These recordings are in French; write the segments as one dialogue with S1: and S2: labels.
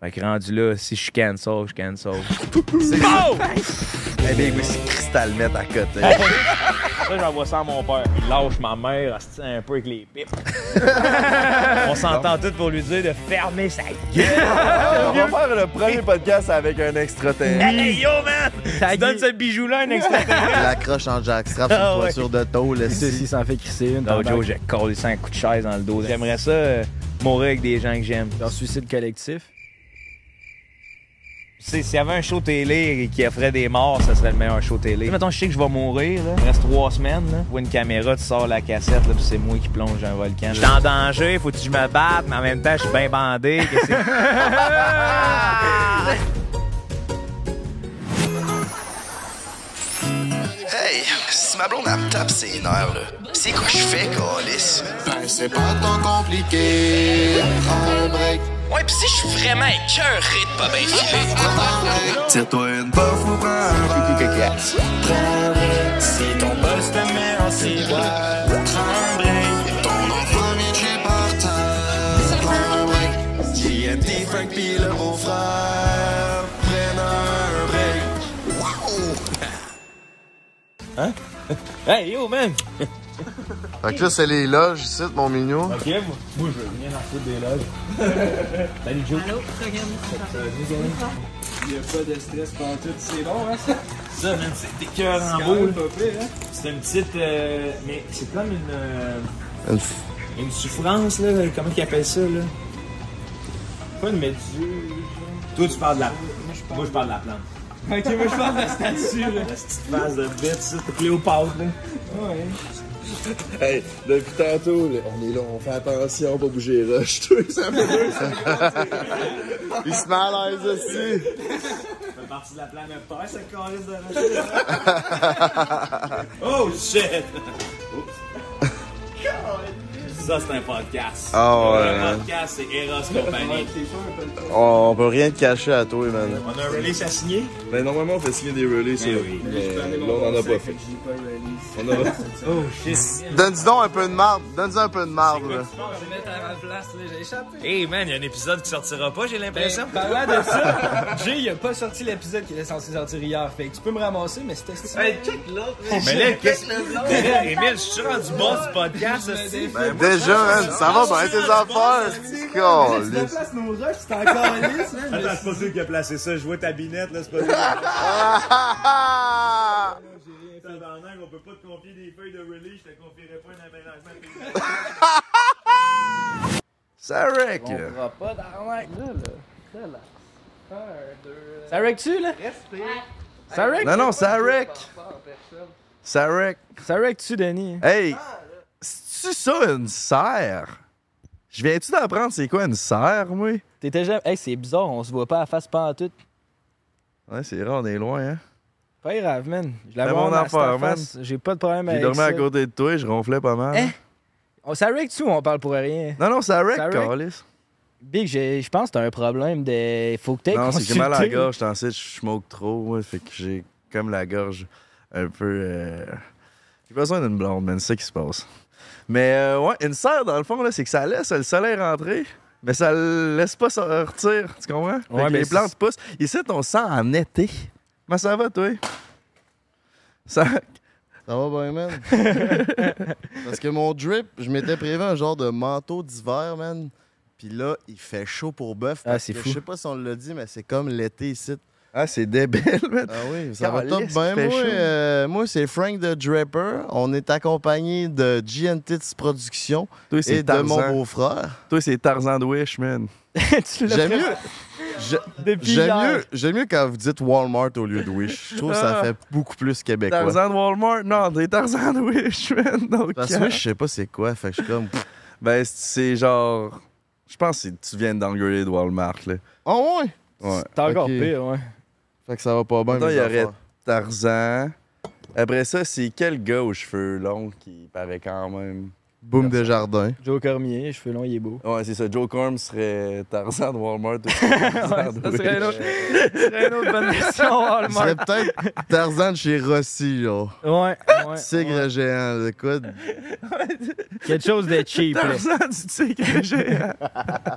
S1: Fait que rendu là, si je suis cancel, je cancel.
S2: C'est
S1: Oh!
S2: Eh bien, oui, c'est Crystal Met à côté.
S3: Là, j'envoie ça à mon père. Il lâche ma mère, elle se tient un peu avec les pipes. On s'entend tous pour lui dire de fermer sa
S2: On va faire le premier podcast avec un extraterrestre.
S3: Hey yo, man! Tu donnes ce bijou-là à un extraterrestre?
S4: L'accroche en jackstrap sur une
S3: Ah ouais.
S4: toiture de tôle.
S5: Ceci s'en fait crisser une.
S1: Dojo,
S5: tabarnak.
S1: Joe, j'ai collé ça un coup de chaise dans le dos. J'aimerais ça euh, mourir avec des gens que j'aime.
S5: Dans suicide collectif.
S1: Tu sais, s'il y avait un show télé qui offrait des morts, ça serait le meilleur show télé. Tu sais, Mettons, je sais que je vais mourir, là. Il reste trois semaines, là. Ou une caméra, tu sors la cassette, là, puis c'est moi qui plonge dans un volcan. Je suis en danger, faut que je me batte, mais en même temps, je suis bien bandé. Qu'est-ce que c'est?
S2: Hey, si ma blonde, elle me tape ses nerfs, là. C'est quoi je fais, Calis?
S6: Ben, c'est pas tant compliqué. Prends un break.
S7: Ouais, pis si je suis vraiment écœuré de pas bien filer.
S2: Tire-toi une bof ou prends un verre.
S6: Si ton boss te met en ciboire, prends un break. Ton enfant midget par terre, prends un break. JMD, Frank, pis le beau frère, prennent un break.
S3: Hey yo, man!
S6: Fait que là, c'est les loges ici, mon mignon.
S3: Ok, moi, moi, je veux venir dans la foutre des loges. Salut Joe. Allô, Il n'y a pas de stress pour tout, c'est bon, hein, ça? Ça, man, c'est des cœurs en boule. C'est une petite. euh, mais c'est comme une. euh,
S6: Une f-
S3: une souffrance, là. Comment ils appellent ça, là? Pas une méduse. Toi, tu parles de la. Moi, je parle de la plante. Ok, moi, je parle de la statue, là. La petite face de bête, ça. Cléopâtre, là.
S6: Hey, depuis tantôt, là, on est là, on fait attention, pas bouger les roches. Toi, ça me deux secondes. Il se met à l'aise aussi.
S3: fait partie de la planète Terre, ce calice de Oh shit! Oups. Ça, c'est un podcast.
S6: Ah ouais,
S3: Un
S6: hein.
S3: podcast, c'est Eros Compagnie.
S6: On peut rien te cacher à toi, man.
S3: On a un release à signer?
S6: Mais normalement, on fait signer des releases.
S3: Ben
S6: là.
S3: oui.
S6: Mais là, on en a pas fait. On a...
S3: Oh shit!
S6: Donne-nous donc un peu de marde. Donne-nous un peu de marde, là.
S3: Hey man, il y a un épisode qui sortira pas, j'ai l'impression.
S5: Ben, Parlant de ça, Jay, il a pas sorti l'épisode qu'il était censé sortir hier. Fait que tu peux me ramasser, mais c'était ça.
S3: Hey, check l'autre! Mais là, qu'est-ce que. là, Emile, je suis rendu boss du podcast, aussi.
S6: Déjà, man, ça va bien tes affaires, c'est cool.
S5: place nos rushs, c'est encore lisse,
S3: Attends, c'est pas sûr qui a placé ça. Je vois ta binette, là, c'est pas sûr.
S5: Ah,
S3: Tabarnak, on peut pas te confier des feuilles de release, je te confierai pas un aménagement.
S2: Ça wreck, là.
S5: va pas d'arnaque. Là, là. là. Ça wreck-tu, là? Ça wreck?
S2: Non, non, ça wreck. Ça wreck.
S5: Ça wreck-tu, Denis?
S2: Hey,
S5: Ah,
S2: c'est-tu ça une serre? Je viens-tu d'apprendre c'est quoi une serre, moi?
S5: T'étais jamais. Hey, c'est bizarre, on se voit pas à face pantoute.
S2: Ouais, c'est vrai, on est loin, hein?
S5: Pas grave, man. Je
S2: C'est
S5: l'avais
S2: mon
S5: en
S2: affaire, man.
S5: face. J'ai pas de problème
S2: J'ai
S6: Ben,
S5: avec
S2: dormi
S5: ça.
S2: à côté de toi et je ronflais pas mal.
S5: Hein? On- Ça wreck-tu ou on parle pour rien?
S2: Non, non, ça wreck,
S5: Ça wreck.
S2: Carlis.
S5: Big, j'ai- je pense que t'as un problème de. Faut que t'aies
S2: Non, c'est que j'ai mal à la
S5: consulté.
S2: gorge, t'en sais, je smoke trop, ouais, fait que j'ai comme la gorge un peu. euh, J'ai besoin d'une blonde, man, c'est ça qui se passe. Mais euh, ouais, une serre, dans le fond, là, c'est que ça laisse le soleil rentrer, mais ça le laisse pas sortir, tu comprends? Fait
S5: Ouais,
S2: que
S5: mais
S2: les
S5: c'est-
S2: plantes poussent. Ici, on sent en été. Comment ça va, toi? Ça...
S6: Ça va bien, man. Parce que mon drip, je m'étais prévu un genre de manteau d'hiver, man. Puis là, il fait chaud pour bœuf.
S5: Ah,
S6: parce
S5: c'est
S6: que
S5: fou.
S6: Je sais pas si on l'a dit, mais c'est comme l'été ici.
S2: Ah, c'est débile, man.
S6: Ah oui, ça va
S2: Caliste,
S6: top
S2: il
S6: bien.
S2: fait
S6: Moi,
S2: chaud.
S6: euh, moi c'est Frank the Draper. On est accompagné de GNTits Productions
S2: Toi,
S6: et
S2: c'est
S6: de mon
S2: Tarzan.
S6: beau-frère.
S2: Toi, c'est Tarzan de Wish, man.
S5: Tu l'as
S6: J'aime
S5: pris
S6: mieux, j'ai-
S5: depuis
S6: j'aime
S5: hier.
S6: mieux, j'aime mieux quand vous dites Walmart au lieu de Wish. Je trouve que ça fait beaucoup plus québécois.
S2: Ah. Tarzan de Walmart? Non, c'est Tarzan de Wish, man. Donc, euh,
S6: Parce que Wish, je sais pas c'est quoi. Fait que je suis comme.
S2: Ben, c'est genre. Je pense que tu viens de downgrader de Walmart, là.
S6: Oh ouais!
S2: Ah Ouais.
S5: T'es encore
S6: Ok.
S5: pire, ouais.
S6: Fait que ça va pas bien.
S2: Attends,
S6: mes
S2: il y aurait
S6: affaires.
S2: Tarzan. Après ça, c'est quel gars aux cheveux longs qui paraît quand même
S6: Boom de jardin.
S5: Joe Cormier, cheveux longs, il est beau.
S2: Ouais, c'est ça. Joe Corm serait Tarzan de Walmart.
S3: Ça serait une autre, ça serait une autre bonne version
S6: Ce
S3: Walmart.
S6: serait peut-être Tarzan de chez Rossi, genre.
S3: Ouais, ouais.
S6: Tigre géant, le code.
S5: Quelque chose de cheap, là.
S2: Tarzan du tigre géant.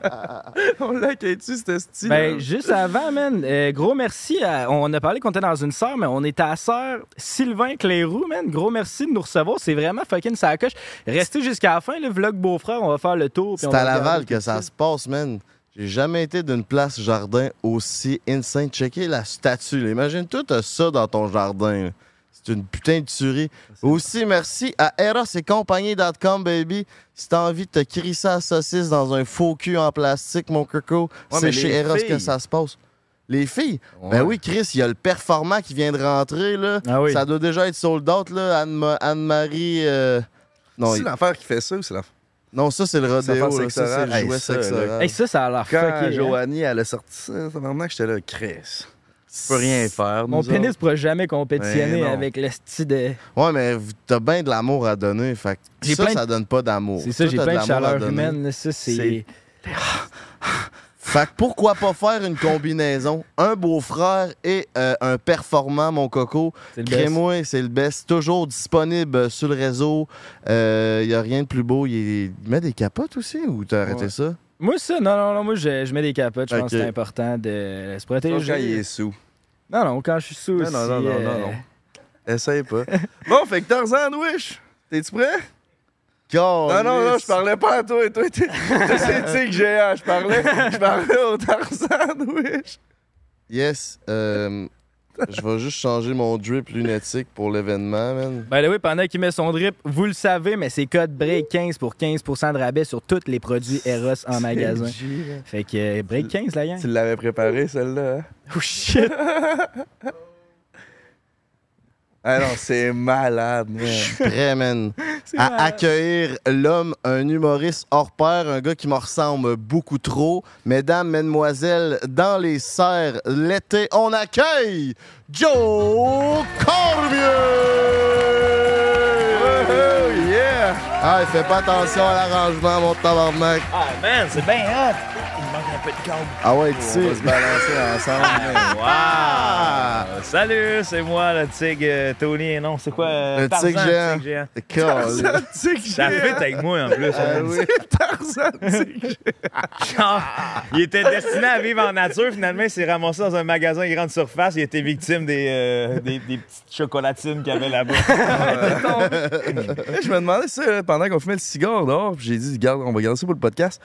S2: On l'accueille-tu, ce style?
S5: Ben, juste avant, man, euh, gros merci. à- on a parlé qu'on était dans une sœur, mais on est à la sœur Sylvain Cléroux, man. Gros merci de nous recevoir. C'est vraiment fucking sacoche. Restez jusqu'à la fin, le vlog beau-frère. On va faire le tour. puis
S6: C'est
S5: on va
S6: à Laval
S5: regarder
S6: que
S5: tout
S6: ça se passe, man. J'ai jamais été d'une place jardin aussi insane. Checker la statue. là. Imagine tout ça dans ton jardin. là. C'est une putain de tuerie.
S5: Ah,
S6: Aussi, merci à Eros et compagnie.com, baby. Si t'as envie de te crisser à saucisse dans un faux cul en plastique, mon coco,
S2: Ouais, mais
S6: c'est chez
S2: les
S6: Eros
S2: filles.
S6: que ça se passe. Les filles?
S2: Ouais.
S6: Ben oui, Chris, il y a le performant qui vient de rentrer, là.
S5: Ah oui.
S6: Ça doit déjà être sold out, là. Anne- Anne-Marie... euh, Non,
S2: C'est
S6: il-
S2: l'affaire qui fait ça ou c'est l'affaire?
S6: non, ça, c'est le
S2: affaire
S6: rodéo, là. Ça, c'est
S2: sexorale.
S6: le
S2: Hey,
S6: jouet
S2: ça, là.
S6: sexoral.
S5: Hey, ça, ça a l'air
S2: Quand
S5: fucké. hein.
S2: Joanie, elle a sorti ça, tabarnak, j'étais là, Chris. Je peux rien faire.
S5: Mon
S2: nous
S5: pénis
S2: autres.
S5: pourra jamais compétitionner
S2: Ben non.
S5: avec le style de.
S6: Ouais, mais v- t'as bien de l'amour à donner. Fait que
S5: J'ai
S6: ça,
S5: plein de-
S6: ça donne pas d'amour.
S5: C'est ça,
S6: Toi,
S5: j'ai
S6: t'as
S5: plein de
S6: l'amour à
S5: chaleur
S6: donner.
S5: humaine. là. Ça, c'est.
S2: C'est-
S6: Fait que pourquoi pas faire une combinaison? Un beau-frère et euh, un performant, mon coco.
S5: C'est le best.
S6: Crée-moi, c'est le best. Toujours disponible euh, sur le réseau. Il y a rien de plus beau. Il il met des capotes aussi ou t'as arrêté ça?
S5: Moi, ça, non, non, non, moi, je, je mets des capotes. Je pense que
S6: Ok.
S5: c'est important de se
S2: Sauf quand il
S5: protéger.
S2: est sous.
S5: Non, non, quand je suis sous.
S2: Non, non, non,
S5: aussi,
S2: non,
S5: euh,
S2: non, non. Essaye pas. Bon, fait que Tarzan Wish, t'es-tu prêt? Non, non, non, je parlais pas à toi. Toi, t'es toi, c'est Tigre Géant. Je parlais, je parlais au Tarzan Wish.
S6: Yes. euh, je vais juste changer mon drip lunatique pour l'événement, man.
S5: Ben oui, pendant qu'il met son drip, vous le savez, mais c'est code break 15 pour 15 de rabais sur tous les produits Eros en magasin. Fait que euh, break 15, la gang.
S2: Tu l'avais préparé, celle-là. hein?
S5: Oh shit!
S2: Ah non, c'est malade, man.
S6: Prêt, man. à accueillir l'homme, un humoriste hors pair, un gars qui me ressemble beaucoup trop. Mesdames, mesdemoiselles, dans les serres, l'été, on accueille Joe Cormier!
S2: Oh, yeah!
S6: Ah, il fait pas attention à l'arrangement, mon tabarnak.
S3: Ah, man, c'est bien hot.
S6: Ah ouais, tu sais.
S2: On va se balancer ensemble. man.
S3: Wow! Salut, c'est moi, le tigre euh, Tony. Et non, c'est quoi? euh,
S6: Le
S3: Tarzan,
S6: tigre géant.
S3: Le tigre géant.
S6: Calé.
S2: Tigre
S3: Ça
S2: Géant.
S3: fait avec moi, en plus. hein.
S6: Ah oui.
S2: Tarzan Tigre Géant.
S3: Genre, il était destiné à vivre en nature. Finalement, il s'est ramassé dans un magasin grande surface. Il était victime des, euh, des, des petites chocolatines qu'il y avait là-bas.
S2: Je me demandais ça là, pendant qu'on fumait le cigare dehors, puis j'ai dit, garde, on va garder ça pour le podcast.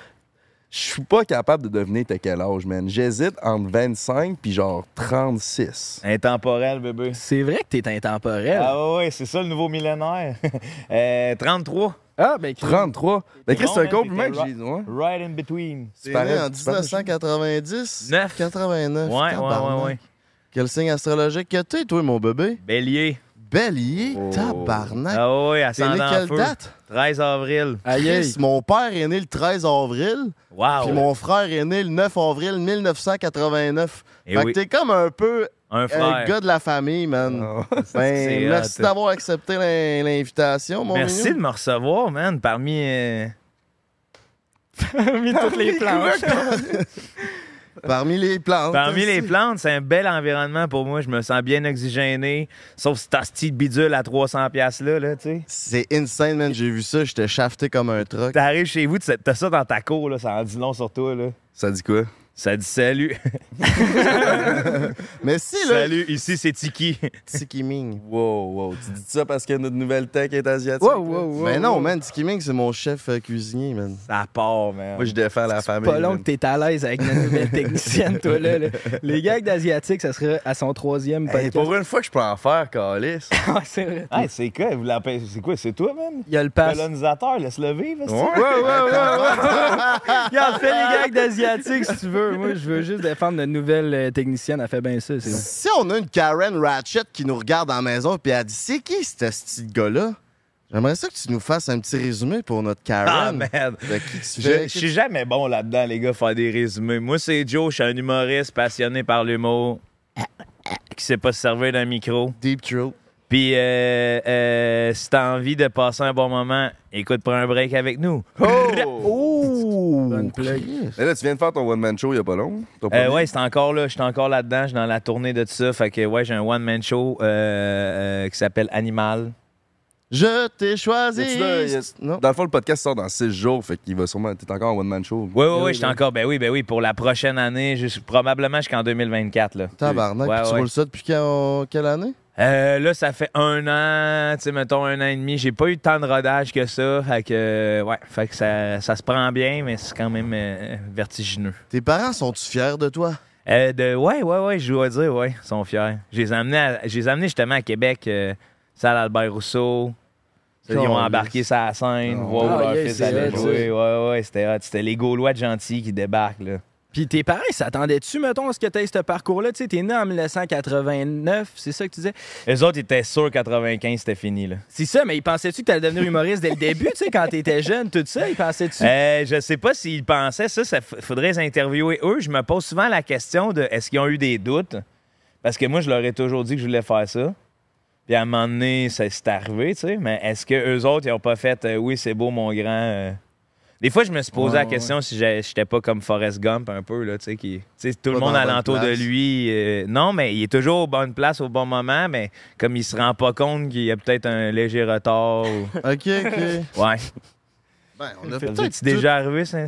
S2: Je suis pas capable de devenir t'as quel âge, man. J'hésite entre 25 puis genre 36.
S3: Intemporel, bébé.
S5: C'est vrai que t'es intemporel. Ah,
S3: Ah ouais, c'est ça le nouveau millénaire. Euh, 33.
S5: ben, Chris,
S2: 33? Mais Chris, c'est un
S3: T'es bon,
S2: compliment
S3: man,
S2: que
S3: t'es
S2: j'ai dit, ouais.
S3: Right in between.
S6: C'est
S2: pareil,
S6: né en
S2: tu parles de ça?
S6: 1990?
S3: Neuf.
S6: 89.
S3: Ouais, ouais, ouais,
S6: tabarnak.
S3: ouais.
S6: Quel signe astrologique que t'es, toi, mon bébé?
S3: Bélier.
S6: Bélier,
S5: Oh.
S6: tabarnak.
S3: Ah ouais,
S6: T'es né
S3: ascendant en
S6: quelle
S3: feu.
S6: date?
S3: 13 avril.
S5: aïe, aïe.
S6: Chris, mon père est né le 13 avril,
S3: Wow.
S6: puis mon frère est né le 9 avril 1989.
S3: Eh
S6: fait
S3: oui.
S6: que t'es comme un peu
S3: Un
S6: un
S3: frère.
S6: gars de la famille, man.
S3: Oh, C'est
S6: Ben, merci
S3: hot.
S6: d'avoir accepté l'in- l'invitation, mon
S3: Merci
S6: mignon.
S3: de me recevoir, man, parmi... euh,
S5: mis toutes les planches.
S6: Parmi les plantes.
S3: Parmi les plantes, c'est un bel environnement pour moi. Je me sens bien oxygéné. Sauf si t'as ce petit bidule à 300$ piastres là, là tu sais.
S6: C'est insane, man. J'ai vu ça, j'étais shafté comme un truck.
S3: T'arrives chez vous, tu- t'as ça dans ta cour, là, ça en dit long sur toi. Là.
S2: Ça dit quoi?
S3: Ça dit salut.
S6: Mais si, là,
S3: salut, ici c'est Tiki.
S6: Tikiming.
S2: Wow, wow. Tu dis ça parce que notre nouvelle tech est asiatique?
S5: Wow,
S2: là?
S5: wow, wow.
S6: Mais Ben non, man, Tikiming, c'est mon chef euh, cuisinier, man.
S3: Ça part, man.
S2: Moi, je défends la famille.
S5: Pas long
S2: man.
S5: que t'es à l'aise avec la nouvelle technicienne, toi, là. là. Les gags d'Asiatique, ça serait à son troisième
S2: Hey,
S5: podcast.
S2: pour une fois que je peux en faire, Calis.
S5: Ouais, c'est vrai.
S3: Hey, c'est quoi? vous l'appelez- C'est quoi? C'est toi, man?
S5: Il y a le pass.
S3: Colonisateur, laisse-le vivre. est-ce que-
S2: Ouais.
S5: Ouais, ouais, ouais, ouais. Regarde, fais les gags d'asiatique si tu veux. Moi, je veux juste défendre notre nouvelle euh, technicienne. Elle fait bien ça, c'est
S6: Si on a une Karen Ratchet qui nous regarde à la maison puis elle dit C'est qui ce petit gars-là J'aimerais ça que tu nous fasses un petit résumé pour notre
S3: Ah,
S6: Karen.
S3: man.
S6: de qui tu
S3: Je,
S6: fais
S3: je suis jamais bon là-dedans, les gars, faire des résumés. Moi, c'est Joe, je suis un humoriste passionné par l'humour qui sait pas se servir d'un micro.
S6: Deep Throat.
S3: Puis euh, euh, si t'as envie de passer un bon moment, écoute, prends un break avec nous.
S2: Oh!
S5: Bonne plug.
S2: Mais là, tu viens de faire ton one-man show il y a pas long. Ton
S3: Euh,
S2: premier.
S3: ouais, c'est encore là, je suis encore là-dedans, je suis dans la tournée de tout ça. Fait que ouais, j'ai un one-man show euh, euh, qui s'appelle Animal.
S6: Je t'ai choisi.
S2: Y a-tu de- y a-
S6: Non.
S2: Dans le fond, le podcast sort dans 6 jours, fait qu'il va sûrement. T'es encore en one-man show.
S3: Oui, oui, oui, j'étais encore. Ben oui, ben oui, pour la prochaine année, jus- probablement jusqu'en 2024. Là.
S6: Tabarnak,
S3: Ouais,
S6: puis tu
S3: ouais.
S6: roules ça depuis quand- quelle année?
S3: Euh, là, ça fait un an, tu sais, mettons un an et demi. J'ai pas eu tant de rodage que ça. Fait que, euh, ouais, fait que ça, ça se prend bien, mais c'est quand même euh, vertigineux.
S6: Tes parents sont-tu fiers de toi?
S3: Euh, de, ouais, ouais, ouais, je dois dire, ouais, ils sont fiers. Je les ai amenés, à- je les ai amenés justement à Québec, euh, salle Albert Rousseau. Ça, Ils ont
S6: Caliste.
S3: embarqué sa scène, voir où
S5: Ah,
S3: leur
S5: yeah,
S3: fils
S5: c'est
S3: allait
S5: hot,
S3: jouer. Ouais, ouais, c'était hot. C'était les Gaulois de Gentil qui débarquent, là.
S5: Puis tes parents, ils s'attendaient-tu, mettons, à ce que t'aies ce parcours-là? Tu sais, t'es né en 1989, c'est ça que tu disais?
S3: Eux autres, ils étaient sûrs 95, c'était fini, là.
S5: C'est ça, mais ils pensaient-tu que t'allais devenir humoriste dès le début, tu sais, quand t'étais jeune, tout ça? Ils pensaient-tu?
S6: Eh,
S3: Euh, je sais pas s'ils pensaient ça, ça f- faudrait les interviewer eux. Je me pose souvent la question de est-ce qu'ils ont eu des doutes? Parce que moi, je leur ai toujours dit que je voulais faire ça. Puis à un moment donné, ça s'est arrivé, tu sais. Mais est-ce que eux autres, ils ont pas fait euh, oui, c'est beau, mon grand? euh. Des fois, je me suis posé la question si j'ai- j'étais pas comme Forrest Gump un peu, là, tu sais, qui. Tu sais, tout le
S6: Pas
S3: monde
S6: dans la bonne
S3: alentour de
S6: place.
S3: lui. euh, non, mais il est toujours aux bonnes places au bon moment, mais comme il se rend pas compte qu'il y a peut-être un léger retard. ou-
S6: OK, OK.
S3: Ouais.
S6: ben, on a
S3: Vous
S6: peut-être
S3: est déjà arrivé, ça?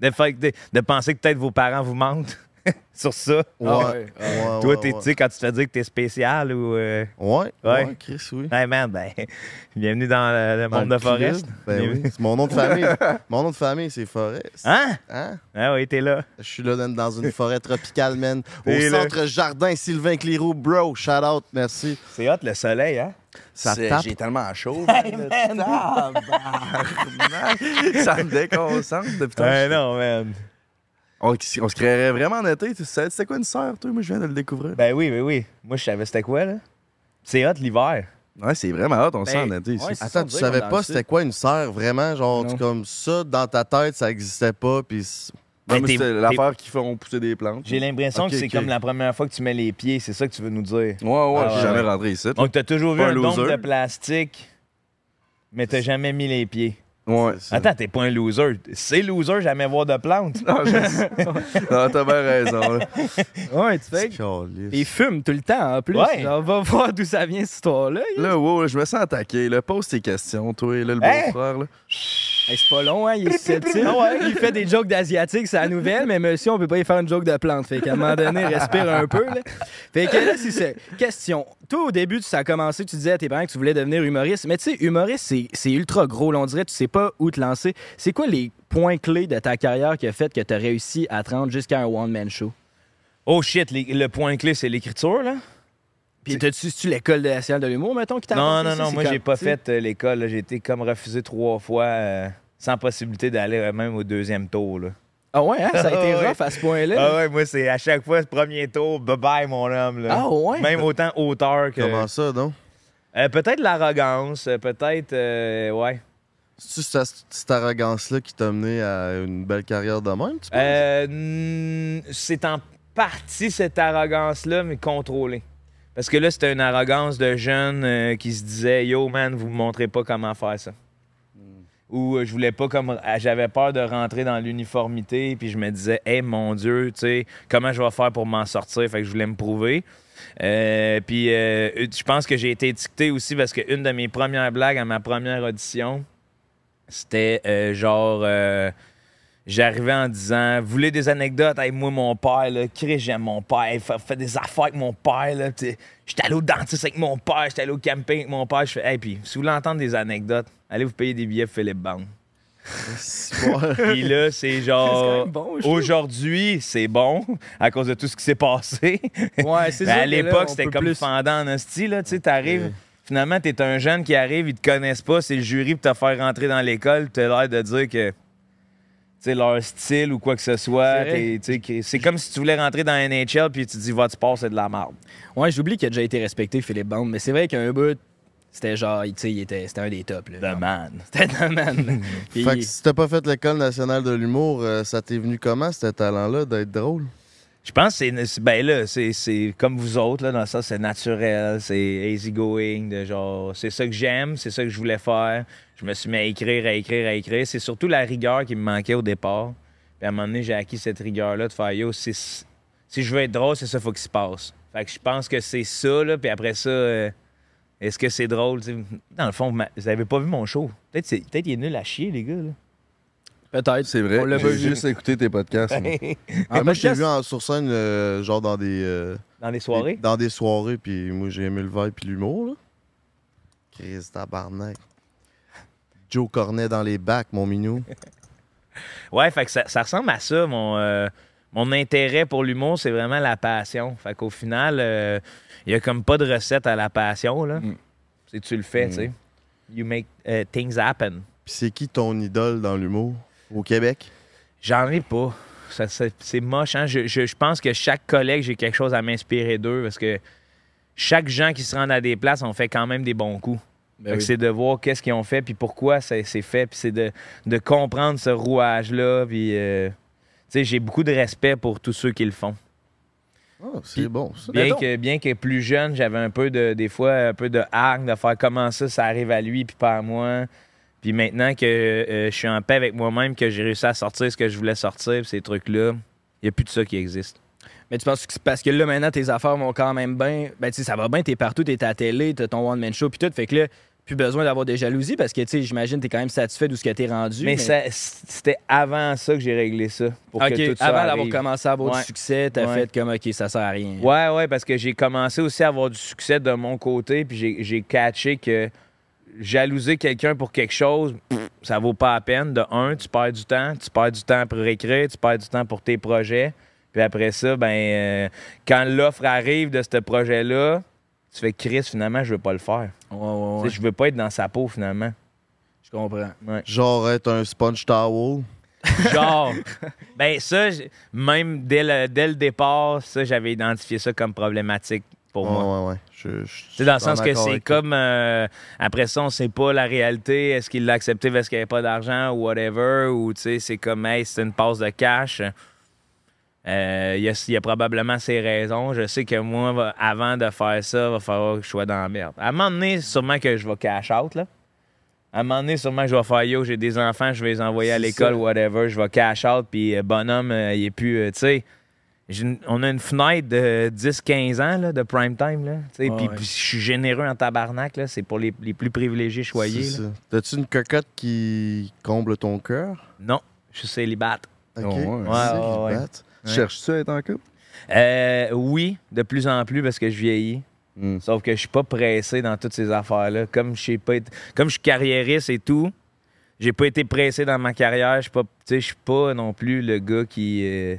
S3: De, fait- de- de penser que peut-être vos parents vous mentent sur ça?
S6: tout- Ouais, ouais, ouais,
S3: Toi, t'es-
S6: ouais.
S3: tu sais, quand tu te fais dire que t'es spécial ou. euh,
S6: Ouais,
S3: Ouais.
S6: ouais, Chris, oui.
S3: Hey man, ben, bienvenue dans le, le
S6: Dans
S3: monde
S6: le
S3: de Forest.
S6: club, Ben oui, c'est mon nom de famille. mon nom de famille, c'est Forest.
S3: Hein?
S6: Hein?
S3: Ah oui, t'es là.
S6: Je suis là dans une forêt tropicale, man. Au
S3: Et là.
S6: centre jardin Sylvain Clérou, bro. Shout out, merci.
S3: C'est hot le soleil, hein?
S6: Ça
S2: C'est-
S6: tape.
S2: J'ai tellement chaud. Tabarnak. ça me déconcentre depuis tant
S3: Ouais,
S2: de
S3: non, man.
S2: on, on se créerait Euh, vraiment en été. Tu sais, C'était quoi une sœur, toi? Moi, je viens de le découvrir.
S3: Ben oui, ben oui. Moi, je savais c'était quoi, là? C'est hot l'hiver.
S2: Ouais, c'est vraiment hot, on sent en été ici.
S5: ouais, c'est ça,
S6: Attends, tu
S5: dire,
S6: savais
S5: dans
S6: pas
S5: le
S6: c'était quoi une sœur, vraiment? Genre, tu-
S5: Non.
S6: comme ça, dans ta tête, ça existait pas, puis... c'est-
S2: Non,
S3: Mais
S2: mais
S3: Ben, t'es-
S2: c'était l'affaire qui font pousser des plantes.
S3: J'ai l'impression
S6: Ok,
S3: que c'est
S6: ok.
S3: comme la première fois que tu mets les pieds, c'est ça que tu veux nous dire.
S2: Ouais, ouais,
S3: Ah,
S2: je
S3: ouais,
S2: suis jamais
S3: ouais.
S2: rentré ici.
S3: Donc, t'as toujours vu
S2: Pas un
S3: un dôme
S2: loser.
S3: de plastique, mais t'as jamais mis les pieds.
S2: Ouais.
S6: c'est-
S3: Attends, t'es pas un loser. C'est loser, jamais voir de plantes.
S2: Non, je- non, t'as bien raison. là.
S5: Ouais, tu
S6: c'est
S5: fais.
S6: caliste.
S5: Ils fument tout le temps, en plus.
S3: Ouais.
S5: On va voir d'où ça vient, cette histoire-là.
S2: Là, wow, je me sens attaqué. Là. Pose tes questions, toi, là, le
S3: Hein?
S2: beau-frère. là.
S5: Hey, c'est pas long, hein? Il est susceptible. Il fait des jokes d'asiatique, c'est la nouvelle, mais monsieur, on peut pas y faire une joke de plante. Fait qu'à un moment donné, respire un peu. Là. Fait que là, c'est ça. Question. Toi, au début, tu- ça a commencé, tu disais à tes parents que tu voulais devenir humoriste. Mais tu sais, humoriste, c'est- c'est ultra gros. là. on dirait, tu sais pas où te lancer. C'est quoi les points clés de ta carrière qui a fait que tu as réussi à te rendre jusqu'à un one-man show?
S3: Oh shit, les- le point clé, c'est l'écriture, là?
S5: Puis, t'as-tu c'est-tu l'école nationale de l'humour, mettons, qui t'a
S3: Non,
S5: apporté
S3: non,
S5: ça?
S3: non,
S5: C'est
S3: moi,
S5: comme-
S3: j'ai pas
S5: tu sais,
S3: fait euh, l'école. là. J'ai été comme refusé trois fois, euh, sans possibilité d'aller euh, même au deuxième tour, là.
S5: Ah ouais, hein? ça a été
S3: Ah ouais.
S5: rough à ce point-là.
S3: Ah ouais, moi, c'est à chaque fois, ce premier tour, bye-bye, mon homme, là.
S5: Ah ouais?
S3: Même autant hauteur que...
S6: Comment ça, donc?
S3: Euh, peut-être l'arrogance, euh, peut-être... euh, ouais.
S6: C'est-tu ça- cette arrogance-là qui t'a mené à une belle carrière de même, tu penses?
S3: Euh, mm, c'est en partie cette arrogance-là, mais contrôlée. Parce que là, c'était une arrogance de jeune euh, qui se disait Yo, man, vous me montrez pas comment faire ça.
S6: Hmm.
S3: Ou euh, je voulais pas comme. ah, J'avais peur de rentrer dans l'uniformité, puis je me disais Hey, mon Dieu, tu sais, comment je vais faire pour m'en sortir Fait que je voulais me prouver. Euh, puis euh, je pense que j'ai été étiqueté aussi parce qu'une de mes premières blagues à ma première audition, c'était euh, genre. euh, J'arrivais en disant Vous voulez des anecdotes avec moi, mon père, là, Chris, j'aime mon père, fait, fait des affaires avec mon père, là. T'sais, J'étais allé au dentiste avec mon père, j'étais allé au camping avec mon père. Je fais Hey, puis si vous voulez entendre des anecdotes, allez vous payer des billets pour Philippe Bande. Puis là, c'est
S5: quand
S3: genre.
S5: même bon, je trouve.
S3: Aujourd'hui, c'est bon à cause de tout ce qui s'est passé.
S5: Ouais, c'est sûr
S3: Mais Ben, à
S5: que là,
S3: l'époque,
S5: on
S3: c'était
S5: peut
S3: comme
S5: plus-
S3: pendant en hostie, là, tu sais, t'arrives. Finalement, t'es un jeune qui arrive, ils te connaissent pas, c'est le jury pour te faire rentrer dans l'école, t'as l'air de dire que. tu sais, leur style ou quoi que ce soit.
S5: C'est vrai.
S3: t'es- tu sais, que- C'est comme si tu voulais rentrer dans la NHL puis tu dis, va, tu passes, c'est de la merde.
S5: Ouais, j'oublie qu'il a déjà été respecté, Philippe Bond, mais c'est vrai qu'un bout, c'était genre, tu sais, il était- c'était un des tops. là.
S3: The man.
S5: C'était The Man. là. Puis-
S6: Fait que si t'as pas fait l'école nationale de l'humour, euh, ça t'est venu comment, ce talent-là, d'être drôle?
S3: Je pense que c'est- c'est. Ben là, c'est- c'est comme vous autres, là, dans le sens, c'est naturel, c'est easygoing, de genre, c'est ça que j'aime, c'est ça que je voulais faire. Je me suis mis à écrire, à écrire, à écrire. C'est surtout la rigueur qui me manquait au départ. Puis à un moment donné, j'ai acquis cette rigueur-là de faire yo, c'est- si je veux être drôle, c'est ça faut qu'il se passe. Fait que je pense que c'est ça, là, puis après ça, euh, est-ce que c'est drôle? tu sais? Dans le fond, vous m'a- vous avez pas vu mon show. Peut-être c'est- peut-être il est nul à chier, les gars, là.
S5: Peut-être.
S2: C'est vrai.
S5: On l'a pas
S2: J'ai
S5: vu.
S2: juste écouté tes podcasts. moi.
S6: Ah, moi, je l'ai
S5: podcast-
S6: vu en, sur scène, euh, genre dans des, euh,
S3: Dans les soirées.
S6: des- dans des soirées, puis moi, j'ai aimé le vibe puis l'humour, là. Chris tabarnak. Joe Cornet dans les bacs, mon minou.
S3: Ouais, fait que ça, ça ressemble à ça. Mon, euh, mon intérêt pour l'humour, c'est vraiment la passion. Fait qu'au final, euh, il y a comme pas de recette à la passion. Là.
S2: Mm.
S3: C'est tu le fais,
S2: Mm.
S3: tu sais. You make euh, things happen.
S6: Puis c'est qui ton idole dans l'humour au Québec?
S3: J'en ai pas. Ça- ça- c'est moche, hein? Je, je- je pense que chaque collègue, j'ai quelque chose à m'inspirer d'eux parce que chaque gens qui se rendent à des places, on fait quand même des bons coups.
S5: Ben
S3: Fait que C'est de voir qu'est-ce qu'ils ont fait, puis pourquoi ça- c'est fait, puis c'est de, de comprendre ce rouage-là. Puis, euh, tu sais, j'ai beaucoup de respect pour tous ceux qui le font.
S6: Ah, c'est bon, ça.
S3: Bien
S5: Mettons.
S3: que, bien que plus jeune, j'avais un peu de, des fois, un peu de hargne de faire comment ça, ça arrive à lui puis pas à moi. Puis maintenant que euh, je suis en paix avec moi-même, que j'ai réussi à sortir ce que je voulais sortir, puis ces trucs-là, il n'y a plus de ça qui existe.
S5: Mais tu penses que c'est parce que là, maintenant, tes affaires vont quand même bien. Ben, tu sais, ça va bien, t'es partout, t'es à la télé, t'as ton one-man show, puis tout. Fait que là, plus besoin d'avoir des jalousies parce que, tu sais, j'imagine, t'es quand même satisfait de ce que t'es rendu.
S3: mais ça- c'était avant ça que j'ai réglé ça. Pour
S5: Ok,
S3: que tout ça
S5: avant d'avoir
S3: arrive.
S5: commencé à avoir
S3: Ouais.
S5: du succès, t'as
S3: Ouais.
S5: fait comme, OK, ça sert à rien.
S3: Ouais, ouais, parce que j'ai commencé aussi à avoir du succès de mon côté, puis j'ai- j'ai catché que jalouser quelqu'un pour quelque chose, pff, ça vaut pas la peine. De un, tu perds du temps, tu perds du temps pour écrire, tu perds du temps pour tes projets. Puis après ça, ben, euh, quand l'offre arrive de ce projet-là, tu fais Chris, finalement, je veux pas le faire.
S5: Ouais, ouais, ouais.
S3: Tu sais, Je veux pas être dans sa peau, finalement.
S5: Je comprends.
S6: Genre être un sponge towel.
S3: Genre, ben, ça, j- même dès le, dès le départ, ça, j'avais identifié ça comme problématique pour moi.
S6: Ouais, ouais, ouais. Je- je-
S3: C'est dans le
S6: je suis
S3: sens que
S6: d'accord
S3: c'est
S6: avec toi.
S3: comme euh, après ça, on sait pas la réalité. Est-ce qu'il l'a accepté parce qu'il n'y avait pas d'argent ou whatever? Ou tu sais, c'est comme hey, c'est une passe de cash. Euh, Il y, a- il y a probablement ses raisons. Je sais que moi, va- avant de faire ça, va falloir que je sois dans la merde. À un moment donné, sûrement que je vais cash out. Là. À un moment donné, sûrement que je vais faire yo, j'ai des enfants, je vais les envoyer à
S5: C'est
S3: l'école,
S5: ça.
S3: whatever. Je vais cash out, puis euh, bonhomme, euh, il est plus. euh, tu sais, j'ai une- on a une fenêtre de 10-15 ans là, de prime time. Là, tu sais,
S5: Ouais,
S3: puis
S5: ouais.
S3: je suis généreux en tabarnak. là, C'est pour les, les plus privilégiés choyés.
S6: C'est
S3: là.
S6: ça. T'as-tu une cocotte qui comble ton cœur?
S3: Non, je suis célibate.
S6: Ok.
S2: Oh, ouais. Ouais,
S3: ouais, ouais.
S6: Célibate.
S3: Ouais.
S2: Cherches-tu à être en couple?
S3: Euh, oui, de plus en plus parce que je vieillis.
S5: Hmm.
S2: Mm.
S3: Sauf que je suis pas pressé dans toutes ces affaires-là. Comme je sais pas été- comme je suis carriériste et tout, j'ai pas été pressé dans ma carrière. Je suis pas, tu sais, je suis pas non plus le gars qui euh,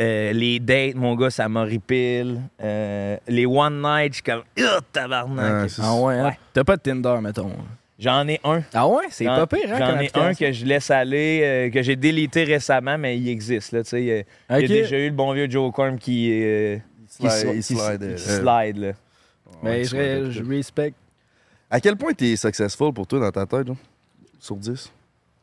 S3: euh, les dates, mon gars, ça m'horripile. Euh, les one night, je suis comme oh, tabarnak.
S2: Ah, c'est-
S5: Ah ouais, hein?
S3: Ouais.
S5: T'as pas de Tinder, mettons.
S3: J'en ai un.
S5: Ah ouais, c'est
S3: J'en-
S5: pas pire, hein?
S3: J'en
S5: comme
S3: ai un
S5: application.
S3: que je laisse aller, euh, que j'ai délité récemment, mais il existe. Là, tu sais, euh,
S5: Ok.
S3: Il y a déjà eu le bon vieux Joe Corm qui, euh, qui
S2: slide-
S3: sli-
S2: il
S3: qui s-
S2: slide,
S3: qui
S2: euh,
S3: slide, là.
S5: Mais Ben, je,
S2: Ouais,
S5: re- je respecte.
S2: À quel point t'es successful pour toi dans ta tête, là? Sur 10?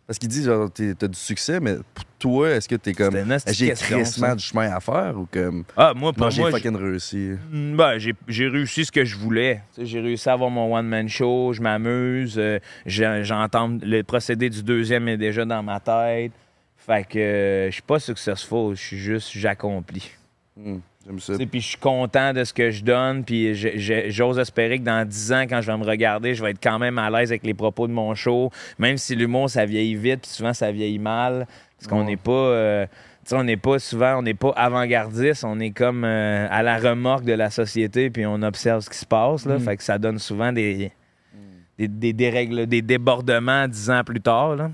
S2: Parce qu'il dit, genre, t'es- t'as du succès, mais pour toi, est-ce que t'es comme.
S3: C'était une hostie de
S2: J'ai
S3: question,
S2: crissement
S3: ça.
S2: du chemin à faire ou comme.
S3: Ah, moi, pour
S2: Non, j'ai
S3: moi,
S2: fucking réussi.
S3: j'ai- ben, j'ai j'ai réussi ce que je voulais. Tu sais, J'ai réussi à avoir mon one-man show, je m'amuse, euh, j'ai- j'entends le procédé du deuxième est déjà dans ma tête. Fait que euh, je suis pas successful, je suis juste, j'accomplis.
S2: Hmm, J'aime ça.
S3: Tu sais, Puis je suis content de ce que je donne, puis je- je- j'ose espérer que dans 10 ans, quand je vais me regarder, je vais être quand même à l'aise avec les propos de mon show, même si l'humour, ça vieillit vite, puis souvent, ça vieillit mal, parce qu'on n'est pas... euh, tu sais, on n'est pas souvent, on n'est pas avant-gardiste, on est comme euh, à la remorque de la société, puis on observe ce qui se passe. Là, Fait que ça donne souvent des, des, des dérègles, des débordements dix ans plus tard. là.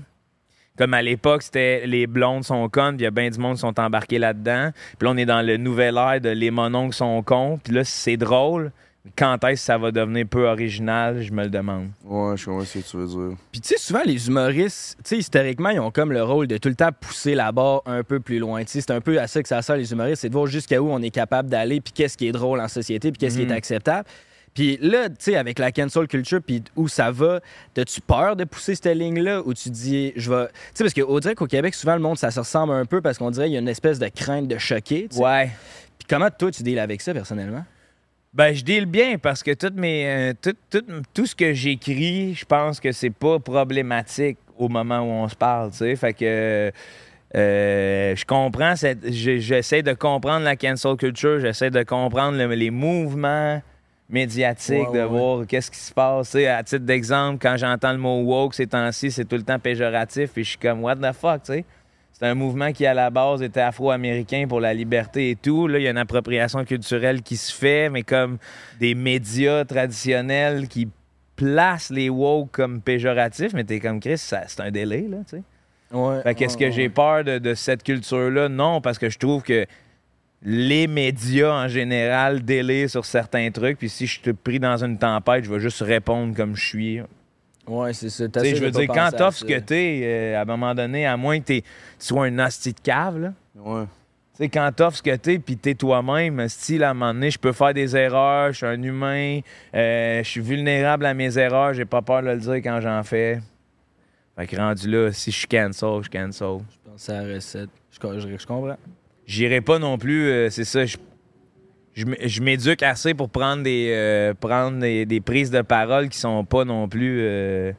S3: Comme à l'époque, c'était les blondes sont connes, puis il y a bien du monde qui sont embarqués là-dedans. Puis là, on est dans le nouvel air de les mononcles sont cons. Puis là, c'est drôle. Quand est-ce que ça va devenir peu original, je me le demande.
S2: Ouais, je comprends ce que tu veux dire.
S5: Puis tu sais, souvent, les humoristes, tu sais, historiquement, ils ont comme le rôle de tout le temps pousser la barre un peu plus loin. Tu sais, c'est un peu à ça
S3: Mm.
S5: que ça sert, les humoristes, c'est de voir jusqu'à où on est capable d'aller, puis qu'est-ce qui est drôle en société, puis qu'est-ce qui est acceptable. Puis là, tu sais, avec la cancel culture, puis où ça va, as-tu peur de pousser cette ligne-là ou tu dis, je vais. Tu sais, parce qu'on dirait qu'au Québec, souvent, le monde, ça se ressemble un peu parce qu'on dirait qu'il y a une espèce de crainte de choquer. tu sais.
S3: Ouais.
S5: Puis comment toi, tu deals avec ça personnellement?
S3: Ben, je deal bien parce que toutes mes, euh, tout, tout, tout ce que j'écris, je pense que c'est pas problématique au moment où on se parle, tu sais. Fait que euh, je comprends, cette- je- j'essaie de comprendre la cancel culture, j'essaie de comprendre le- les mouvements médiatiques, de voir qu'est-ce qui se passe. tu sais. à titre d'exemple, quand j'entends le mot woke ces temps-ci, c'est tout le temps péjoratif, puis je suis comme, what the fuck, tu sais. C'est un mouvement qui, à la base, était afro-américain pour la liberté et tout. Là, il y a une appropriation culturelle qui se fait, mais comme des médias traditionnels qui placent les woke comme péjoratifs, mais t'es comme Chris, ça- c'est un délai, là, tu sais.
S5: Ouais.
S3: Fait qu'est-ce que j'ai peur de, de cette culture-là? Non, parce que je trouve que les médias en général délient sur certains trucs, puis si je suis pris dans une tempête, je vais juste répondre comme je suis.
S5: Ouais, c'est ça.
S3: Tu sais,
S5: T'essaies
S3: je veux
S5: de pas
S3: dire, quand
S5: penser à
S3: t'offres ce
S5: ça.
S3: que t'es, euh, à un moment donné, à moins que t'aies- tu sois un hostie de cave, là,
S2: Ouais.
S3: tu sais, quand t'offres ce que t'es, puis t'es toi-même, si à un moment donné, je peux faire des erreurs, je suis un humain, euh, je suis vulnérable à mes erreurs, j'ai pas peur de le dire quand j'en fais. Fait que rendu là, si je suis cancel, je suis cancel.
S5: Je pense à la recette. Je, co- je- je comprends.
S3: J'irai pas non plus, euh, c'est ça, je, je m- je m'éduque assez pour prendre des euh, prendre des, des prises de parole qui sont pas non plus euh,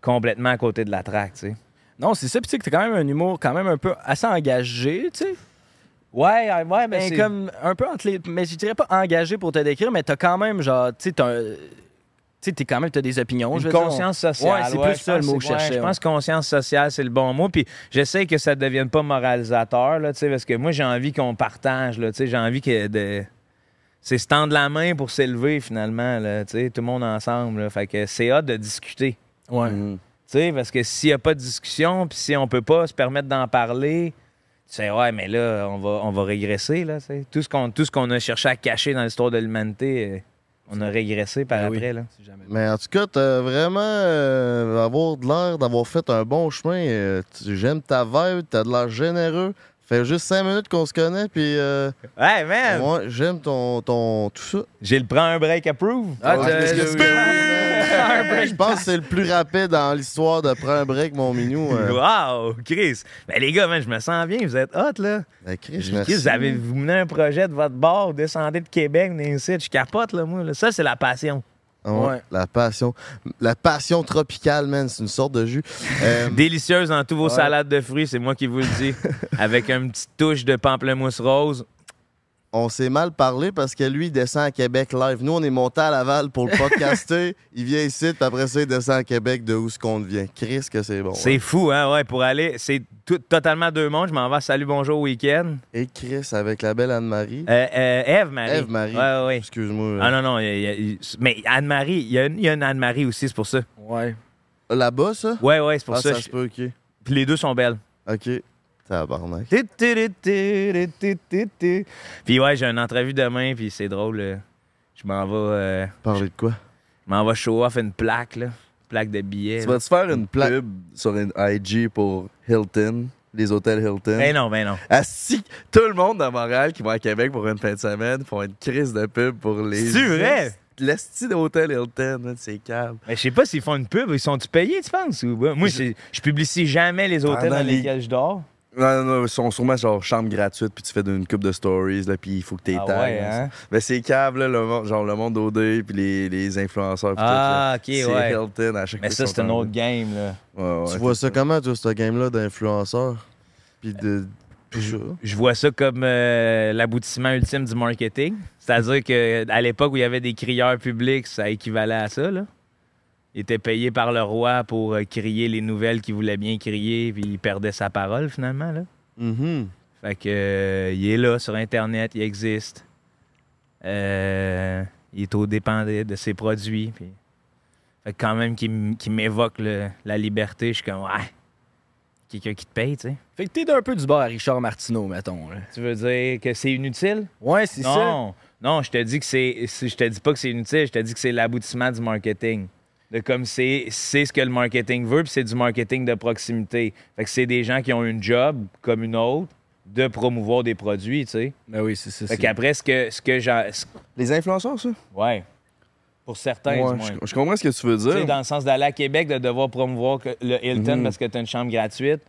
S3: complètement à côté de la traque, tu sais.
S5: Non, c'est ça. Puis tu sais que t'as quand même un humour quand même un peu assez engagé, tu sais.
S3: Ouais, ouais,
S5: Ben, comme un peu entre les. Mais je dirais pas engagé pour te décrire, mais t'as quand même, genre, tu sais, t'as un- tu sais, t'es quand même, t'as des opinions. je
S3: Une
S5: veux dire.
S3: conscience sociale.
S5: Ouais, c'est plus
S3: je
S5: ça le
S3: pense
S5: mot que je
S3: ouais,
S5: cherchais,
S3: Je pense que conscience sociale, c'est le bon mot. Puis j'essaie que ça ne devienne pas moralisateur, là, tu sais, parce que moi, j'ai envie qu'on partage. là, tu sais, J'ai envie que de. C'est se tendre la main pour s'élever, finalement, là, tu sais, tout le monde ensemble. là. Fait que c'est hâte de discuter.
S5: Ouais.
S3: Tu sais, parce que s'il n'y a pas de discussion, puis si on peut pas se permettre d'en parler, tu sais, ouais, mais là, on va, on va régresser. Là, tu sais. tout ce qu'on tout ce qu'on a cherché à cacher dans l'histoire de l'humanité, euh, on a régressé par
S5: Ben oui.
S3: après. Là.
S6: Mais en tout cas, t'as vraiment euh, avoir de l'air d'avoir fait un bon chemin. euh, tu- J'aime ta vibe, t'as de l'air généreux. Fait juste cinq minutes qu'on se connaît, puis euh,
S3: Ouais, man!
S6: moi, j'aime ton, ton tout ça.
S3: J'ai le prends un break approve.
S5: Ah, t'as-
S6: qu'est-ce que tu
S5: Un break.
S6: Je pense que c'est le plus rapide dans l'histoire de prendre un break, mon minou. euh.
S3: Wow, Chris. Ben les gars, man, je me sens bien, vous êtes hot là.
S6: Ben, Chris,
S3: Chris,
S6: merci.
S3: vous avez vous menez un projet de votre bord, vous descendez de Québec, venez ici, je capote là moi. là. Ça c'est la passion.
S6: Ah ouais,
S5: Ouais.
S6: La passion. La passion tropicale, man, c'est une sorte de jus. Euh,
S3: Délicieuse dans tous vos salades de fruits, c'est moi qui vous le dis, avec une petite touche de pamplemousse rose.
S6: on s'est mal parlé parce que lui, il descend à Québec live. Nous, on est monté à Laval pour le podcaster. il vient ici, puis après ça, il descend à Québec de où ce qu'on devient. Chris, que c'est bon.
S3: C'est fou hein, ouais, pour aller, c'est tout- totalement deux mondes. Je m'en vais, à salut bonjour week-end.
S6: hein. Et Chris avec la belle Anne-Marie.
S3: Euh, euh, Eve Marie.
S6: Eve Marie.
S3: Ouais, ouais.
S6: Excuse-moi.
S3: Ah non non, il y a- il y a- mais Anne-Marie, il y, a une- il y a une Anne-Marie aussi, c'est pour ça.
S5: Ouais.
S6: Euh, Là-bas, ça?
S3: Ouais ouais, c'est pour
S6: ah,
S3: ça.
S6: ça se peut, ok.
S3: Puis les deux sont belles.
S6: Ok. Tabarnak.
S3: Puis ouais, j'ai une entrevue demain, puis c'est drôle. euh, Je m'en vais, euh,
S6: Parler de quoi?
S3: je m'en vais show off une plaque, là. Plaque de billets.
S2: Tu
S3: là.
S2: vas te faire une
S6: pla-
S2: pub sur une IG pour Hilton, les hôtels Hilton.
S3: Ben non, ben non.
S2: Asti, tout le monde à Montréal qui va à Québec pour une fin de semaine font une crise de pub pour les.
S3: C'est vrai?
S2: L'asti d'hôtel Hilton, man, c'est calme.
S3: Mais je sais pas s'ils font une pub, ils sont-tu payés, tu penses? Ou pas? Moi, je, je publicise jamais les hôtels
S2: Pendant
S3: dans
S2: les-
S3: lesquels je dors.
S2: Non, non, non, ils sont sûrement genre chambre gratuite, puis tu fais une coupe de stories, là, puis il faut que tu
S3: Ah ouais, hein?
S2: Mais Ben, c'est câble, là, le monde, genre le monde OD, puis les, les influenceurs. puis
S3: Ah,
S2: tout, là.
S3: ok, ouais.
S2: C'est Hilton à chaque
S3: Mais
S2: fois
S3: ça,
S2: qu'ils
S3: c'est
S2: sont
S3: une
S2: en-
S3: autre game, là.
S2: Ouais, ouais.
S6: tu vois ça comment, toi, ce game-là d'influenceurs? Puis de. Tout ça.
S3: Je vois ça comme euh, l'aboutissement ultime du marketing. C'est-à-dire qu'à l'époque où il y avait des crieurs publics, ça équivalait à ça. Là. Ils étaient payés par le roi pour euh, crier les nouvelles qu'il voulait bien crier, puis il perdait sa parole finalement. Là.
S6: Mhm.
S3: Fait que euh, il est là sur Internet, il existe. Euh, il est au dépend de, de ses produits. puis- Fait que quand même qu'il m- qu'il m'évoque le- la liberté, je suis comme ouais, quelqu'un qui te paye, tu sais.
S5: Fait que t'es d'un peu du bord à Richard Martineau, mettons. là.
S3: Tu veux dire que c'est inutile?
S5: Ouais, c'est ça.
S3: Non, non, je te dis que c'est, c'est- je te dis pas que c'est inutile, je te dis que c'est l'aboutissement du marketing. De comme c'est, c'est ce que le marketing veut, puis c'est du marketing de proximité. Fait que c'est des gens qui ont une job comme une autre de promouvoir des produits, tu sais.
S5: Ben oui, c'est ça.
S3: Fait
S5: c'est-
S3: qu'après ce que ce que j'en- ce-
S2: Les influenceurs, ça?
S3: ouais. Pour certains, du
S2: Ouais,
S3: moins.
S2: je, je comprends ce que tu veux
S3: Tu sais,
S2: dire.
S3: dans le sens d'aller à Québec, de devoir promouvoir que- le Hilton
S2: Mhm.
S3: parce que tu as une chambre gratuite,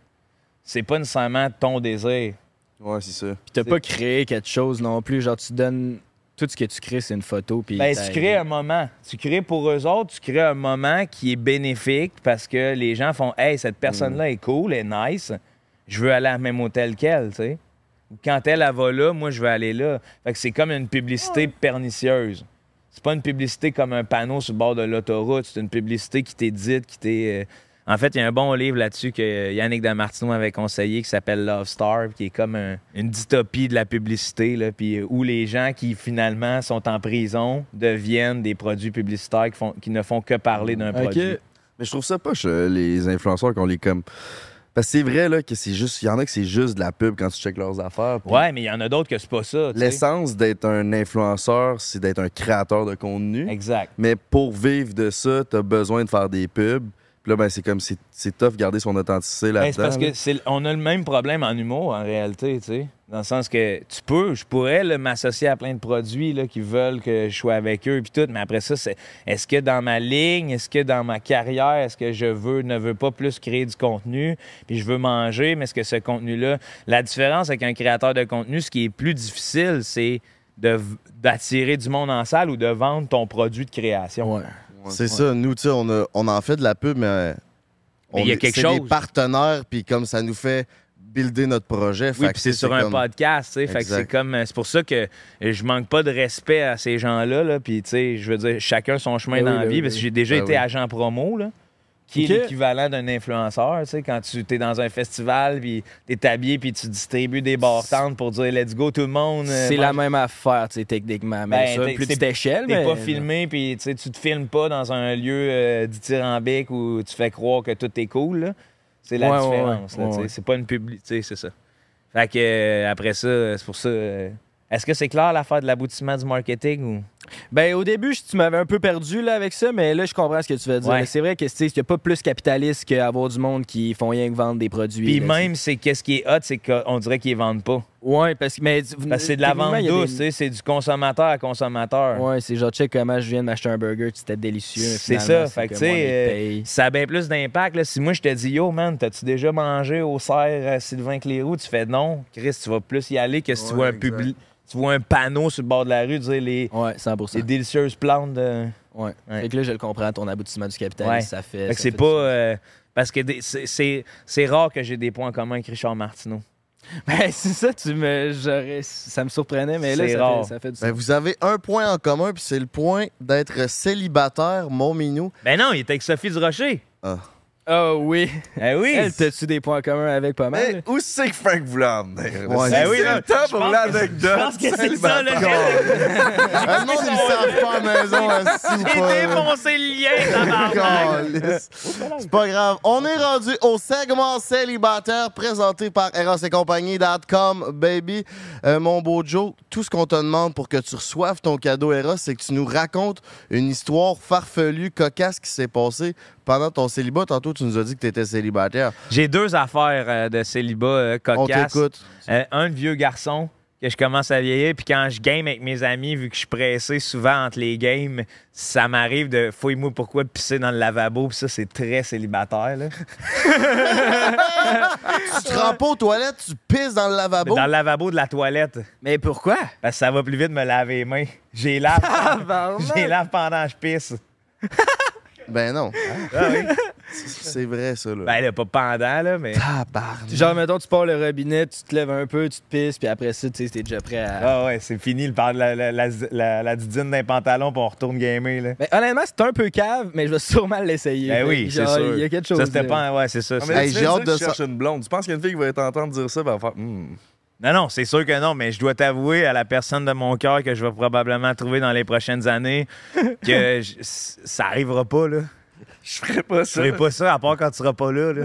S3: c'est pas nécessairement ton désir.
S2: Ouais, c'est ça.
S5: Puis t'as pas créé quelque chose non plus. Genre, tu donnes. Tout ce que tu crées, c'est une photo. Puis
S3: Ben,
S5: t'as-
S3: tu crées un moment. Tu crées pour eux autres, tu crées un moment qui est bénéfique parce que les gens font Hey,
S5: Mm.
S3: cette personne-là est cool, elle est nice, je veux aller à même hôtel qu'elle, tu sais. Ou Quand elle, elle va là, moi, je vais aller là. Fait que c'est comme une publicité pernicieuse. C'est pas une publicité comme un panneau sur le bord de l'autoroute, c'est une publicité qui t'est dite, qui t'est. euh, En fait, il y a un bon livre là-dessus que Yannick Damartino avait conseillé qui s'appelle Love Star, qui est comme un- une dystopie de la publicité, là, puis euh, où les gens qui finalement sont en prison deviennent des produits publicitaires qui, font- qui ne font que parler d'un produit.
S2: Mais je trouve ça poche, euh, les influenceurs qu'on les comme. Parce que c'est vrai là, que c'est juste. Il y en a que c'est juste de la pub quand tu checkes leurs affaires. puis
S3: Ouais, mais il y en a d'autres que c'est pas ça. tu sais.
S2: L'essence d'être un influenceur, c'est d'être un créateur de contenu.
S3: Exact.
S2: Mais pour vivre de ça, t'as besoin de faire des pubs. Puis là, ben, c'est comme c'est, c'est tough garder son authenticité là-dedans.
S3: Ben, c'est parce
S2: là.
S3: que c'est- on a le même problème en humour, en réalité, tu sais. Dans le sens que tu peux, je pourrais là, m'associer à plein de produits là, qui veulent que je sois avec eux puis tout, mais après ça, c'est est-ce que dans ma ligne, est-ce que dans ma carrière, est-ce que je veux, ne veux pas plus créer du contenu, puis je veux manger, mais est-ce que ce contenu-là. La différence avec un créateur de contenu, ce qui est plus difficile, c'est de v- d'attirer du monde en salle ou de vendre ton produit de création.
S5: Ouais.
S6: C'est ça, nous, tu sais, on, a- on en fait de la pub, mais euh,
S3: Mais il y a
S6: est-
S3: quelque
S6: c'est
S3: chose.
S6: des partenaires, puis comme ça nous fait builder notre projet.
S3: Oui,
S6: fait que
S3: puis c'est sur un
S6: comme-
S3: podcast, tu sais. Fait que c'est
S6: Exact.
S3: comme. euh, C'est pour ça que euh, je manque pas de respect à ces gens-là, là. Puis, tu sais, je veux dire, chacun son chemin
S5: Ben
S3: dans
S5: oui,
S3: la
S5: ben
S3: vie,
S5: oui,
S3: parce
S5: ben
S3: que j'ai déjà
S6: Ben
S3: été
S6: oui.
S3: agent promo, là. Qui
S5: Ok.
S3: est l'équivalent d'un influenceur, tu sais, quand tu es dans un festival, puis t'es habillé, puis tu distribues des bartendes pour dire let's go tout le monde. euh,
S5: C'est la
S3: mange-
S5: même affaire, tu sais, techniquement. Mais
S3: Ben,
S5: ça,
S3: t'es-
S5: plus
S3: t'es-
S5: petite échelle.
S3: T'es
S5: mais-
S3: pas filmé, puis tu sais, tu te filmes pas dans un lieu euh, dithyrambique où tu fais croire que tout est cool. là. C'est la
S5: Ouais, ouais,
S3: différence.
S5: ouais,
S3: là, tu sais.
S5: ouais.
S3: C'est pas une publicité, c'est ça. Fait que euh, après ça, c'est pour ça. euh, Est-ce que c'est clair l'affaire de l'aboutissement du marketing ou.
S5: Ben, au début, je- tu m'avais un peu perdu là, avec ça, mais là, je comprends ce que tu veux dire.
S3: Ouais.
S5: C'est vrai que tu sais, qu'il n'y a pas plus capitaliste qu'avoir du monde qui font rien que vendre des produits.
S3: Puis
S5: là,
S3: même, c'est qu'est-ce qui est hot, c'est qu'on dirait qu'ils vendent pas.
S5: tu sais. Ouais, parce que. Mais,
S3: Parce que c'est de la vente douce, tu sais, c'est du consommateur à consommateur.
S5: Ouais, c'est genre, check comment je viens de m'acheter un burger, c'était délicieux. mais
S3: C'est
S5: finalement,
S3: ça. Fait que, tu
S5: moi,
S3: sais,
S5: on
S3: euh,
S5: les paye.
S3: ça a bien plus d'impact. là. Si moi, je te dis, yo, man, t'as-tu déjà mangé au cerf à Sylvain Cléroux? Tu fais non. Chris, tu vas plus y aller que si tu,
S2: Ouais,
S3: vois un
S2: exact.
S3: publi- tu vois un panneau sur le bord de la rue, dire les,
S5: Ouais, 100%.
S3: les délicieuses plantes. De...
S5: Ouais.
S3: Ouais.
S5: Fait que là, je le comprends, ton aboutissement du capitalisme,
S3: Ouais.
S5: ça fait.
S3: Fait que
S5: ça
S3: c'est
S5: fait
S3: pas.
S5: du
S3: euh, parce que des- c'est- c'est c'est rare que j'ai des points en commun avec Richard Martineau.
S5: Ben, c'est ça, tu me. j'aurais- Ça me surprenait, mais là,
S3: C'est
S5: ça
S3: rare.
S5: fait, ça fait du
S6: Ben,
S5: sens.
S6: vous avez un point en commun, puis c'est le point d'être célibataire, mon minou.
S3: Ben non, il était avec Sophie Durocher.
S5: Ah oui.
S3: Eh oui!
S5: Elle, t'as-tu des points communs avec pas mal?
S2: Mais où c'est que Frank voulait emmener?
S6: Ouais.
S2: c'est
S3: Ben oui,
S2: c'est
S3: là,
S2: le temps
S3: je
S2: pour
S3: pense que
S2: l'anecdote. Ben,
S3: Je pense que c'est ça, le
S6: Ah non, ils le savent pas à la maison, asti,
S3: J'ai
S6: pas-
S3: défoncé le lien, tabarnak.
S6: Calisse. C'est pas grave. On est rendu au segment célibataire présenté par Eros et compagnie.com, baby. Euh, mon beau Joe, tout ce qu'on te demande pour que tu reçoives ton cadeau Eros, c'est que tu nous racontes une histoire farfelue, cocasse qui s'est passée pendant ton célibat. Tantôt, tu nous as dit que tu étais célibataire.
S3: J'ai deux affaires euh, de célibat euh,
S6: On
S3: cocasses.
S6: t'écoute.
S3: Euh, un de vieux garçon que je commence à vieillir, puis quand je game avec mes amis, vu que je suis pressé souvent entre les games, ça m'arrive de fouille-moi pourquoi de pisser dans le lavabo, puis ça, c'est très célibataire. Là.
S5: Ah
S3: Ah,
S6: Tu te rends pas aux toilettes, tu pisses dans le lavabo.
S3: Dans le lavabo de la toilette,
S5: Mais pourquoi?
S3: parce que ça va plus vite me laver les mains. J'ai lave, j'ai lave pendant que je pisse.
S6: Ben non.
S3: Ah oui.
S6: C'est vrai, ça. Là.
S3: Ben là, pas pendant, là, mais...
S5: Genre, mettons, tu pars le robinet, tu te lèves un peu, tu te pisses, puis après ça, tu sais, t'es déjà prêt à.
S3: Ah ouais, c'est fini, le par- la, la, la, la, la didine d'un pantalon, puis on retourne gamer, là.
S5: Mais honnêtement, c'est un peu cave, mais je vais sûrement l'essayer.
S3: Ben
S5: Fait
S3: oui,
S5: que
S3: c'est
S5: genre,
S3: sûr.
S5: Il y a quelque chose.
S3: Ça, c'était
S5: là. Ah,
S3: pas... un- Ouais, c'est ça.
S2: Non,
S3: c'est-
S2: mais là,
S6: Hey,
S2: tu
S6: j'ai
S2: viens de
S6: hâte
S2: dire que
S6: de
S2: je
S6: ça-
S2: cherche une blonde. Tu penses qu'il y a une fille qui va t'entendre dire ça, ben, elle va faire. Hmm.
S3: Non, non, c'est sûr que non, mais je dois t'avouer à la personne de mon cœur que je vais probablement trouver dans les prochaines années que je- ça arrivera pas, là.
S2: Je ferais pas
S3: Je
S2: ça.
S3: ferai pas ça, à part quand tu seras pas là, là.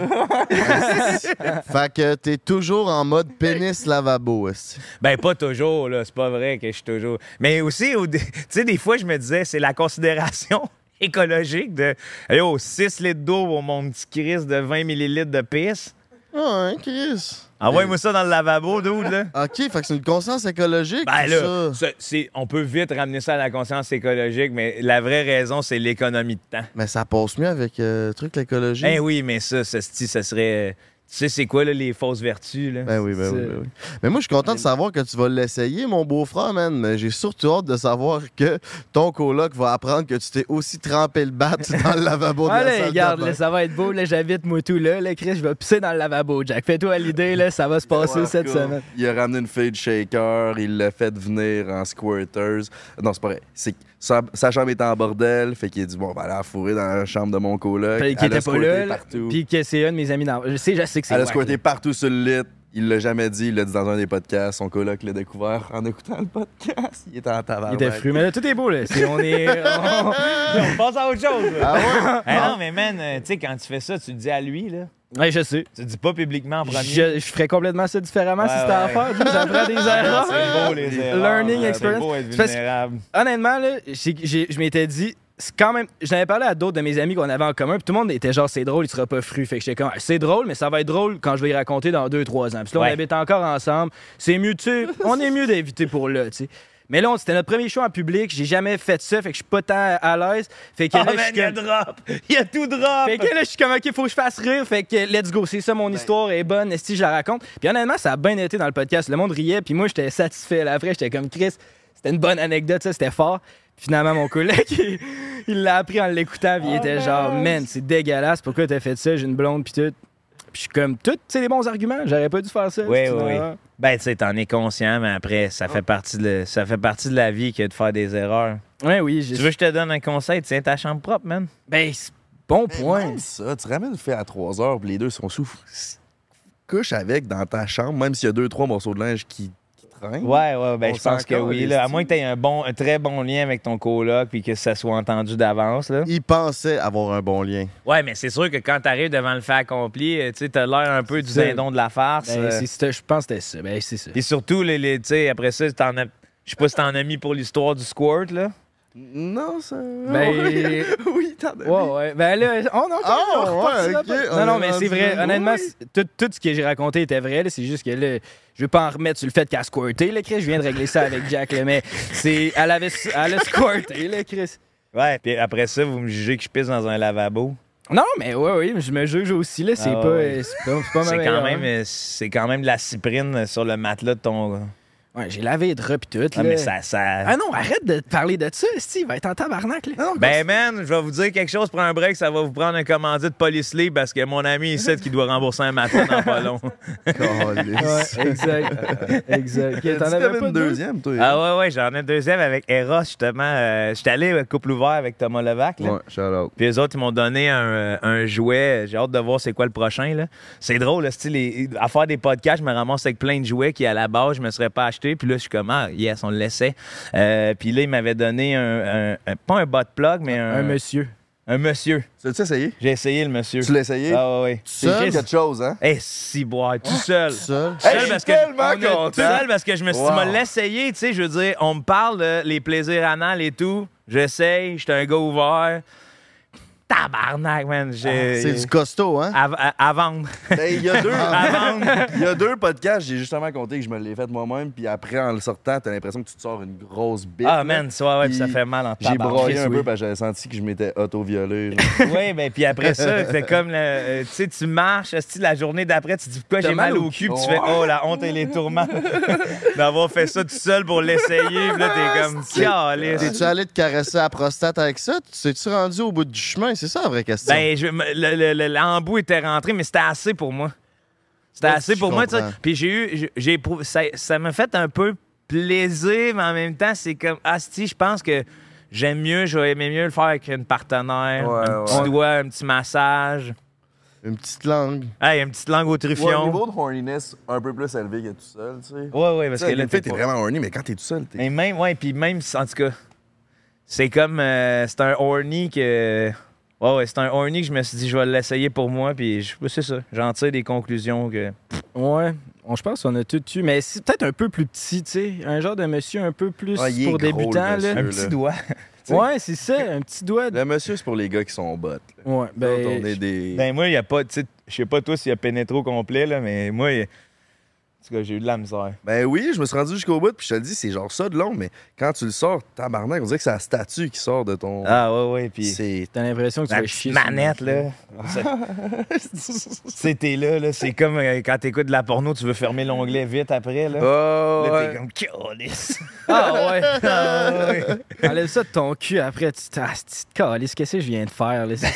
S6: Fait que t'es toujours en mode pénis lavabo. esti.
S3: Ben, pas toujours, là. C'est pas vrai que je suis toujours. Mais aussi, au dé- tu sais, des fois, je me disais, c'est la considération écologique de. Yo, 6 litres d'eau pour mon petit Chris de 20 millilitres de pisse.
S6: Ah, hein, Chris.
S3: Envoie-moi ça dans le lavabo, dude, là.
S6: OK, fait que c'est une conscience écologique,
S3: Ben
S6: tout
S3: là,
S6: ça.
S3: ça, c'est- on peut vite ramener ça à la conscience écologique, mais la vraie raison, c'est l'économie de temps.
S6: Mais ça passe mieux avec euh, le truc, l'écologie.
S3: Eh oui, mais ça, ça, c'ti, ça serait. Tu sais, c'est quoi, là, les fausses vertus, là?
S6: Ben oui, ben oui,
S5: C'est-
S6: ben oui. Mais moi, je suis content de savoir que tu vas l'essayer, mon beau-frère, man. Mais j'ai surtout hâte de savoir que ton coloc va apprendre que tu t'es aussi trempé le bat dans le lavabo de la
S5: Allez,
S6: salle de
S5: regarde,
S6: bain.
S5: là, ça va être beau. Là, j'habite moi tout là. Là, Chris, je vais pisser dans le lavabo, Jack. Fais-toi à l'idée, là, ça va se passer
S2: Ouais,
S5: cette
S2: cool.
S5: semaine.
S2: Il a ramené une fille de shaker, il l'a fait venir en squirters. Non, c'est pas vrai. C'est que sa, sa chambre était en bordel, fait qu'il a dit Bon, ben, elle a fourré dans la chambre de mon coloc.
S5: Fait qu'il
S2: Elle a
S5: était pas
S2: squirté
S5: là, là,
S2: partout.
S5: Puis que c'est un de mes amis dans. Je sais, je sais que c'est.
S2: Elle a
S5: wack,
S2: squatté
S5: là.
S2: partout sur le lit. Il l'a jamais dit, il l'a dit dans un des podcasts. Son coloc l'a découvert en écoutant le podcast. Il était en
S5: Il
S2: tabarnak.
S5: était fru, mais là, tout est beau, là. C'est- on est. on-
S3: Ben, On passe à autre chose, là.
S6: Ah ouais?
S3: Eh non, mais man, euh, tu sais, quand tu fais ça, tu le dis à lui, là.
S5: Ouais, je sais.
S3: Tu le dis pas publiquement en premier.
S5: Je, je ferais complètement ça différemment si
S3: Ouais,
S5: c'était à
S3: ouais.
S5: faire. J'apprends des erreurs.
S3: Ah, C'est beau, les erreurs.
S5: Learning
S3: là.
S5: experience.
S3: C'est beau être
S5: C'est parce-
S3: vulnérable.
S5: honnêtement, là, j'ai- j'ai- je m'étais dit, c'est quand même. J'en avais parlé à d'autres de mes amis qu'on avait en commun, puis tout le monde était genre, c'est drôle, il sera pas fru. Fait que j'étais comme, Ah, c'est drôle, mais ça va être drôle quand je vais y raconter dans 2-3 ans. Puis là, on
S3: Ouais.
S5: habite encore ensemble. C'est mieux, tu sais, on est mieux d'éviter pour là, tu sais. Mais là, on- c'était notre premier show en public, j'ai jamais fait ça, fait que je suis pas tant à l'aise. Fait que
S3: Ah,
S5: là,
S3: man,
S5: je suis
S3: il y a
S5: comme-
S3: drop! Il y a tout drop!
S5: fait que là, je suis comme, OK, faut que je fasse rire. Fait que let's go, c'est ça, mon histoire est bonne. Est-ce que je la raconte? Puis honnêtement, ça a bien été dans le podcast. Le monde riait, puis moi, j'étais satisfait. Là, après, j'étais comme, Chris, c'était une bonne anecdote, ça, c'était fort. Puis Finalement, mon collègue, il- il l'a appris en l'écoutant, puis il était genre, Oh, man, c'est dégueulasse, pourquoi t'as fait ça, j'ai une blonde, puis tout. Puis je suis comme, tout, c'est des bons arguments, j'aurais pas dû faire ça.
S3: Oui,
S5: C'est une
S3: oui, oui.
S5: erreur.
S3: Ben, tu sais, t'en es conscient, mais après, ça fait, partie de, le- ça fait partie de la vie que de faire des erreurs.
S5: Ouais, oui, j'ai-
S3: Tu veux que je te donne un conseil? Tiens ta chambre propre, man.
S5: Ben, c'est- bon point.
S2: Même ça, tu ramènes le fait à 3 heures, puis les deux sont sous. Couche avec dans ta chambre, même s'il y a deux, trois morceaux de linge qui, qui traînent.
S3: Ouais, ouais,
S2: Mmh. On
S3: ben, je
S2: s'en
S3: pense que oui.
S2: calisse,
S3: Là, à
S2: tu.
S3: moins que t'aies un, bon, un très bon lien avec ton coloc puis que ça soit entendu d'avance. là.
S6: Il pensait avoir un bon lien.
S3: Ouais, mais c'est sûr que quand t'arrives devant le fait accompli, euh, tu sais, t'as l'air un peu du
S5: C'est-
S3: dindon de la farce.
S5: Ben,
S3: euh.
S5: c'est- c'était- je pense que c'était ça. Ben, c'est ça.
S3: Puis surtout, les, les- tu sais, après ça, t'en as- Je sais pas si t'en as mis pour l'histoire du squirt, là.
S2: Non, ça.
S5: Ben-
S2: oui, t'en as
S5: Ouais, ouais. Ben là, on en
S6: Ah,
S5: on repartira
S6: ouais, ok.
S5: pas.
S6: On
S5: Non, non,
S6: est
S5: mais c'est
S6: rendu
S5: vrai.
S6: là.
S5: Honnêtement,
S6: Oui.
S5: c'est- tout, tout ce que j'ai raconté était vrai. là. C'est juste que là, je veux pas en remettre sur le fait qu'elle a squirté, là, Chris. Je viens de régler ça avec Jack, là, mais c'est. Elle avait elle a squirté, là, Chris.
S3: Ouais, puis après ça, vous me jugez que je pisse dans un lavabo.
S5: Non, mais ouais, oui, je me juge aussi, là. C'est
S3: Ah,
S5: pas.
S3: ouais.
S5: euh, C'est pas, c'est pas ma
S3: C'est quand,
S5: meilleure. hein.
S3: même, euh, c'est quand même de la cyprine euh, sur le matelas de ton.
S5: Ouais, j'ai lavé de rep tout, là.
S3: Ah, mais ça. ça...
S5: Ah non, arrête de parler de ça, Steve. Il va être en tabarnak, là.
S3: Ben, man, je vais vous dire quelque chose. Prends un break, ça va vous prendre un commandit de police libre parce que mon ami, il sait qu'il doit rembourser un matelas dans pas long.
S5: Ouais, exact. exact. Ok, T'en
S2: T'en
S5: avais pas de
S2: une
S5: deux?
S2: deuxième, toi.
S3: Ah, ouais, ouais, j'en ai un deuxième avec Eros, justement. Euh, J'étais allé au couple ouvert avec Thomas Levac. là.
S2: Ouais, shout out.
S3: Puis eux autres, ils m'ont donné un, euh, un jouet. J'ai hâte de voir c'est quoi le prochain. là. C'est drôle, là, style, les- à faire des podcasts, je me ramasse avec plein de jouets qui, à la base, je me serais pas acheté. Puis là, je suis comme, ah, yes, on le laissait. Euh, puis là, ils m'avaient donné un, un- un- pas un bot plug, mais un,
S5: Un monsieur.
S3: un monsieur.
S2: Tu l'as essayé?
S3: J'ai essayé le monsieur.
S2: Tu l'as essayé?
S3: Ah, ouais, ouais.
S6: Seul,
S2: quelque chose, hein?
S3: Eh, si, boire, tout seul.
S6: seul.
S3: Seul
S2: Hey, je suis
S3: parce
S2: tellement
S3: on a-
S2: content.
S3: Tout seul parce que je me suis dit,
S2: Wow.
S3: m'a l'essayer, tu sais, je veux dire, on me parle de les plaisirs anal et tout. J'essaye, j'étais un gars ouvert. Tabarnak, man.
S2: Ah,
S3: j'ai-
S6: C'est du costaud, hein?
S3: à, à- à vendre.
S2: Ben, il y a deux.
S3: À vendre.
S2: Il y a deux podcasts, j'ai justement compté que je me l'ai fait moi-même, puis après, en le sortant, t'as l'impression que tu te sors une grosse bite.
S3: Ah,
S2: là.
S3: man, ça, ouais, puis ça
S2: Puis
S3: fait mal en
S2: J'ai
S3: tabarnak.
S2: broyé un
S3: Oui.
S2: peu parce que j'avais senti que je m'étais auto-violé. genre.
S3: Oui, ben, puis après ça, c'est comme, le- euh, tu sais, tu marches, esti, la journée d'après, tu dis pourquoi j'ai mal, au cul, puis tu fais, oh, la honte et les tourments d'avoir fait ça tout seul pour l'essayer, puis là,
S2: Ah,
S3: t'es comme, caliste.
S6: Ah, T'es-tu allé te caresser la prostate avec ça? Tu T'es-tu rendu au bout du chemin? C'est ça la vraie question.
S3: Ben, je, me- le- le- le- l'embout était rentré, mais c'était assez pour moi. C'était
S6: Ouais,
S3: assez
S6: Ben, je
S3: pour moi, tu sais.
S6: comprends.
S3: Puis j'ai eu, j'ai- j'ai éprouvé- ça, ça m'a fait un peu plaisir, mais en même temps, c'est comme, asti, je pense que j'aime mieux, j'aurais aimé mieux le faire avec une partenaire,
S2: Ouais,
S3: un petit
S2: ouais.
S3: doigt, un petit massage,
S6: Une petite langue.
S3: hey, une petite langue au
S2: Ouais, au
S3: truffion.
S2: niveau de horniness, un peu plus élevé que tout seul, tu sais.
S3: Ouais, ouais, parce
S2: Tu sais,
S3: que là,
S2: une fille,
S3: t'es
S2: t'es
S3: pas-
S2: vraiment horny, mais quand t'es tout seul, t'es.
S3: Mais même, ouais, puis même, si- en tout cas, c'est comme, euh, c'est un horny que... Ouais, ouais, c'est un horny que je me suis dit, je vais l'essayer pour moi, puis je- c'est ça, j'en tire des conclusions que...
S5: Ouais. on- je pense qu'on a tout eu, mais c'est peut-être un peu plus petit, tu sais. Un genre de monsieur un peu plus
S2: Ah, il est
S5: pour
S2: gros, le
S5: débutants.
S2: monsieur,
S5: Là.
S3: Un
S2: Eux,
S3: petit
S2: là.
S3: doigt. sais.
S5: Ouais, c'est ça, un petit doigt. de-
S2: Le monsieur, c'est pour les gars qui sont bottes. là.
S5: Ouais, ben,
S2: Nous autres, on est des.
S3: Ben moi, il n'y a pas, tu sais, je sais pas toi s'il y a pénétré au complet, là, mais moi, il- en tout cas, j'ai eu de la misère.
S2: Ben oui, je me suis rendu jusqu'au bout, puis je te le dis, c'est genre ça de long, mais quand tu le sors, tabarnak, on dirait que c'est la statue qui sort de ton.
S3: Ah ouais, ouais, puis
S2: C'est.
S5: T'as l'impression que tu
S3: la
S5: vas
S3: petite
S5: chier. sur-
S3: manette, là. C'était là, là, c'est comme euh, quand t'écoutes de la porno, tu veux fermer l'onglet vite après, là.
S2: Oh,
S3: Là,
S2: ouais.
S3: t'es comme, Calisse!
S5: Ah ouais!
S3: Ah, ouais.
S5: Enlève ça de ton cul après, tu te ah, c'est de calice, qu'est-ce que je viens de faire? Là, c'est-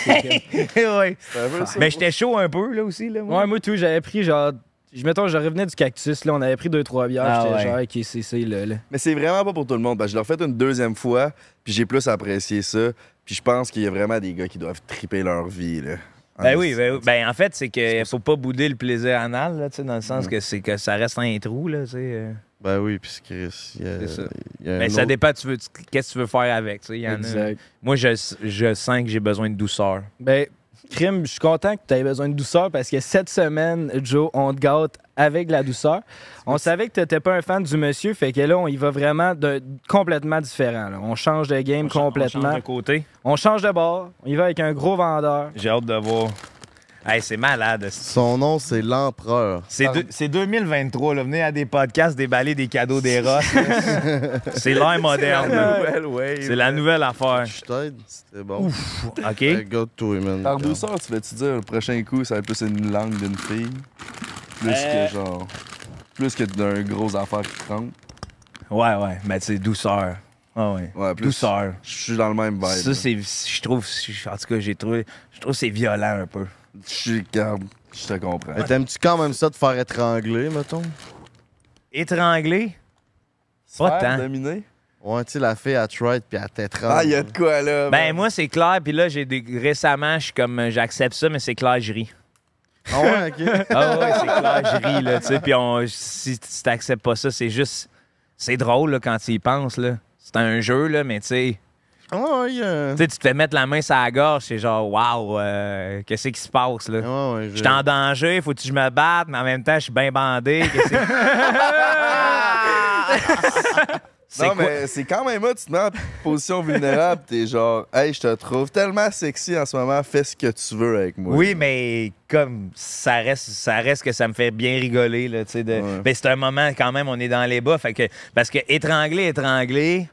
S3: ouais.
S2: C'est un peu ça.
S3: Mais j'étais chaud un peu, là aussi, là. moi.
S5: ouais, moi, tout, j'avais pris genre. Je, mettons, je revenais du cactus, là, on avait pris deux, trois bières,
S3: Ah,
S5: j'étais
S3: ouais.
S5: genre, ok, c'est c'est là, là.
S2: Mais c'est vraiment pas pour tout le monde. parce que je l'ai refait une deuxième fois, puis j'ai plus apprécié ça. Puis je pense qu'il y a vraiment des gars qui doivent triper leur vie. Là.
S3: Ben
S2: En-
S3: oui, ben, oui. Ben, en fait, c'est que faut pas bouder le plaisir anal, là, tu sais, dans le sens que c'est que ça reste un trou, là, tu sais. euh.
S6: Ben oui, puis c'est Chris, il y a,
S3: C'est ça.
S2: Euh,
S6: il y a un
S3: Mais Ben, ça
S6: autre-
S3: dépend, tu veux, tu- qu'est-ce que tu veux faire avec, tu sais. il y en a- Moi, je, je sens que j'ai besoin de douceur.
S5: Ben, Crime, je suis content que tu aies besoin de douceur parce que cette semaine, Joe, on te gâte avec de la douceur. On savait que tu n'étais pas un fan du monsieur, fait que là, on y va vraiment de, complètement différent. là. On change de game complètement.
S3: de côté.
S5: on change de bord. On y va avec un gros vendeur.
S3: J'ai hâte de voir. Hey, c'est malade. c'est-
S6: Son nom, c'est l'empereur.
S3: C'est deux- c'est 2023, là. Venez à des podcasts déballer des cadeaux des Ross. là. c'est l'ère moderne. là.
S2: Nouvelle wave.
S3: C'est la nouvelle affaire.
S6: Je t'aide, c'était bon. Ouf.
S3: OK?
S6: God to man.
S2: Par douceur, tu vas-tu dire le prochain coup, ça va être plus une langue d'une fille? Plus
S3: Euh.
S2: que genre. Plus que d'un gros affaire qui trempe.
S3: Ouais, ouais. Mais c'est douceur. Ah ouais.
S2: Ouais, plus.
S3: Douceur.
S2: Je suis dans le même vibe.
S3: Ça,
S2: là.
S3: c'est. Je trouve. En tout cas, j'ai trouvé. Je trouve que c'est violent un peu.
S2: Je suis garde. Je te comprends.
S6: Mais t'aimes-tu quand même ça de faire étrangler, mettons?
S3: Étranglé? Pas
S2: Faire
S3: tant.
S2: dominer?
S6: Ouais, tu sais, la fille, elle tried puis elle t'étrangle.
S2: Ah, il y a de quoi là?
S3: Ben, moi, c'est clair. Puis là, j'ai des... récemment, je suis comme. euh, J'accepte ça, mais c'est clair, je ris.
S6: Ah ouais, ok.
S3: Ah ouais, c'est clair, je ris, là. Tu sais, puis on... si tu t'acceptes pas ça, c'est juste. C'est drôle, là, quand tu y penses, là. C'est un jeu, là, mais tu sais.
S6: Ah ouais, il y a...
S3: Tu sais, tu te fais mettre la main sur la gorge, c'est genre, waouh, euh, qu'est-ce qui se passe, là?
S6: Ah ouais,
S3: Je suis en danger, faut que je me batte, mais en même temps, je suis bien bandé. qu'est-ce que- C'est
S2: Non,
S3: quoi?
S2: mais c'est quand même là, tu te mets en position vulnérable, t'es genre, hey, je te trouve tellement sexy en ce moment, fais ce que tu veux avec moi.
S3: Oui, mais comme ça reste, ça reste que ça me fait bien rigoler. Là, tu sais, de...
S2: Ouais.
S3: Ben, c'est un moment quand même, on est dans les bas. Fait que, parce que étrangler, étrangler,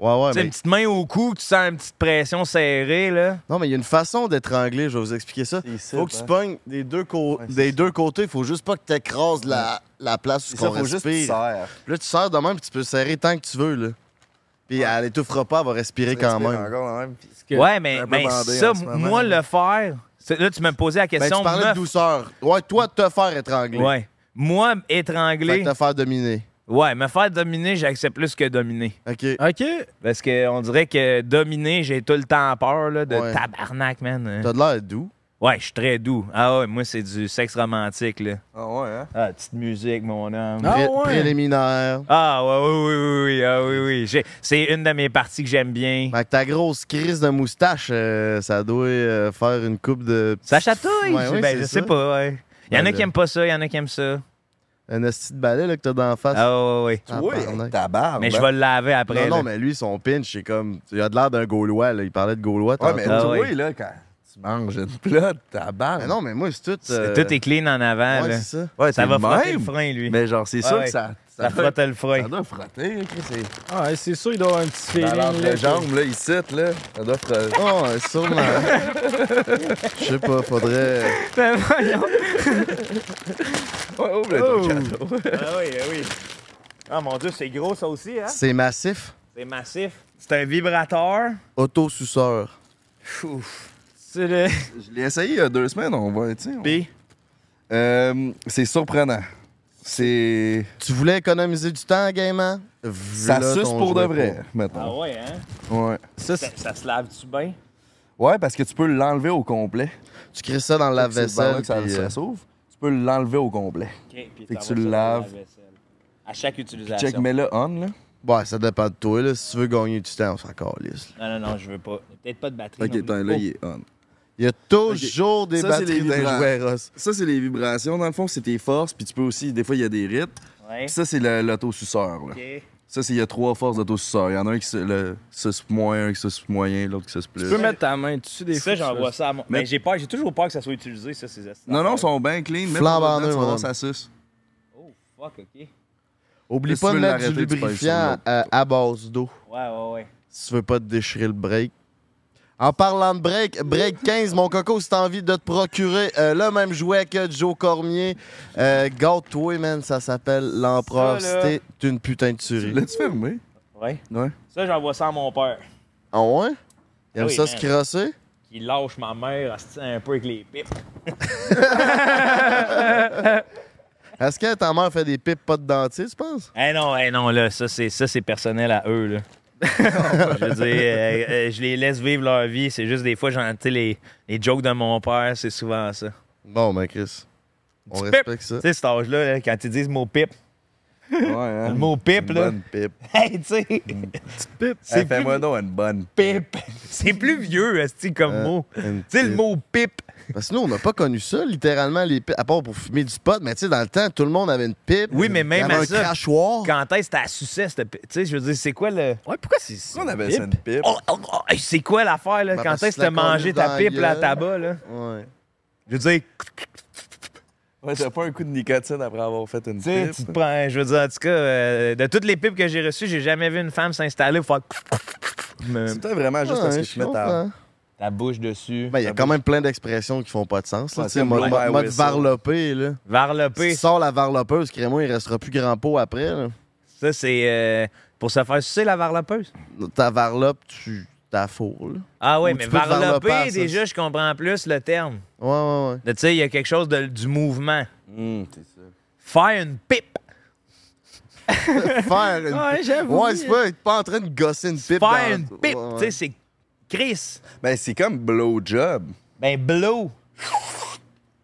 S6: Ouais, ouais,
S3: tu sais,
S6: mais...
S3: une petite main au cou, tu sens une petite pression serrée. Là.
S6: Non, mais il y a une façon d'étrangler, je vais vous expliquer ça.
S2: C'est ça,
S6: Faut que tu
S2: hein.
S6: pognes des deux, co-
S2: Ouais, c'est
S6: des
S2: ça.
S6: deux côtés, faut juste pas que t'écrases la, la place où
S2: C'est
S6: qu'on
S2: ça, faut juste que tu
S6: respire.
S2: serres.
S6: Puis là, tu serres de même, puis tu peux serrer tant que tu veux, là. Puis elle étouffera pas, elle va respirer quand
S2: Respire
S6: même. Ben,
S2: Encore, même.
S5: Que-
S3: Ouais, mais,
S2: un peu
S3: mais
S2: bandé
S3: ça,
S2: en ce moment.
S3: moi, le faire, c'est- là, tu me posais la
S6: Ben,
S3: question.
S6: tu parlais de
S3: meuf.
S6: douceur. Ouais, toi, te faire étrangler.
S3: ouais. Moi,
S6: Fait
S3: étrangler,
S6: que te faire dominer.
S3: ouais, me faire dominer, j'accepte plus que dominer.
S6: OK.
S5: OK.
S3: Parce qu'on dirait que dominer, j'ai tout le temps peur là, de
S6: Ouais.
S3: tabarnak, man. Euh,
S6: T'as de l'air doux.
S3: Ouais, je suis très doux. Ah ouais, moi, c'est du sexe romantique, là.
S2: Ah ouais, hein?
S3: Ah, petite musique, mon homme.
S5: Ah
S6: Pré-
S5: ouais.
S6: Préliminaire.
S3: Ah ouais, oui, oui, oui, oui, ah oui, oui. J'ai- C'est une de mes parties que j'aime bien.
S6: Fait que ta grosse crise de moustache, euh, ça doit euh, faire une coupe de.
S3: Ça chatouille!
S6: Ouais, ouais,
S3: ben,
S6: c'est
S3: je
S6: ça.
S3: sais pas, ouais. Il y en
S6: Ben,
S3: a
S6: là.
S3: qui aiment pas ça, il y en a qui aiment ça.
S6: Un esti de balai là, que t'as dans la face.
S3: Ah ouais, ouais.
S6: Ah,
S2: oui,
S6: pardon.
S2: avec ta barbe.
S3: Mais je
S2: hein.
S3: vais le laver après.
S6: non, non,
S3: là.
S6: mais lui, son pinch, c'est comme. Il a de l'air d'un Gaulois, là. Il parlait de Gaulois.
S2: Ouais,
S6: tantôt.
S2: mais
S3: Ah
S2: tu
S3: ouais.
S2: vois, là, quand tu manges une plotte, ta barbe.
S6: Mais non, mais moi, c'est tout. euh,
S3: Tout est clean en avant,
S6: ouais,
S3: là.
S6: c'est ça.
S2: ouais,
S3: Ça
S2: t'es
S3: va
S2: le
S3: frotter
S2: même,
S3: le frein, lui.
S2: Mais genre, c'est
S3: Ouais,
S2: sûr
S3: ouais.
S2: que ça.
S3: Ça
S2: doit-
S3: frotte le frein.
S2: Ça doit frotter, là, Chris, c'est-
S5: Ah, ouais, c'est sûr, il doit avoir un petit feeling.
S2: Dans l'entre
S5: là,
S2: les jambes, là, ici, là. Ça doit frotter.
S6: Oh, ouais, sûrement. Je sais pas, faudrait.
S5: Ben, voyons.
S2: Ouais, ouvre le
S5: Oh.
S2: cadeau.
S3: Ah oui, ah oui. Ah mon dieu, c'est gros ça aussi, hein?
S6: C'est massif.
S3: C'est massif. C'est un vibrateur.
S6: Auto-souceur.
S5: C'est le-
S2: Je l'ai essayé il y a deux semaines, on va, tu sais. on-
S3: Puis,
S2: Euh, c'est surprenant. C'est.
S6: Tu voulais économiser du temps, gaiement? V'là
S2: Ça suce
S6: ton
S2: pour de
S6: jouet
S2: vrai, maintenant.
S3: ouais, hein?
S2: Ouais.
S5: ça, c'est-
S3: Ça se lave-tu bien?
S2: Ouais, parce que tu peux l'enlever au complet.
S6: pour. Tu crées ça dans la
S2: C'est par là
S6: vaisselle.
S2: que ça,
S6: puis,
S2: ça
S6: euh,
S2: s'ouvre. Tu peux l'enlever au complet. Fait que tu le laves.
S3: À chaque utilisation.
S2: Check, mets-le on, là.
S6: Ouais, ça dépend de toi, là. Si tu veux gagner du temps, on s'en calisse.
S3: Non, non, non, je veux pas. Peut-être pas de batterie.
S2: Ok,
S3: non plus.
S2: attends, là, il est on.
S6: Il y a toujours des
S2: Ça, c'est les
S6: batteries d'un
S2: vibrants.
S6: jouet Ross.
S2: Ça, c'est les vibrations, dans le fond, c'est tes forces, puis tu peux aussi, des fois, il y a des rites.
S3: Oh, Ouais.
S2: Puis ça, c'est la- l'autosuceur. là. Ça, c'est il y a trois forces d'autosuceur. Il y en a un qui se, le, se suce moins, un qui se suce moyen, l'autre qui se suce plus.
S5: Tu peux mettre ta main dessus des
S3: Ça,
S5: fois.
S3: j'envoie ça à mon.
S2: Mais-
S3: Mais j'ai peur, j'ai toujours peur que ça soit utilisé, ça, ces astuces.
S2: Non, non, ils sont bien clean. Mets
S6: Flambe en
S2: dedans,
S6: eux,
S2: tu vas voir,
S6: madame.
S2: ça suce.
S3: Oh, fuck, ok. Ouais,
S6: Oublie
S2: Mais si
S6: pas
S2: tu
S6: de
S2: veux
S6: mettre du
S2: l'arrêter, tu pèses sur le
S6: lubrifiant
S2: mode.
S6: à, à base d'eau
S3: ouais, ouais.
S6: si tu veux pas te déchirer le break. En parlant de break, break 15, mon coco, si t'as envie de te procurer euh, le même jouet que Joe Cormier, euh, toi man, ça s'appelle l'empereur.
S3: Ça, là.
S6: C'était une putain de tuerie.
S2: L'as-tu fermé?
S3: Ouais.
S2: Ouais.
S3: Ça, j'envoie ça à mon père.
S6: Ah ouais? Il aime
S3: Oui,
S6: ça
S3: man.
S6: se crosser?
S3: Qui lâche ma mère hostie, un peu avec les pipes.
S6: Est-ce que ta mère fait des pipes pas de dentier, tu penses?
S3: Eh non, eh non, là, ça, c'est, ça, c'est personnel à eux, là. je veux dire, euh, euh, je les laisse vivre leur vie. C'est juste des fois, j'entends les, les jokes de mon père, c'est souvent ça.
S6: Bon, mais Chris, on
S3: Petit
S6: respecte ça.
S3: Tu sais, cet âge-là, là, quand ils disent le mot pipe,
S2: Ouais, hein?
S3: le mot pipe,
S2: Une
S3: là,
S2: bonne Mm. pipe.
S3: hey, tu sais,
S2: C'est
S3: c'est plus
S2: Fais-moi donc une bonne.
S3: pipe. C'est plus vieux, esti, comme
S6: Euh,
S3: mot. Tu
S6: Une
S3: sais, le
S6: pipe.
S3: mot pipe.
S6: Parce que nous, on n'a pas connu ça, littéralement, les pipes, à part pour fumer du pot, mais tu sais, dans le temps, tout le monde avait une pipe.
S3: Oui, mais même
S6: il y avait
S3: à
S6: un
S3: ça,
S6: crachoir.
S3: Quand est-ce que t'as succès, cette pipe? Tu sais, je veux dire, c'est quoi le.
S5: Ouais, pourquoi c'est ça?
S2: On avait ça une pipe.
S3: Oh, oh, oh, hey, c'est quoi l'affaire, là?
S6: Ben,
S3: Quand
S6: parce
S3: est-ce
S6: que
S3: que t'as
S6: la conduite
S3: mangé ta
S6: dans la
S3: pipe, là, à
S6: gueule.
S3: tabac, là?
S6: Ouais.
S3: Je veux dire,
S2: Ouais, t'as pas un coup de nicotine après avoir fait une
S3: Tu sais, tu
S2: pipe.
S3: te prends, je veux dire, en tout cas, euh, de toutes les pipes que j'ai reçues, j'ai jamais vu une femme s'installer pour faire me-
S2: C'est peut-être vraiment juste
S6: Ouais,
S2: parce que
S6: je
S2: tu mets ta.
S6: comprends.
S3: ta bouche dessus.
S6: Ben, il y a quand même plein d'expressions qui font pas de sens. Là,
S2: Ouais,
S6: tu sais,
S2: comme
S6: mode,
S2: Black
S6: mode- mode
S2: Highway, ça.
S6: varlopé, là.
S3: Varloper,
S6: Tu sors la varlopeuse, crée-moi, il restera plus grand pot après. là.
S3: ça c'est euh, pour se faire sucer la varlopeuse.
S6: Ta varlope, tu t'as four, là.
S3: Ah oui,
S6: Ou
S3: mais
S6: tu peux te varloper à
S3: varloper,
S6: ça.
S3: déjà, je comprends plus le terme.
S6: Ouais, ouais, ouais.
S3: De, Tu sais, il y a quelque chose de- du mouvement.
S2: Hum, c'est ça.
S3: Faire une pipe.
S6: Faire une...
S5: Ouais, Ben, j'avoue.
S6: Ouais, c'est pas, être pas en train de gosser une pipe.
S3: Faire
S6: dans-
S3: une pipe.
S6: Ouais, ouais.
S3: Tu sais, c'est Chris.
S2: Ben, c'est comme blowjob.
S3: Ben, blow.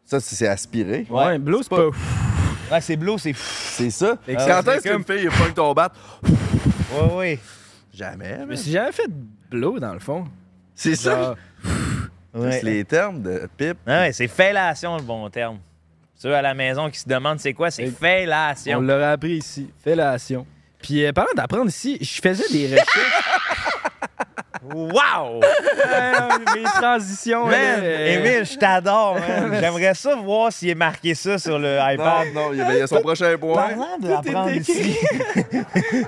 S2: Ça, c'est c'est aspiré.
S5: Ouais,
S3: Ouais.
S5: Blue, c'est pas.
S3: Ouais, c'est blow, c'est.
S2: C'est ça.
S3: que
S2: Quand
S3: c'est
S2: est-ce qu'une fille, il pogne ton bat?
S3: Ouais, ouais.
S2: Jamais,
S5: Mais
S2: mais
S5: si j'avais fait Blue, dans le fond.
S2: C'est ça.
S5: genre-
S3: Ouais.
S2: C'est les termes de pipe.
S3: Ah ouais, c'est fellation le bon terme. Ceux à la maison qui se demandent c'est quoi, c'est
S5: Et-
S3: fellation.
S5: On l'aurait appris ici. Fellation. Puis euh, parlant d'apprendre ici, je faisais des recherches.
S3: Wow!
S5: euh, mes transitions.
S3: Man,
S5: là, euh,
S3: Émile, je t'adore, man. J'aimerais ça voir s'il est marqué ça sur le
S2: Non,
S3: iPad.
S2: non, il y a- il y a son prochain point.
S3: Parlant de
S5: tout est
S3: l'apprendre
S5: écrit.
S3: ici.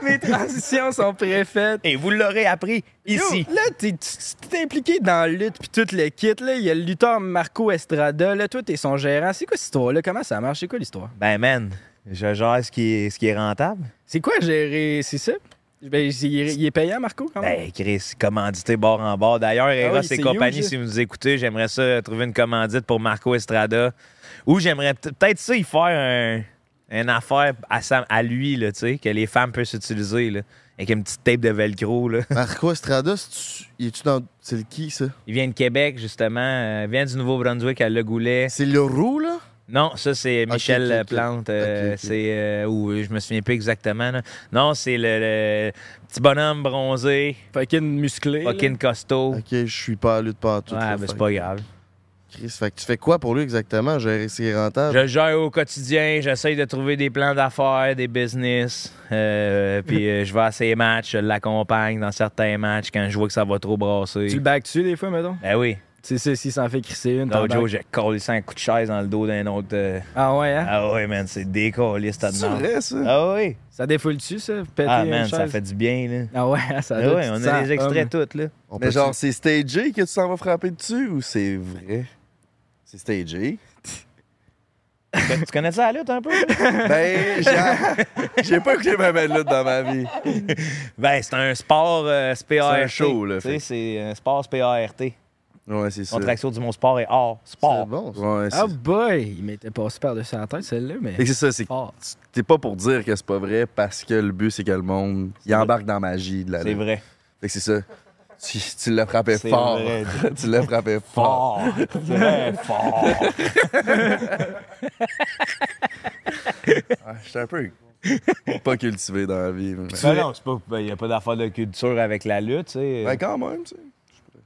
S5: mes transitions sont préfaites.
S3: Et vous l'aurez appris ici.
S5: Yo, là, t'es tu- t'es impliqué dans la lutte puis tout le kit. Là, il y a le lutteur Marco Estrada. Là, toi, t'es son gérant. C'est quoi cette histoire-là? Comment ça marche? C'est quoi l'histoire?
S3: Ben, man, je gère ce qui est, ce qui est rentable.
S5: C'est quoi gérer? C'est ça? Ben, c'est- il est- il est payant, Marco, quand même?
S3: Ben, Chris, commandité bord en bord. D'ailleurs, Eros
S5: oui,
S3: et
S5: c'est
S3: compagnie,
S5: huge.
S3: si vous nous écoutez, j'aimerais ça trouver une commandite pour Marco Estrada. Ou j'aimerais peut- peut-être ça y faire un, une affaire à, sa- à lui, là, tu sais, que les femmes peuvent s'utiliser, là, avec une petite tape de velcro, là.
S6: Marco Estrada, c'est-tu- il est-tu dans. C'est le qui, ça?
S3: Il vient de Québec, justement. euh, Il vient du Nouveau-Brunswick à Le Goulet.
S6: C'est le roux, là?
S3: Non, ça, c'est Michel
S6: ok, ok.
S3: Plante. euh,
S6: Ok, ok.
S3: C'est. euh, ou je me souviens pas exactement. là. Non, c'est le, le petit bonhomme bronzé,
S5: Fucking musclé. là.
S3: Ben. fucking costaud.
S6: Ok, je suis pas à lutte pas en tout.
S3: ouais,
S6: là,
S3: ben,
S6: fait
S3: c'est pas grave.
S6: que- Chris, fait que tu fais quoi pour lui exactement? Gérer ses rentables?
S3: Je le gère au quotidien, j'essaye de trouver des plans d'affaires, des business. euh, puis euh, je vais à ses matchs, je l'accompagne dans certains matchs quand je vois que ça va trop brasser.
S5: Tu le back dessus des fois, mettons?
S3: Ben oui.
S5: C'est ça, s'il s'en fait crisser une. t'en
S3: L'autre jour,
S5: back.
S3: j'ai collé ça un coup de chaise dans le dos d'un autre. euh,
S5: Ah ouais, hein?
S3: Ah ouais, man, c'est décollé, cette
S2: Bah, C'est
S3: demande.
S2: vrai, ça.
S3: Ah oui.
S5: Ça défoule-tu, ça? Péter
S3: Ah
S5: une
S3: man, ça
S5: chaise?
S3: fait du bien, là.
S5: Ah ouais, hein, ça
S3: Ah
S5: doit
S3: ouais,
S5: tu
S3: on
S5: te
S3: a
S5: sens
S3: les extraits
S5: homme.
S3: toutes, là.
S6: On
S2: Mais
S6: peut-
S2: genre, c'est stagé que tu s'en vas frapper dessus ou c'est vrai? C'est stagé.
S3: tu connais ça, la lutte, un peu? là?
S2: Ben, j'ai- j'ai pas écouté ma main de lutte dans ma vie.
S3: ben, c'est un sport euh, SPART.
S2: C'est un show, là,
S3: Tu
S2: fait.
S3: sais, c'est un sport SPART.
S2: Ouais, c'est ça.
S3: Contraction du mot sport et art.
S6: C'est
S3: Sport.
S6: bon, ça.
S2: Ouais, c'est
S5: Ah boy! Il m'était passé par-dessus la tête, celle-là, mais.
S2: Fait que c'est ça, c'est que
S5: fort.
S2: tu- t'es pas pour dire que c'est pas vrai parce que le but c'est que le monde il embarque dans la magie de la
S3: C'est
S2: lutte.
S3: vrai.
S2: Fait que c'est ça. Tu, tu l'as frappé
S3: C'est
S2: fort.
S3: vrai.
S2: tu l'as frappé fort.
S3: Fort. C'est vrai, fort.
S2: Ah, J'étais un peu pas cultivé dans la vie. mais-
S3: Ben non, c'est pas- ben, y a pas d'affaire de culture avec la lutte, tu sais.
S2: Ben, quand même, tu sais.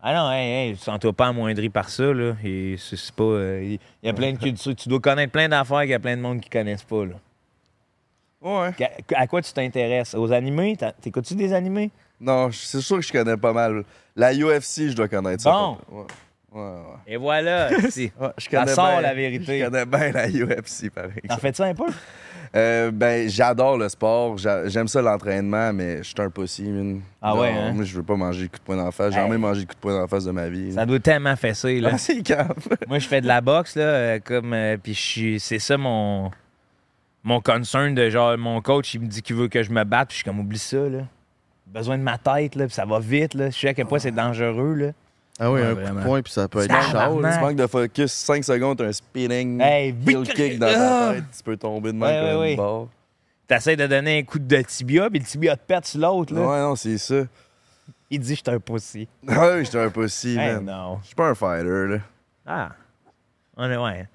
S3: Ah non, hey, hey, sens-toi pas amoindri par ça, là. Et c'est c'est pas. euh, Il y a plein de cultures. Tu dois connaître plein d'affaires qu'il y a plein de monde qui connaissent pas, là.
S2: Ouais.
S3: Qu'à- À quoi tu t'intéresses? Aux animés? T'as- T'écoutes-tu des animés?
S2: Non, je- c'est sûr que je connais pas mal. La UFC, je dois connaître ça.
S3: Bon.
S2: Ouais, ouais. ouais.
S3: Et voilà! ici.
S2: Ouais, je
S3: Ça
S2: connais
S3: sort
S2: bien-
S3: la vérité.
S2: Je connais bien la UFC, pareil.
S3: T'en fais-tu un peu?
S2: Euh, ben, j'adore le sport. j'a- J'aime ça, l'entraînement, mais je suis un pussy, mine.
S3: Ah
S2: Non,
S3: ouais, hein?
S2: Moi, je veux pas manger de coups de poing d'en face. J'ai
S3: Hey.
S2: jamais mangé de coups de poing d'en face de ma vie.
S3: Ça doit tellement fesser, là.
S2: Ah, c'est grave.
S3: Moi, je fais de la boxe, là, euh, comme. euh, puis je suis- c'est ça mon. Mon concern de genre, mon coach, il me dit qu'il veut que je me batte, puis je suis comme, oublie ça, là. Besoin de ma tête, là, puis ça va vite, là. Je sais à quel point c'est dangereux, là.
S6: Ah oui,
S5: Ouais,
S6: un coup
S5: vraiment.
S6: de poing, puis ça peut être
S3: Ah,
S6: chaud.
S3: maman.
S2: Tu manques de focus 5 secondes, t'as un spinning,
S3: Hey,
S2: heel
S3: vite!
S2: kick dans
S3: Ah!
S2: ta tête, tu peux tomber de même
S3: Ouais,
S2: comme
S3: ouais,
S2: une
S3: ouais.
S2: barre.
S3: T'essayes de donner un coup de tibia, puis le tibia te pète sur l'autre, là.
S2: Ouais, non, c'est ça. Ah
S3: Il dit, je suis un pussy.
S2: Ouais, j'étais un pussy,
S3: Hey,
S2: man.
S3: non.
S2: Je suis pas un fighter, là.
S3: Ah. On, est- ouais.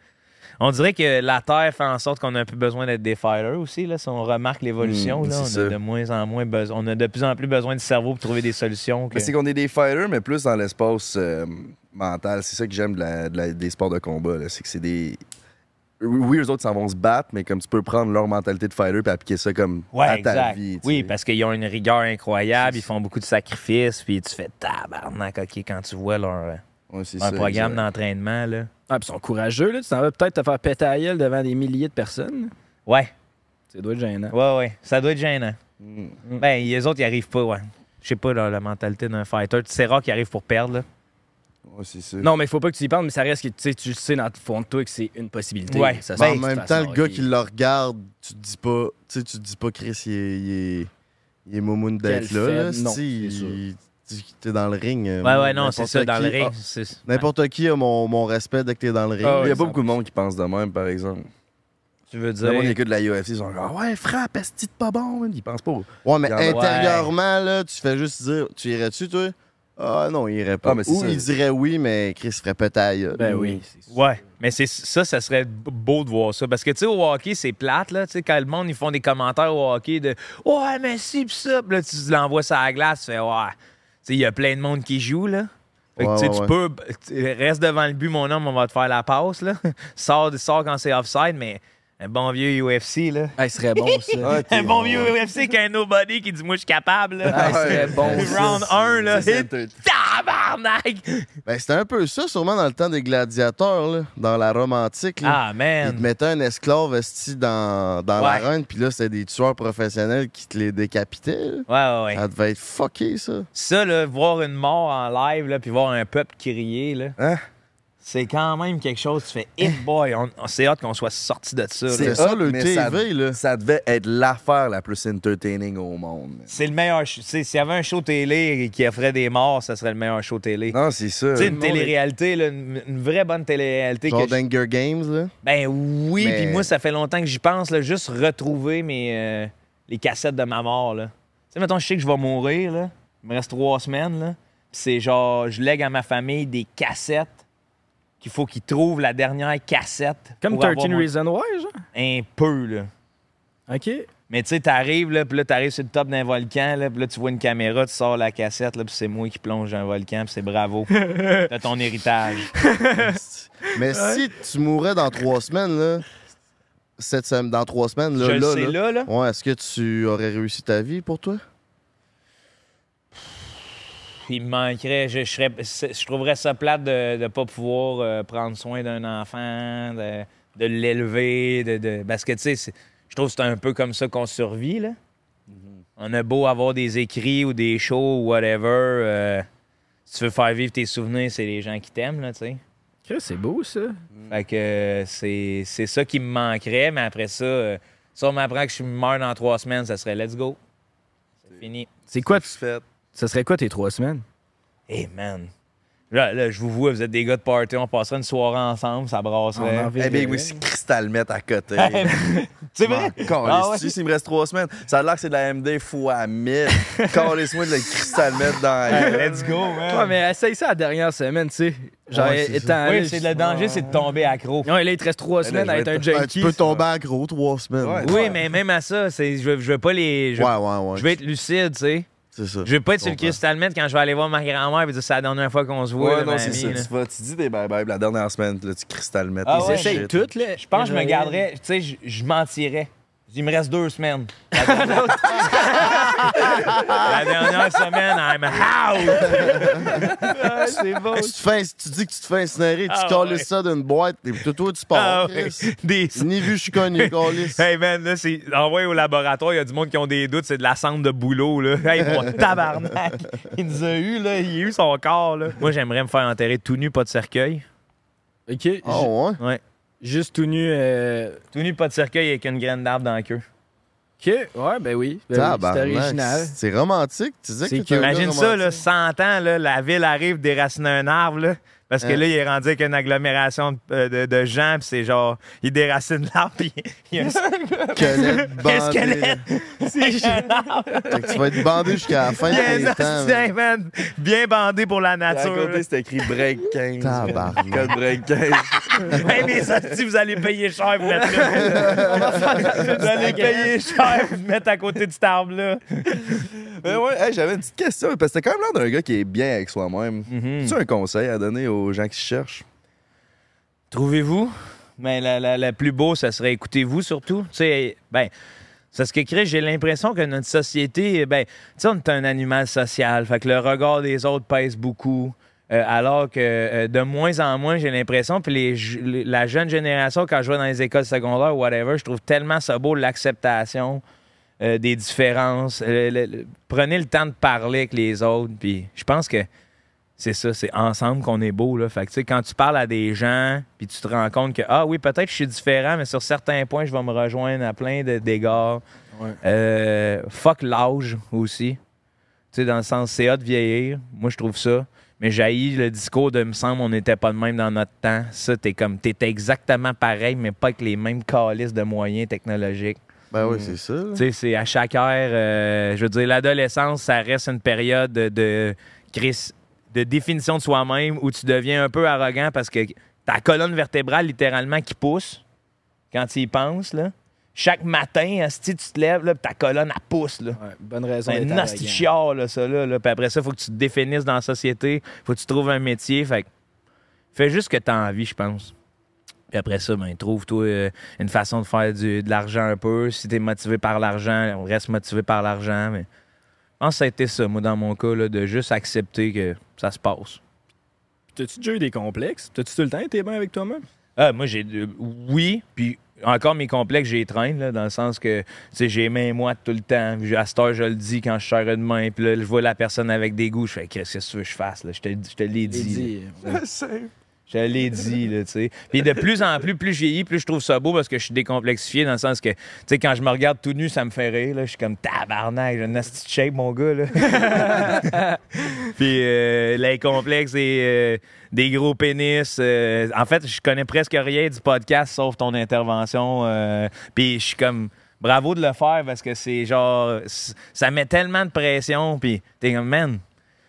S3: on dirait que la Terre fait en sorte qu'on a plus besoin d'être des fighters aussi. Là, si on remarque l'évolution,
S2: Mm,
S3: là, on
S2: c'est
S3: a
S2: ça.
S3: de moins en moins besoin. On a de plus en plus besoin de cerveau pour trouver des solutions. que-
S2: Mais c'est qu'on est des fighters, mais plus dans l'espace euh, mental. C'est ça que j'aime de la- de la- des sports de combat. là. C'est que c'est des. Oui, eux autres s'en vont se battre, mais comme tu peux prendre leur mentalité de fighter et appliquer ça comme
S3: Ouais,
S2: à ta
S3: exact.
S2: vie. tu
S3: oui,
S2: sais.
S3: parce qu'ils ont une rigueur incroyable, ils font beaucoup de sacrifices, puis tu fais tabarnak, OK, quand tu vois leur, euh,
S2: Ouais, c'est
S3: leur
S2: ça,
S3: programme
S2: exact.
S3: d'entraînement. Là.
S5: Ah, puis ils sont courageux, là. Tu t'en vas peut-être te faire péter à gueule devant des milliers de personnes.
S3: Ouais,
S5: Ça doit être gênant.
S3: ouais, ouais. Ça doit être gênant.
S2: Mm.
S3: Ben, les autres, ils arrivent pas, ouais. Je sais pas, là, la mentalité d'un fighter. C'est rare qu'ils arrivent pour perdre, là.
S2: Ouais, c'est ça.
S5: Non, mais faut pas que tu y parles, mais ça reste que tu sais, tu le sais dans le fond de toi que c'est une possibilité.
S3: Ouais.
S5: Ça se
S6: Mais
S5: fait de
S6: Ben, en
S5: toute
S6: même
S5: façon,
S6: temps, le gars
S5: ok.
S6: qui le regarde, tu te dis pas, tu sais, tu te dis pas, Chris, il est, il est, il est moumoune d'être
S5: Quel
S6: là. là
S5: faible, non,
S6: si, il-
S5: c'est sûr.
S6: tu- T'es dans le ring. euh,
S3: Ouais, ouais, non,
S6: n'importe
S3: c'est ça, dans le
S6: qui-
S3: ring.
S6: ah,
S3: c'est-
S6: N'importe qui a mon, mon respect dès que t'es dans le ring.
S5: Ah
S2: Il y
S5: ouais,
S2: a
S5: ça-
S2: pas beaucoup de monde qui pense de même, par exemple.
S3: Tu veux
S2: Le monde qui
S3: dire.
S2: écoute de la UFC, ils sont genre, Ah ouais, frappe, est-ce pas bon, man? Ils pensent pas. au-
S6: Ouais, mais
S2: Ouais.
S6: intérieurement, là, tu fais juste dire, tu irais-tu, toi? Ah non, il irait pas.
S2: Ah, mais c'est
S6: Ou
S2: ça.
S6: il dirait oui, mais Chris ferait peut-être.
S5: Ben oui.
S3: Ouais, mais c'est ça, ça serait b- beau de voir ça. Parce que, tu sais, au hockey, c'est plate, là. Tu sais, quand le monde, ils font des commentaires au hockey de Ouais, mais si, pis ça. Puis là, tu l'envoies sur la glace, tu fais Ouais. Tu sais, il y a plein de monde qui joue, là. Fait que,
S6: Ouais,
S3: tu sais,
S6: ouais,
S3: tu
S6: ouais.
S3: peux. tu- Reste devant le but, mon homme, on va te faire la passe, là. sors, sors quand c'est offside, mais un bon vieux UFC, là.
S5: Ah, il serait bon, ça.
S2: Ah, t'es-
S3: Un bon vieux UFC qui a un nobody qui dit Moi, je suis capable, là.
S5: Ah, il serait bon, ça.
S3: Round 1, là.
S2: c'est-
S3: hit. Tabarnak!
S6: Ben, c'était un peu ça, sûrement, dans le temps des gladiateurs, là, dans la Rome antique. là.
S3: Ah,
S6: Ils
S3: man.
S6: te mettaient un esclave esti dans, dans
S3: Ouais.
S6: l'arène, puis là, c'était des tueurs professionnels qui te les décapitaient. là.
S3: Ouais, ouais, ouais.
S6: Ça devait être fucké, ça.
S3: Ça, là, voir une mort en live, là, puis voir un peuple crier, là,
S2: Hein?
S3: c'est quand même quelque chose. Tu fais « Hit boy! on- on- C'est hâte qu'on soit sorti de ça. là.
S6: C'est
S2: C'est
S6: ça,
S2: hot,
S6: le
S2: mais
S6: TV,
S2: ça-
S6: là.
S2: Ça devait être l'affaire la plus entertaining au monde. man.
S3: C'est le meilleur... sh- tu sais, S'il y avait un show télé qui offrait des morts, ça serait le meilleur show télé.
S2: Non, c'est ça.
S3: Tu sais, une télé-réalité, là, une, une vraie bonne télé-réalité. que
S6: Genre
S3: je-
S6: d'Anger Games, là.
S3: Ben oui,
S6: Mais-
S3: puis moi, ça fait longtemps que j'y pense. Là, juste retrouver mes, euh, les cassettes de ma mort. là. Tu sais, mettons, je sais que je vais mourir. Là. Il me reste trois semaines. là. Puis c'est genre, je lègue à ma famille des cassettes qu'il faut qu'ils trouvent la dernière cassette.
S5: Comme
S3: pour avoir
S5: 13
S3: mon-
S5: Reasons Why, genre.
S3: Un peu, là.
S5: OK.
S3: Mais tu sais, t'arrives, là, puis là, t'arrives sur le top d'un volcan, là, puis là, tu vois une caméra, tu sors la cassette, là, puis c'est moi qui plonge dans un volcan, puis c'est bravo. T'as ton héritage.
S6: Mais si tu mourais dans trois semaines, là, cette semaine, dans trois semaines, là,
S3: je
S6: là,
S3: le sais, là,
S6: là,
S3: là.
S6: Ouais, est-ce que tu aurais réussi ta vie pour toi?
S3: Il me manquerait, je, je, serais, je trouverais ça plate de ne pas pouvoir euh, prendre soin d'un enfant, de, de l'élever, de, de- parce que tu sais, c'est- je trouve que c'est un peu comme ça qu'on survit. Là. On a beau avoir des écrits ou des shows ou whatever, euh, si tu veux faire vivre tes souvenirs, c'est les gens qui t'aiment, là, tu sais.
S5: Chris, C'est beau, ça.
S3: Fait que euh, c'est c'est ça qui me manquerait, mais après ça, euh, si on m'apprend que je meurs dans trois semaines, ça serait let's go. C'est fini.
S5: C'est quoi, tu-
S2: fait.
S5: ça serait quoi tes trois semaines?
S3: Hey man. Là, là, je vous vois, vous êtes des gars de party, on passerait une soirée ensemble, ça brasserait.
S2: Eh bien, oui, c'est Crystal Met à côté. Hey,
S3: c'est vrai? Ah ouais?
S2: s'il me reste trois semaines, ça a l'air que c'est de la MD fois 1000. Calisse-moi de la Crystal Met dans la gueule.
S3: Let's go, man.
S5: Ouais, mais essaye ça la dernière semaine, tu sais. Genre,
S6: Ouais, c'est
S5: étant.
S3: Oui, c'est le danger, c'est de tomber accro.
S5: Non, là, il te reste trois semaines
S2: je
S5: à
S2: vais
S5: être un
S2: être-
S6: Ben,
S5: junkie.
S6: tu peux tomber à gros trois semaines.
S2: Ouais.
S3: Oui, mais même à ça, c'est- je, veux- je veux pas les. Je,
S6: Ouais, ouais, ouais.
S3: je veux être lucide, tu sais.
S6: C'est ça.
S3: Je vais pas être sur le
S6: Comprends.
S3: cristal Met quand je vais aller voir ma grand-mère et dire c'est la dernière fois qu'on se voit.
S2: Ouais,
S3: là,
S2: non,
S3: ma
S2: c'est
S3: amie,
S2: ça.
S3: là.
S2: Tu, vas, tu dis des bye-bye la dernière semaine, là, tu cristal mets
S3: Ah
S2: tes
S3: ouais.
S2: shit.
S5: J'essaye tout, là.
S3: Je pense que je me garderais, tu sais, je- je mentirais. Je dis, Il me reste deux semaines. La dernière, La dernière semaine, I'm out!
S5: Ah, C'est bon.
S6: Tu, te fais un- tu dis que tu te fais incinérer, tu
S3: Ah,
S6: colles
S3: ouais.
S6: ça d'une boîte, et puis toi, tu pars.
S3: Ah, ouais.
S6: Chris.
S3: Des...
S6: Ni vu, je suis connu, câlisse.
S3: Hey man, là, c'est envoyé au laboratoire, il y a du monde qui ont des doutes, c'est de la cendre de boulot, là. Hey, mon tabarnak! Il nous a eu, là, il a eu son corps, là. Moi, j'aimerais me faire enterrer tout nu, pas de cercueil.
S5: OK. ju-
S6: Ah ouais?
S5: Juste tout nu. euh,
S3: Tout nu, pas de cercueil, avec une graine d'arbre dans la queue.
S5: OK. Ouais, ben oui. Ben oui, C'est
S6: Tabarnak,
S5: original.
S6: C'est c'est romantique. Tu disais que
S5: C'est
S6: t'étais un gars
S3: Imagine ça, là,
S6: romantique.
S3: 100 ans, là, la ville arrive déraciner un arbre, là, parce que
S6: Hein?
S3: là, il est rendu avec une agglomération de, euh, de- de gens, puis c'est genre, il déracine l'arbre, puis il y a un
S6: Squelette bandé,
S3: un squelette. C'est un arbre.
S6: là. Fait que tu vas être bandé jusqu'à la fin
S3: Bien,
S6: de tes temps. man.
S3: assis, man. bien bandé pour la
S2: À
S3: nature.
S2: côté, c'était écrit break 15.
S6: Tabarnak.
S2: Code break 15.
S3: Hey, mais ça, si vous allez payer cher, vous mettez Vous allez payer cher, vous mettez à côté de cet arbre-là.
S2: Mais ouais, hey, j'avais une petite question, parce que t'as quand même l'air d'un gars qui est bien avec soi-même.
S3: Mhm.
S2: Tu as un conseil à donner aux gens qui se cherchent?
S3: Trouvez-vous? Mais la, la, la plus beau, ça serait écoutez-vous surtout. Tu sais, ben, c'est ce que crée, j'ai l'impression que notre société, ben, tu sais, on est un animal social. Fait que le regard des autres pèse beaucoup. Euh, alors que euh, de moins en moins, j'ai l'impression, puis les ju- les- la jeune génération, quand je vois dans les écoles secondaires ou whatever, je trouve tellement ça beau l'acceptation euh, des différences. Euh, le- le- prenez le temps de parler avec les autres, puis je pense que c'est ça, c'est ensemble qu'on est beau. Là. Fait que, tu sais, quand tu parles à des gens, puis tu te rends compte que, ah oui, peut-être que je suis différent, mais sur certains points, je vais me rejoindre à plein de d'égards. Euh, fuck l'âge aussi. Tu sais, dans le sens, c'est hot de vieillir. Moi, je trouve ça. Mais j'haïs le discours de, me semble, on n'était pas de même dans notre temps. Ça, t'es comme, t'étais exactement pareil, mais pas avec les mêmes calices de moyens technologiques.
S6: Ben oui, c'est ça. là.
S3: Tu sais, c'est à chaque ère. euh, je veux dire, l'adolescence, ça reste une période de, de, cris- de définition de soi-même où tu deviens un peu arrogant parce que ta colonne vertébrale, littéralement, qui pousse quand tu y penses, là. Chaque matin, si tu te lèves, là, pis ta colonne, elle pousse, là.
S5: Ouais, bonne raison.
S3: C'est un
S5: d'être
S3: Ben, nasty
S5: arrogant.
S3: chiard, là, ça, là. là. Puis après ça, faut que tu te définisses dans la société. Faut que tu trouves un métier. Fait que fais juste ce que t'as envie, je pense. Puis après ça, ben, trouve-toi euh, une façon de faire du- de l'argent un peu. Si t'es motivé par l'argent, on reste motivé par l'argent. Mais je pense que ça a été ça, moi, dans mon cas, là, de juste accepter que ça se passe.
S5: T'as-tu déjà eu des complexes? T'as-tu tout le temps été bien avec toi-même?
S3: Ah, moi, j'ai. euh, oui, puis encore mes complexes, j'ai traîne, là, dans le sens que, tu sais, j'ai main moi tout le temps. Puis à cette heure, je le dis quand je sers une main, puis là, je vois la personne avec des goûts, je fais, qu'est-ce que tu veux que je fasse, là? Je te, je te l'ai dit. là.
S5: Dis.
S3: Je l'ai dit, là, tu sais. Puis de plus en plus, plus je vieillis, plus je trouve ça beau parce que je suis décomplexifié dans le sens que, tu sais, quand je me regarde tout nu, ça me fait rire, là. Je suis comme tabarnak, j'ai une nasty shape, mon gars, là. Puis euh, les complexes et euh, des gros pénis. euh, en fait, je connais presque rien du podcast sauf ton intervention. euh, puis je suis comme bravo de le faire parce que c'est genre c- ça met tellement de pression. Puis t'es comme man.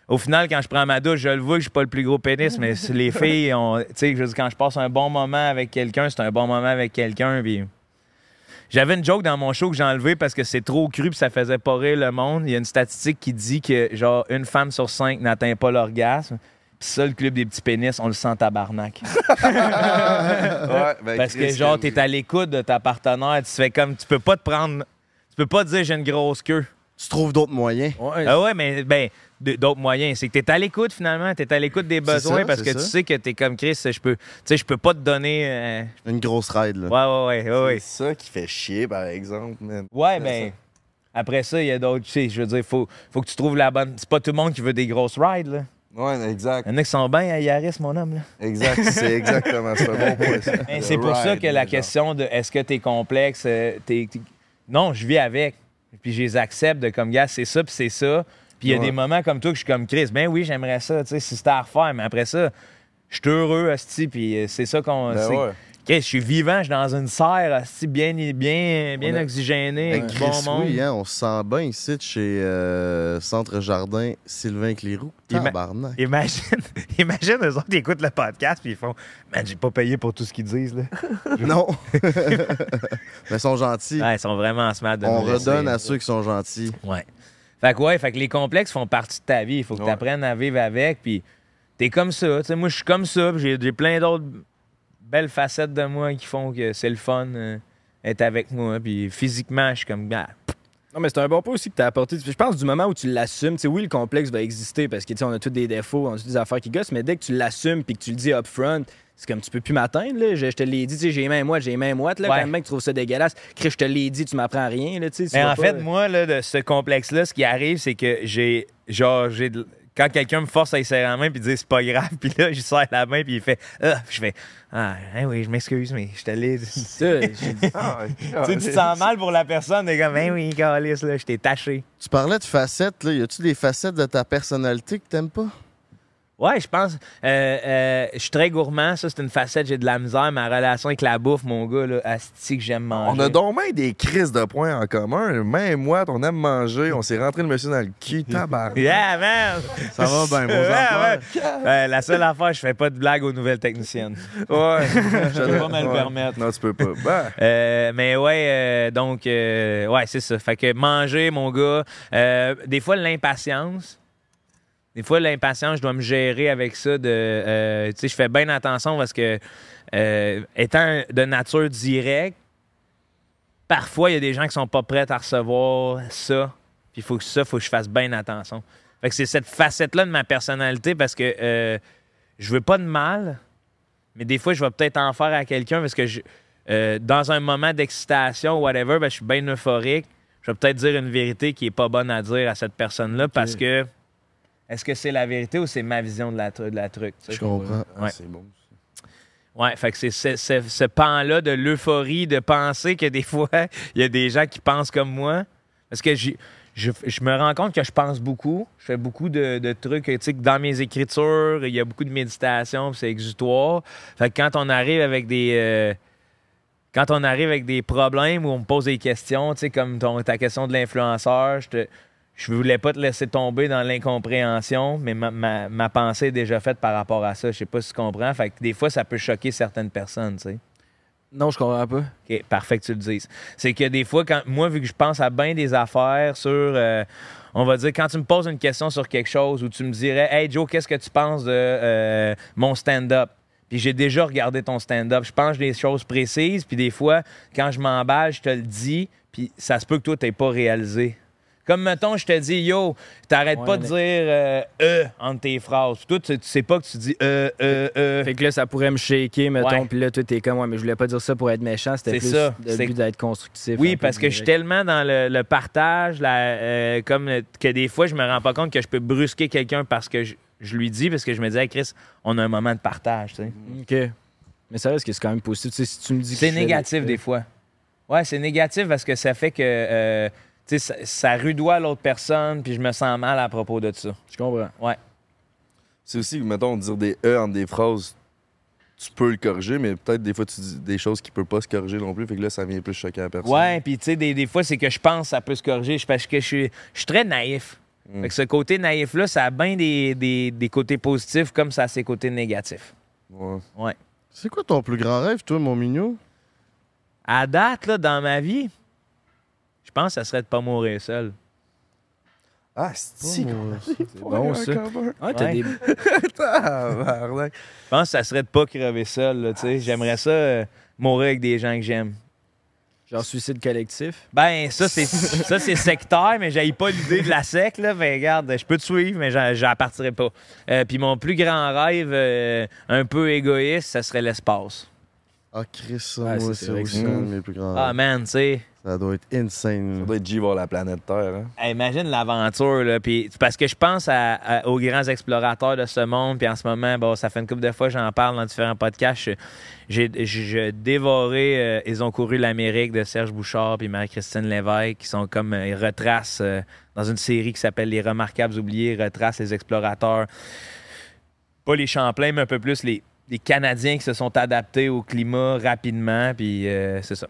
S3: Au final, quand je prends ma douche, je le vois que je suis pas le plus gros pénis, mais c'est- les filles, on- tu sais, je veux dire, quand je passe un bon moment avec quelqu'un, c'est un bon moment avec quelqu'un. Puis j'avais une joke dans mon show que j'ai enlevée parce que c'est trop cru puis ça faisait pas rire le monde. Il y a une statistique qui dit que, genre, une femme sur cinq n'atteint pas l'orgasme. Puis ça, le club des petits pénis, on le sent tabarnak.
S2: Ouais, ben,
S3: Parce que,
S2: Chris,
S3: genre, t'es à l'écoute de ta partenaire. Tu fais comme, tu peux pas te prendre... Tu peux pas dire j'ai une grosse queue.
S6: Tu trouves d'autres moyens.
S5: Ouais,
S3: Ah ouais, mais ben, d- d'autres moyens. C'est que t'es à l'écoute finalement, t'es à l'écoute des besoins
S6: ça,
S3: parce que
S6: c'est
S3: tu
S6: ça.
S3: sais que t'es comme Chris, je peux, tu sais, je peux pas te donner. euh,
S6: Une grosse ride, là.
S3: Ouais, ouais, ouais, ouais. ouais.
S2: C'est ça qui fait chier, par exemple, man.
S3: Ouais, ben. Après ça, il y a d'autres. Tu sais, je veux dire, faut, faut que tu trouves la bonne. C'est pas tout le monde qui veut des grosses rides, là.
S2: Ouais, exact.
S3: Il y en a qui sont bien à Yaris, mon homme, là.
S2: Exact. C'est exactement ça. Bon point, ça.
S3: Mais
S2: Le
S3: c'est pour ça
S2: ride,
S3: que la
S2: genre.
S3: question de est-ce que t'es complexe, euh, t'es- t'es- non, je vis avec. Puis je les accepte de comme, gars, c'est ça, puis c'est ça. Puis il y a
S2: Ouais.
S3: des moments comme toi que je suis comme Chris, ben oui, j'aimerais ça, tu sais, si c'était à refaire, mais après ça, je suis heureux, hostie, puis euh, c'est ça qu'on.
S2: Ben
S3: c'est-
S2: ouais.
S3: Chris, je suis vivant, je suis dans une serre, hostie, bien, bien, bien
S6: On a-
S3: oxygéné,
S6: Hey,
S3: avec du
S6: Chris,
S3: bon monde.
S6: oui, hein, on se sent bien ici de chez euh, Centre Jardin Sylvain Cléroux.
S3: Il m'a-
S6: Tabarnak.
S3: Imagine, imagine eux autres, ils écoutent le podcast, puis ils font, man, j'ai pas payé pour tout ce qu'ils disent, là.
S6: Non. Mais ils sont gentils.
S3: Ouais, ils sont vraiment smart de
S6: on
S3: nous laisser.
S6: redonne à ceux qui sont gentils.
S3: Ouais. Fait que ouais, fait que les complexes font partie de ta vie. Il faut que
S2: Ouais.
S3: tu apprennes à vivre avec. Puis t'es comme ça. Tu sais, moi, je suis comme ça. puis j'ai j'ai plein d'autres belles facettes de moi qui font que c'est le fun euh, être avec moi. Puis physiquement, je suis comme. Ah,
S5: Non, mais c'est un bon point aussi que tu as apporté. Je pense du moment où tu l'assumes, tu sais, oui, le complexe va exister parce que, tu sais, on a tous des défauts, on a toutes des affaires qui gossent, mais dès que tu l'assumes puis que tu le dis upfront, c'est comme tu peux plus m'atteindre, là. Je, je te l'ai dit, tu sais, j'ai les mains moites, j'ai les mains moites, là.
S3: Ouais.
S5: Quand le mec trouve ça dégueulasse, Chris, je te l'ai dit, tu m'apprends rien, là, tu sais. tu
S3: Mais
S5: vas
S3: en
S5: pas- euh,
S3: fait, moi, là, de ce complexe-là, ce qui arrive, c'est que j'ai. Genre, j'ai. de- Quand quelqu'un me force à y serrer la main puis dire c'est pas grave, puis là, je serre la main puis il fait Ah, Puis je fais Ah, hein, oui, je m'excuse, mais je te l'ai dit.
S5: Ça, j'ai-
S2: Ah
S3: tu sais, tu te sens mal pour la personne, t'es comme, ben oui, calice, là, je t'ai taché.
S6: Tu parlais de facettes, là. Y a-tu des facettes de ta personnalité que t'aimes pas?
S3: Ouais, je pense. euh, euh, je suis très gourmand, ça, c'est une facette, j'ai de la misère. Ma relation avec la bouffe, mon gars, là, asti que j'aime manger.
S2: On a donc même des crises de points en commun. Même moi, on aime manger. On s'est rentré le monsieur dans le cul. Tabarnak.
S3: Yeah, man!
S6: Ça va bien, mon
S3: Ouais,
S6: enfant.
S3: ouais. Euh, la seule affaire, je fais pas de blague aux nouvelles techniciennes.
S2: Ouais. Je
S3: peux pas me le permettre.
S2: Non, tu peux pas. Ben,
S3: Euh, mais ouais, euh, donc, euh, ouais, c'est ça. Fait que manger, mon gars, euh, des fois, l'impatience. Des fois, l'impatience, je dois me gérer avec ça. De, euh, tu sais, je fais bien attention parce que, euh, étant de nature directe, parfois, il y a des gens qui sont pas prêts à recevoir ça. Puis faut que ça, faut que je fasse bien attention. Fait que c'est cette facette-là de ma personnalité parce que euh, je veux pas de mal, mais des fois, je vais peut-être en faire à quelqu'un parce que je, euh, dans un moment d'excitation, whatever, ben, je suis bien euphorique. Je vais peut-être dire une vérité qui est pas bonne à dire à cette personne-là parce que est-ce que c'est la vérité ou c'est ma vision de la, tru- de la truc? tu sais?
S6: Je comprends.
S3: Ouais.
S2: Ah, c'est bon.
S3: Ouais, fait que c'est ce, ce- ce pan-là de l'euphorie, de penser que des fois, il y a des gens qui pensent comme moi. Parce que j'y- je, je me rends compte que je pense beaucoup. Je fais beaucoup de, de trucs. Tu sais, que dans mes écritures, il y a beaucoup de méditation, puis c'est exutoire. Fait que quand on arrive avec des. euh, quand on arrive avec des problèmes ou on me pose des questions, tu sais, comme ton- ta question de l'influenceur, je te. Je voulais pas te laisser tomber dans l'incompréhension, mais ma, ma- ma pensée est déjà faite par rapport à ça. Je sais pas si tu comprends. Fait que des fois, ça peut choquer certaines personnes, tu sais.
S5: Non, je comprends pas.
S3: OK, parfait que tu le dises. C'est que des fois, quand moi, vu que je pense à bien des affaires sur, euh, on va dire, quand tu me poses une question sur quelque chose ou tu me dirais, Hey Joe, qu'est-ce que tu penses de euh, mon stand-up? Puis j'ai déjà regardé ton stand-up. Je pense des choses précises. Puis des fois, quand je m'emballe, je te le dis. Puis ça se peut que toi, t'aies pas réalisé. Comme, mettons, je te dis, yo, t'arrêtes
S5: Ouais,
S3: pas de
S5: mais-
S3: dire euh, euh entre tes phrases. Puis toi, tu, tu sais pas que tu dis euh, euh, euh.
S5: Fait que là, ça pourrait me shaker, mettons,
S3: Ouais.
S5: puis là, toi, t'es comme, ouais, mais je voulais pas dire ça pour être méchant, c'était
S3: C'est
S5: plus
S3: ça.
S5: le
S3: C'est-
S5: but d'être constructif. un
S3: Oui,
S5: peu
S3: parce que je suis
S5: direct.
S3: tellement dans le, le partage, la, euh, comme le- que des fois, je me rends pas compte que je peux brusquer quelqu'un parce que je, je lui dis, parce que je me dis, Hey, Chris, on a un moment de partage. tu sais.
S5: OK. Mais sérieux, est-ce que c'est quand même positif? Tu sais, si tu me dis que
S3: C'est
S5: je fais-
S3: négatif des fois. Ouais, c'est négatif parce que ça fait que euh, tu sais, ça, ça rudoie l'autre personne, puis je me sens mal à propos de ça.
S5: Je comprends.
S2: C'est aussi, mettons, dire des E entre des phrases, tu peux le corriger, mais peut-être des fois, tu dis des choses qui peuvent pas se corriger non plus. Fait que là, ça vient plus choquer la personne.
S3: Ouais, puis tu sais, des, des fois, c'est que je pense que ça peut se corriger je- parce que je suis, je suis très naïf.
S5: Mm.
S3: Fait que ce côté naïf-là, ça a bien des, des- des côtés positifs comme ça a ses côtés négatifs.
S2: Ouais.
S3: Ouais.
S6: C'est quoi ton plus grand rêve, toi, mon mignon?
S3: À date, là, dans ma vie, je pense que ça serait de pas mourir seul.
S2: Ah, c'est
S6: T'es
S5: bon, ça. Ouais, t'as
S3: Ouais.
S5: des...
S2: Tabarnak.
S3: Je pense que ça serait de pas crever seul, là, tu sais. J'aimerais ça euh, mourir avec des gens que j'aime.
S5: genre suicide collectif.
S3: Ben, ça, c'est ça c'est sectaire, mais j'ai pas l'idée de la sec, là. Ben, regarde, je peux te suivre, mais j'en j'en partirai pas. Euh, Puis mon plus grand rêve, euh, un peu égoïste, ça serait l'espace.
S6: Ah, Chris, ça,
S5: Ouais,
S6: moi,
S5: ça, c'est
S6: c'est
S5: vrai que
S6: aussi
S2: c'est-
S6: un de mes plus grands
S3: Ah,
S6: rêves.
S3: man, tu sais.
S6: Ça doit être
S2: Ça
S6: insane.
S2: doit être G voir la planète Terre, hein?
S3: Hey, imagine l'aventure, là. Puis, parce que je pense à- à- aux grands explorateurs de ce monde. Puis en ce moment, bon, ça fait une couple de fois que j'en parle dans différents podcasts. Je- J'ai j'ai dévoré euh, Ils ont couru l'Amérique de Serge Bouchard puis Marie-Christine Lévesque, qui sont comme. euh, ils retracent euh, dans une série qui s'appelle Les Remarquables Oubliés, ils retracent les explorateurs. Pas les Champlain, mais un peu plus les, les Canadiens qui se sont adaptés au climat rapidement. Puis euh, c'est ça.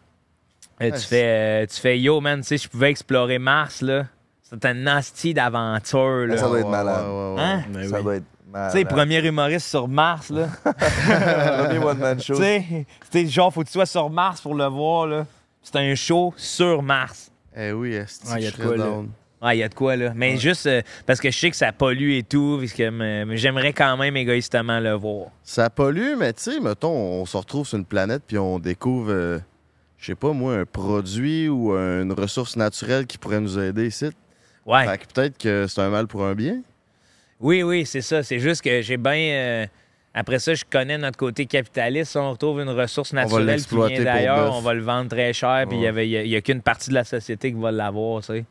S3: Euh, tu,
S6: Nice.
S3: fais, euh, tu fais yo, man, tu sais, je pouvais explorer Mars, là. C'est un nasty d'aventure, là.
S2: Ça doit être
S6: Ouais,
S2: malade.
S6: ouais, ouais, ouais.
S3: Hein?
S5: Mais
S2: ça
S5: oui.
S2: doit être malade.
S3: Tu sais, premier humoriste sur Mars, là.
S2: premier one-man
S3: tu
S2: show.
S3: sais, c'était genre, faut que tu sois sur Mars pour le voir, là. C'est un show sur Mars.
S6: Eh oui, est-ce
S5: Ouais, y a
S6: que
S5: de
S6: je
S5: quoi,
S6: serais
S5: là.
S6: down.
S3: Ouais, il y a de quoi, là. Mais juste euh, parce que je sais que ça pollue et tout, parce que euh, mais j'aimerais quand même égoïstement le voir.
S6: Ça pollue, mais tu sais, mettons, on se retrouve sur une planète puis on découvre, euh, je sais pas moi, un produit ou une ressource naturelle qui pourrait nous aider ici.
S3: Ouais.
S6: Fait que peut-être que c'est un mal pour un bien.
S3: Oui, oui, c'est ça. C'est juste que j'ai bien. euh, après ça, je connais notre côté capitaliste. Si on retrouve une ressource naturelle qui
S6: l'exploiter
S3: vient
S6: pour
S3: d'ailleurs,
S6: bœuf.
S3: on va le vendre très cher, puis il y avait- il n'y a, qu'une partie de la société qui va l'avoir, tu sais.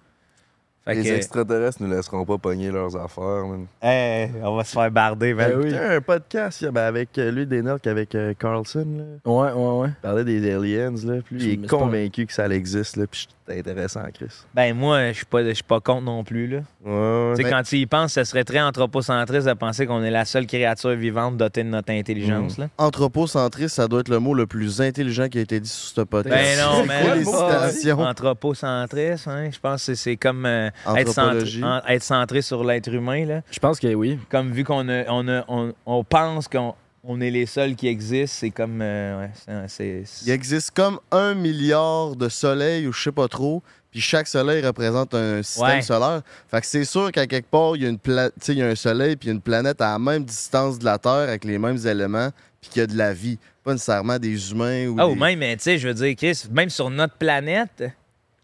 S3: Fait
S2: Les
S3: que,
S2: extraterrestres ne laisseront pas pogner leurs affaires. man.
S3: Hey, Eh, on va se faire barder, man.
S2: Écoutez un podcast là, ben, avec euh, lui, des notes avec euh, Carlson. Là.
S5: Ouais, ouais, ouais.
S2: Il parlait des aliens. Là, puis lui,
S5: Je-
S2: il
S5: mais
S2: est
S5: c'est pas-
S2: convaincu que ça existe. Là, puis c'est intéressant, Chris.
S3: Ben, moi, je suis pas, je suis pas contre non plus, là.
S2: Ouais, ouais.
S3: Tu sais, quand tu y penses, ce serait très anthropocentriste de penser qu'on est la seule créature vivante dotée de notre intelligence, là.
S6: Anthropocentriste, ça doit être le mot le plus intelligent qui a été dit sur ce podcast.
S3: Ben non,
S6: C'est quoi
S3: man. Ah,
S6: les citations?
S3: Anthropocentrisme, hein, je pense que c'est comme euh, être,
S6: Anthropologie.
S3: centré, en- être centré sur l'être humain. Là.
S5: Je pense que oui.
S3: Comme vu qu'on a- on a- on, on pense qu'on on est les seuls qui existent, c'est comme... euh, ouais, c'est- c'est- c'est-
S6: Il existe comme un milliard de soleils ou je sais pas trop, puis chaque soleil représente un système
S3: Ouais.
S6: solaire. Fait que c'est sûr qu'à quelque part, il y, a une pla- tu sais, il y a un soleil puis une planète à la même distance de la Terre avec les mêmes éléments, puis qu'il y a de la vie. Pas nécessairement des humains ou.
S3: Ah, ou
S6: des-
S3: même, mais, tu sais, je veux dire, Chris, même sur notre planète,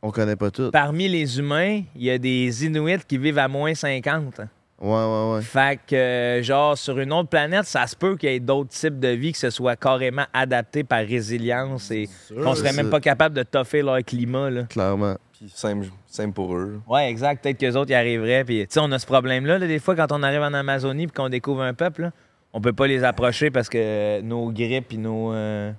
S6: On connaît pas tout.
S3: parmi les humains, il y a des Inuits qui vivent à moins 50.
S6: Ouais, ouais, ouais.
S3: Fait que, euh, genre, sur une autre planète, ça se peut qu'il y ait d'autres types de vie qui se soient carrément adaptés par résilience et qu'on serait même
S6: ça.
S3: pas capable de toffer leur climat, là.
S6: Clairement.
S2: Puis simple, simple pour eux.
S3: Ouais, exact. Peut-être qu'eux autres y arriveraient. Puis, tu sais, on a ce problème-là, là, des fois, quand on arrive en Amazonie puis qu'on découvre un peuple, là, on peut pas les approcher parce que euh, nos grippes et nos, euh,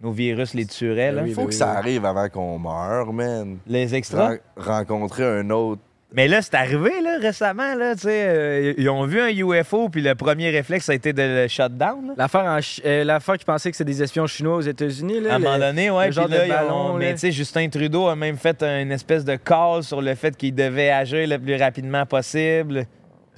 S3: nos virus les tueraient, là.
S5: Ben oui,
S2: Il faut
S5: ben
S2: que
S5: oui,
S2: ça
S5: oui.
S2: arrive avant qu'on meure, man.
S3: Les extras.
S2: Ren- rencontrer un autre.
S3: Mais là, c'est arrivé, là, récemment, là, tu sais, euh, ils ont vu un UFO, puis le premier réflexe, ça a été de le shutdown, là.
S5: L'affaire en Chi- euh, l'affaire qui pensait que c'était des espions chinois aux États-Unis. là,
S3: À un
S5: le-
S3: moment donné, ouais,
S5: le
S3: puis
S5: genre
S3: là,
S5: de
S3: ils ont-
S5: ballon,
S3: mais
S5: là.
S3: tu sais, Justin Trudeau a même fait une espèce de call sur le fait qu'il devait agir le plus rapidement possible.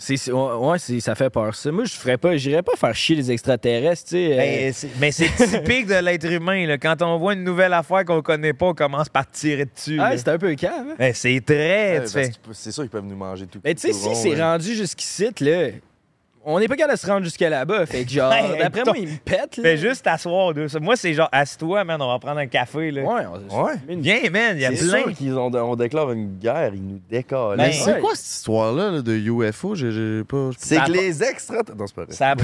S5: C'est- c'est- ouais, ouais, c'est- ça fait peur, ça. Moi, je ferais pas, j'irais pas faire chier les extraterrestres, tu sais. euh,
S3: Ben, c'est- mais c'est typique de l'être humain, là. Quand on voit une nouvelle affaire qu'on connaît pas, on commence par tirer dessus.
S5: ah,
S3: là.
S5: c'est un peu cave. hein.
S3: Ben, c'est très,
S2: Ouais,
S3: tu
S2: euh, parce
S3: fais.
S2: qu'ils peuvent- C'est sûr qu'ils peuvent nous manger tout.
S5: Mais tu sais,
S2: tout
S5: si
S2: rond,
S5: c'est
S2: hein.
S5: rendu jusqu'ici, là, on n'est pas capable de se rendre jusqu'à là-bas. Fait que genre,
S3: Hey,
S5: d'après
S3: ton-
S5: moi, ils me pètent, là.
S3: Fais Ben, juste t'asseoir, deux. Moi, c'est genre, assieds-toi, man, on va prendre un café, là.
S5: Ouais, on-
S2: Ouais.
S5: une-
S3: Viens, man, il y a
S2: C'est
S3: plein.
S2: sûr qu'ils ont, on déclare une guerre, ils nous décalent.
S3: Ben,
S6: C'est
S5: Ouais.
S6: quoi cette histoire-là là, de UFO? J'ai- J'ai pas.
S2: c'est
S3: ça a
S2: que
S3: pas-
S2: les extra... Non, c'est pas vrai.
S3: Ça a-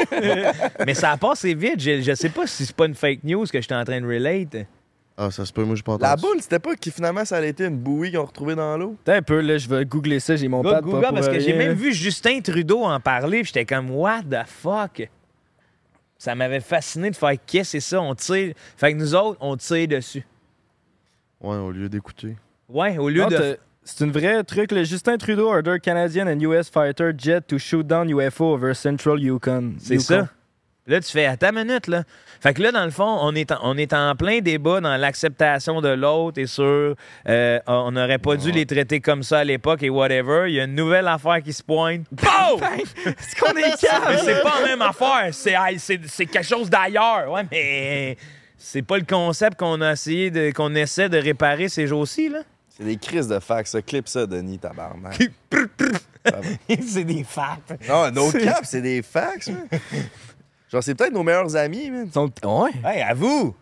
S3: mais ça a passé vite. Je, je sais pas si c'est pas une fake news que j'étais en train de relate.
S6: Ah, ça se peut, moi, j'ai pas entendu.
S2: La boule, c'était pas qui finalement ça a été une bouée qu'ils ont retrouvée dans l'eau?
S5: Attends un peu, là, je vais googler ça, j'ai mon
S3: Google,
S5: pad pas pour
S3: parce que j'ai
S5: rien,
S3: même
S5: là.
S3: vu Justin Trudeau en parler, puis j'étais comme what the fuck. Ça m'avait fasciné de faire qu'est-ce que c'est ça, on tire. Fait que nous autres, on tire dessus.
S6: Ouais, au lieu d'écouter.
S3: Ouais, au lieu
S5: Non,
S3: de
S5: t'as- C'est une vraie truc, le Justin Trudeau order Canadian and US fighter jet to shoot down UFO over central Yukon.
S3: C'est
S5: Yukon.
S3: ça. Là, tu fais à ta minute, là. Fait que là, dans le fond, on est en, on est en plein débat dans l'acceptation de l'autre et sur euh, on n'aurait pas dû les traiter comme ça à l'époque et whatever. Il y a une nouvelle affaire qui se pointe. Pow!
S5: Ben, Est-ce qu'on est calme?
S3: mais c'est pas la même affaire. C'est, ah, c'est, c'est quelque chose d'ailleurs. Ouais, mais c'est pas le concept qu'on a essayé de, qu'on essaie de réparer ces jours-ci, là.
S2: C'est des crises de fax, ça. Clip ça, Denis, tabarnak.
S3: c'est des facts.
S2: Non, nos caps, c'est des fax, man. Genre, c'est peut-être nos meilleurs amis, man.
S5: Ils sont- Ouais.
S3: Hey, à vous!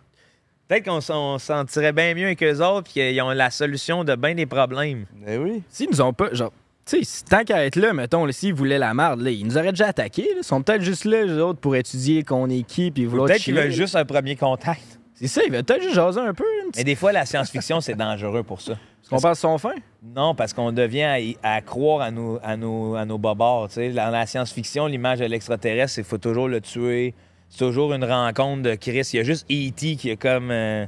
S3: Peut-être qu'on s'en- on s'en tirait bien mieux avec eux autres et qu'ils ont la solution de bien des problèmes.
S2: Eh oui.
S5: S'ils nous ont pas. Genre, tu sais, si- tant qu'à être là, mettons, là, s'ils voulaient la marde, là, ils nous auraient déjà attaqué. Ils sont peut-être juste là, les autres, pour étudier qu'on est qui, puis vouloir
S3: Peut-être qu'ils
S5: chiller,
S3: veulent
S5: là.
S3: juste un premier contact.
S5: C'est ça, ils veulent peut-être juste jaser un peu. un petit-
S3: Mais des fois, la science-fiction, c'est dangereux pour ça.
S5: Est-ce qu'on passe son fin?
S3: Non, parce qu'on devient à, y- à croire à nos, à nos, à nos bobards. tu sais. Dans la science-fiction, l'image de l'extraterrestre, c'est qu'il faut toujours le tuer. C'est toujours une rencontre de Chris. Il y a juste E.T. qui est comme. euh,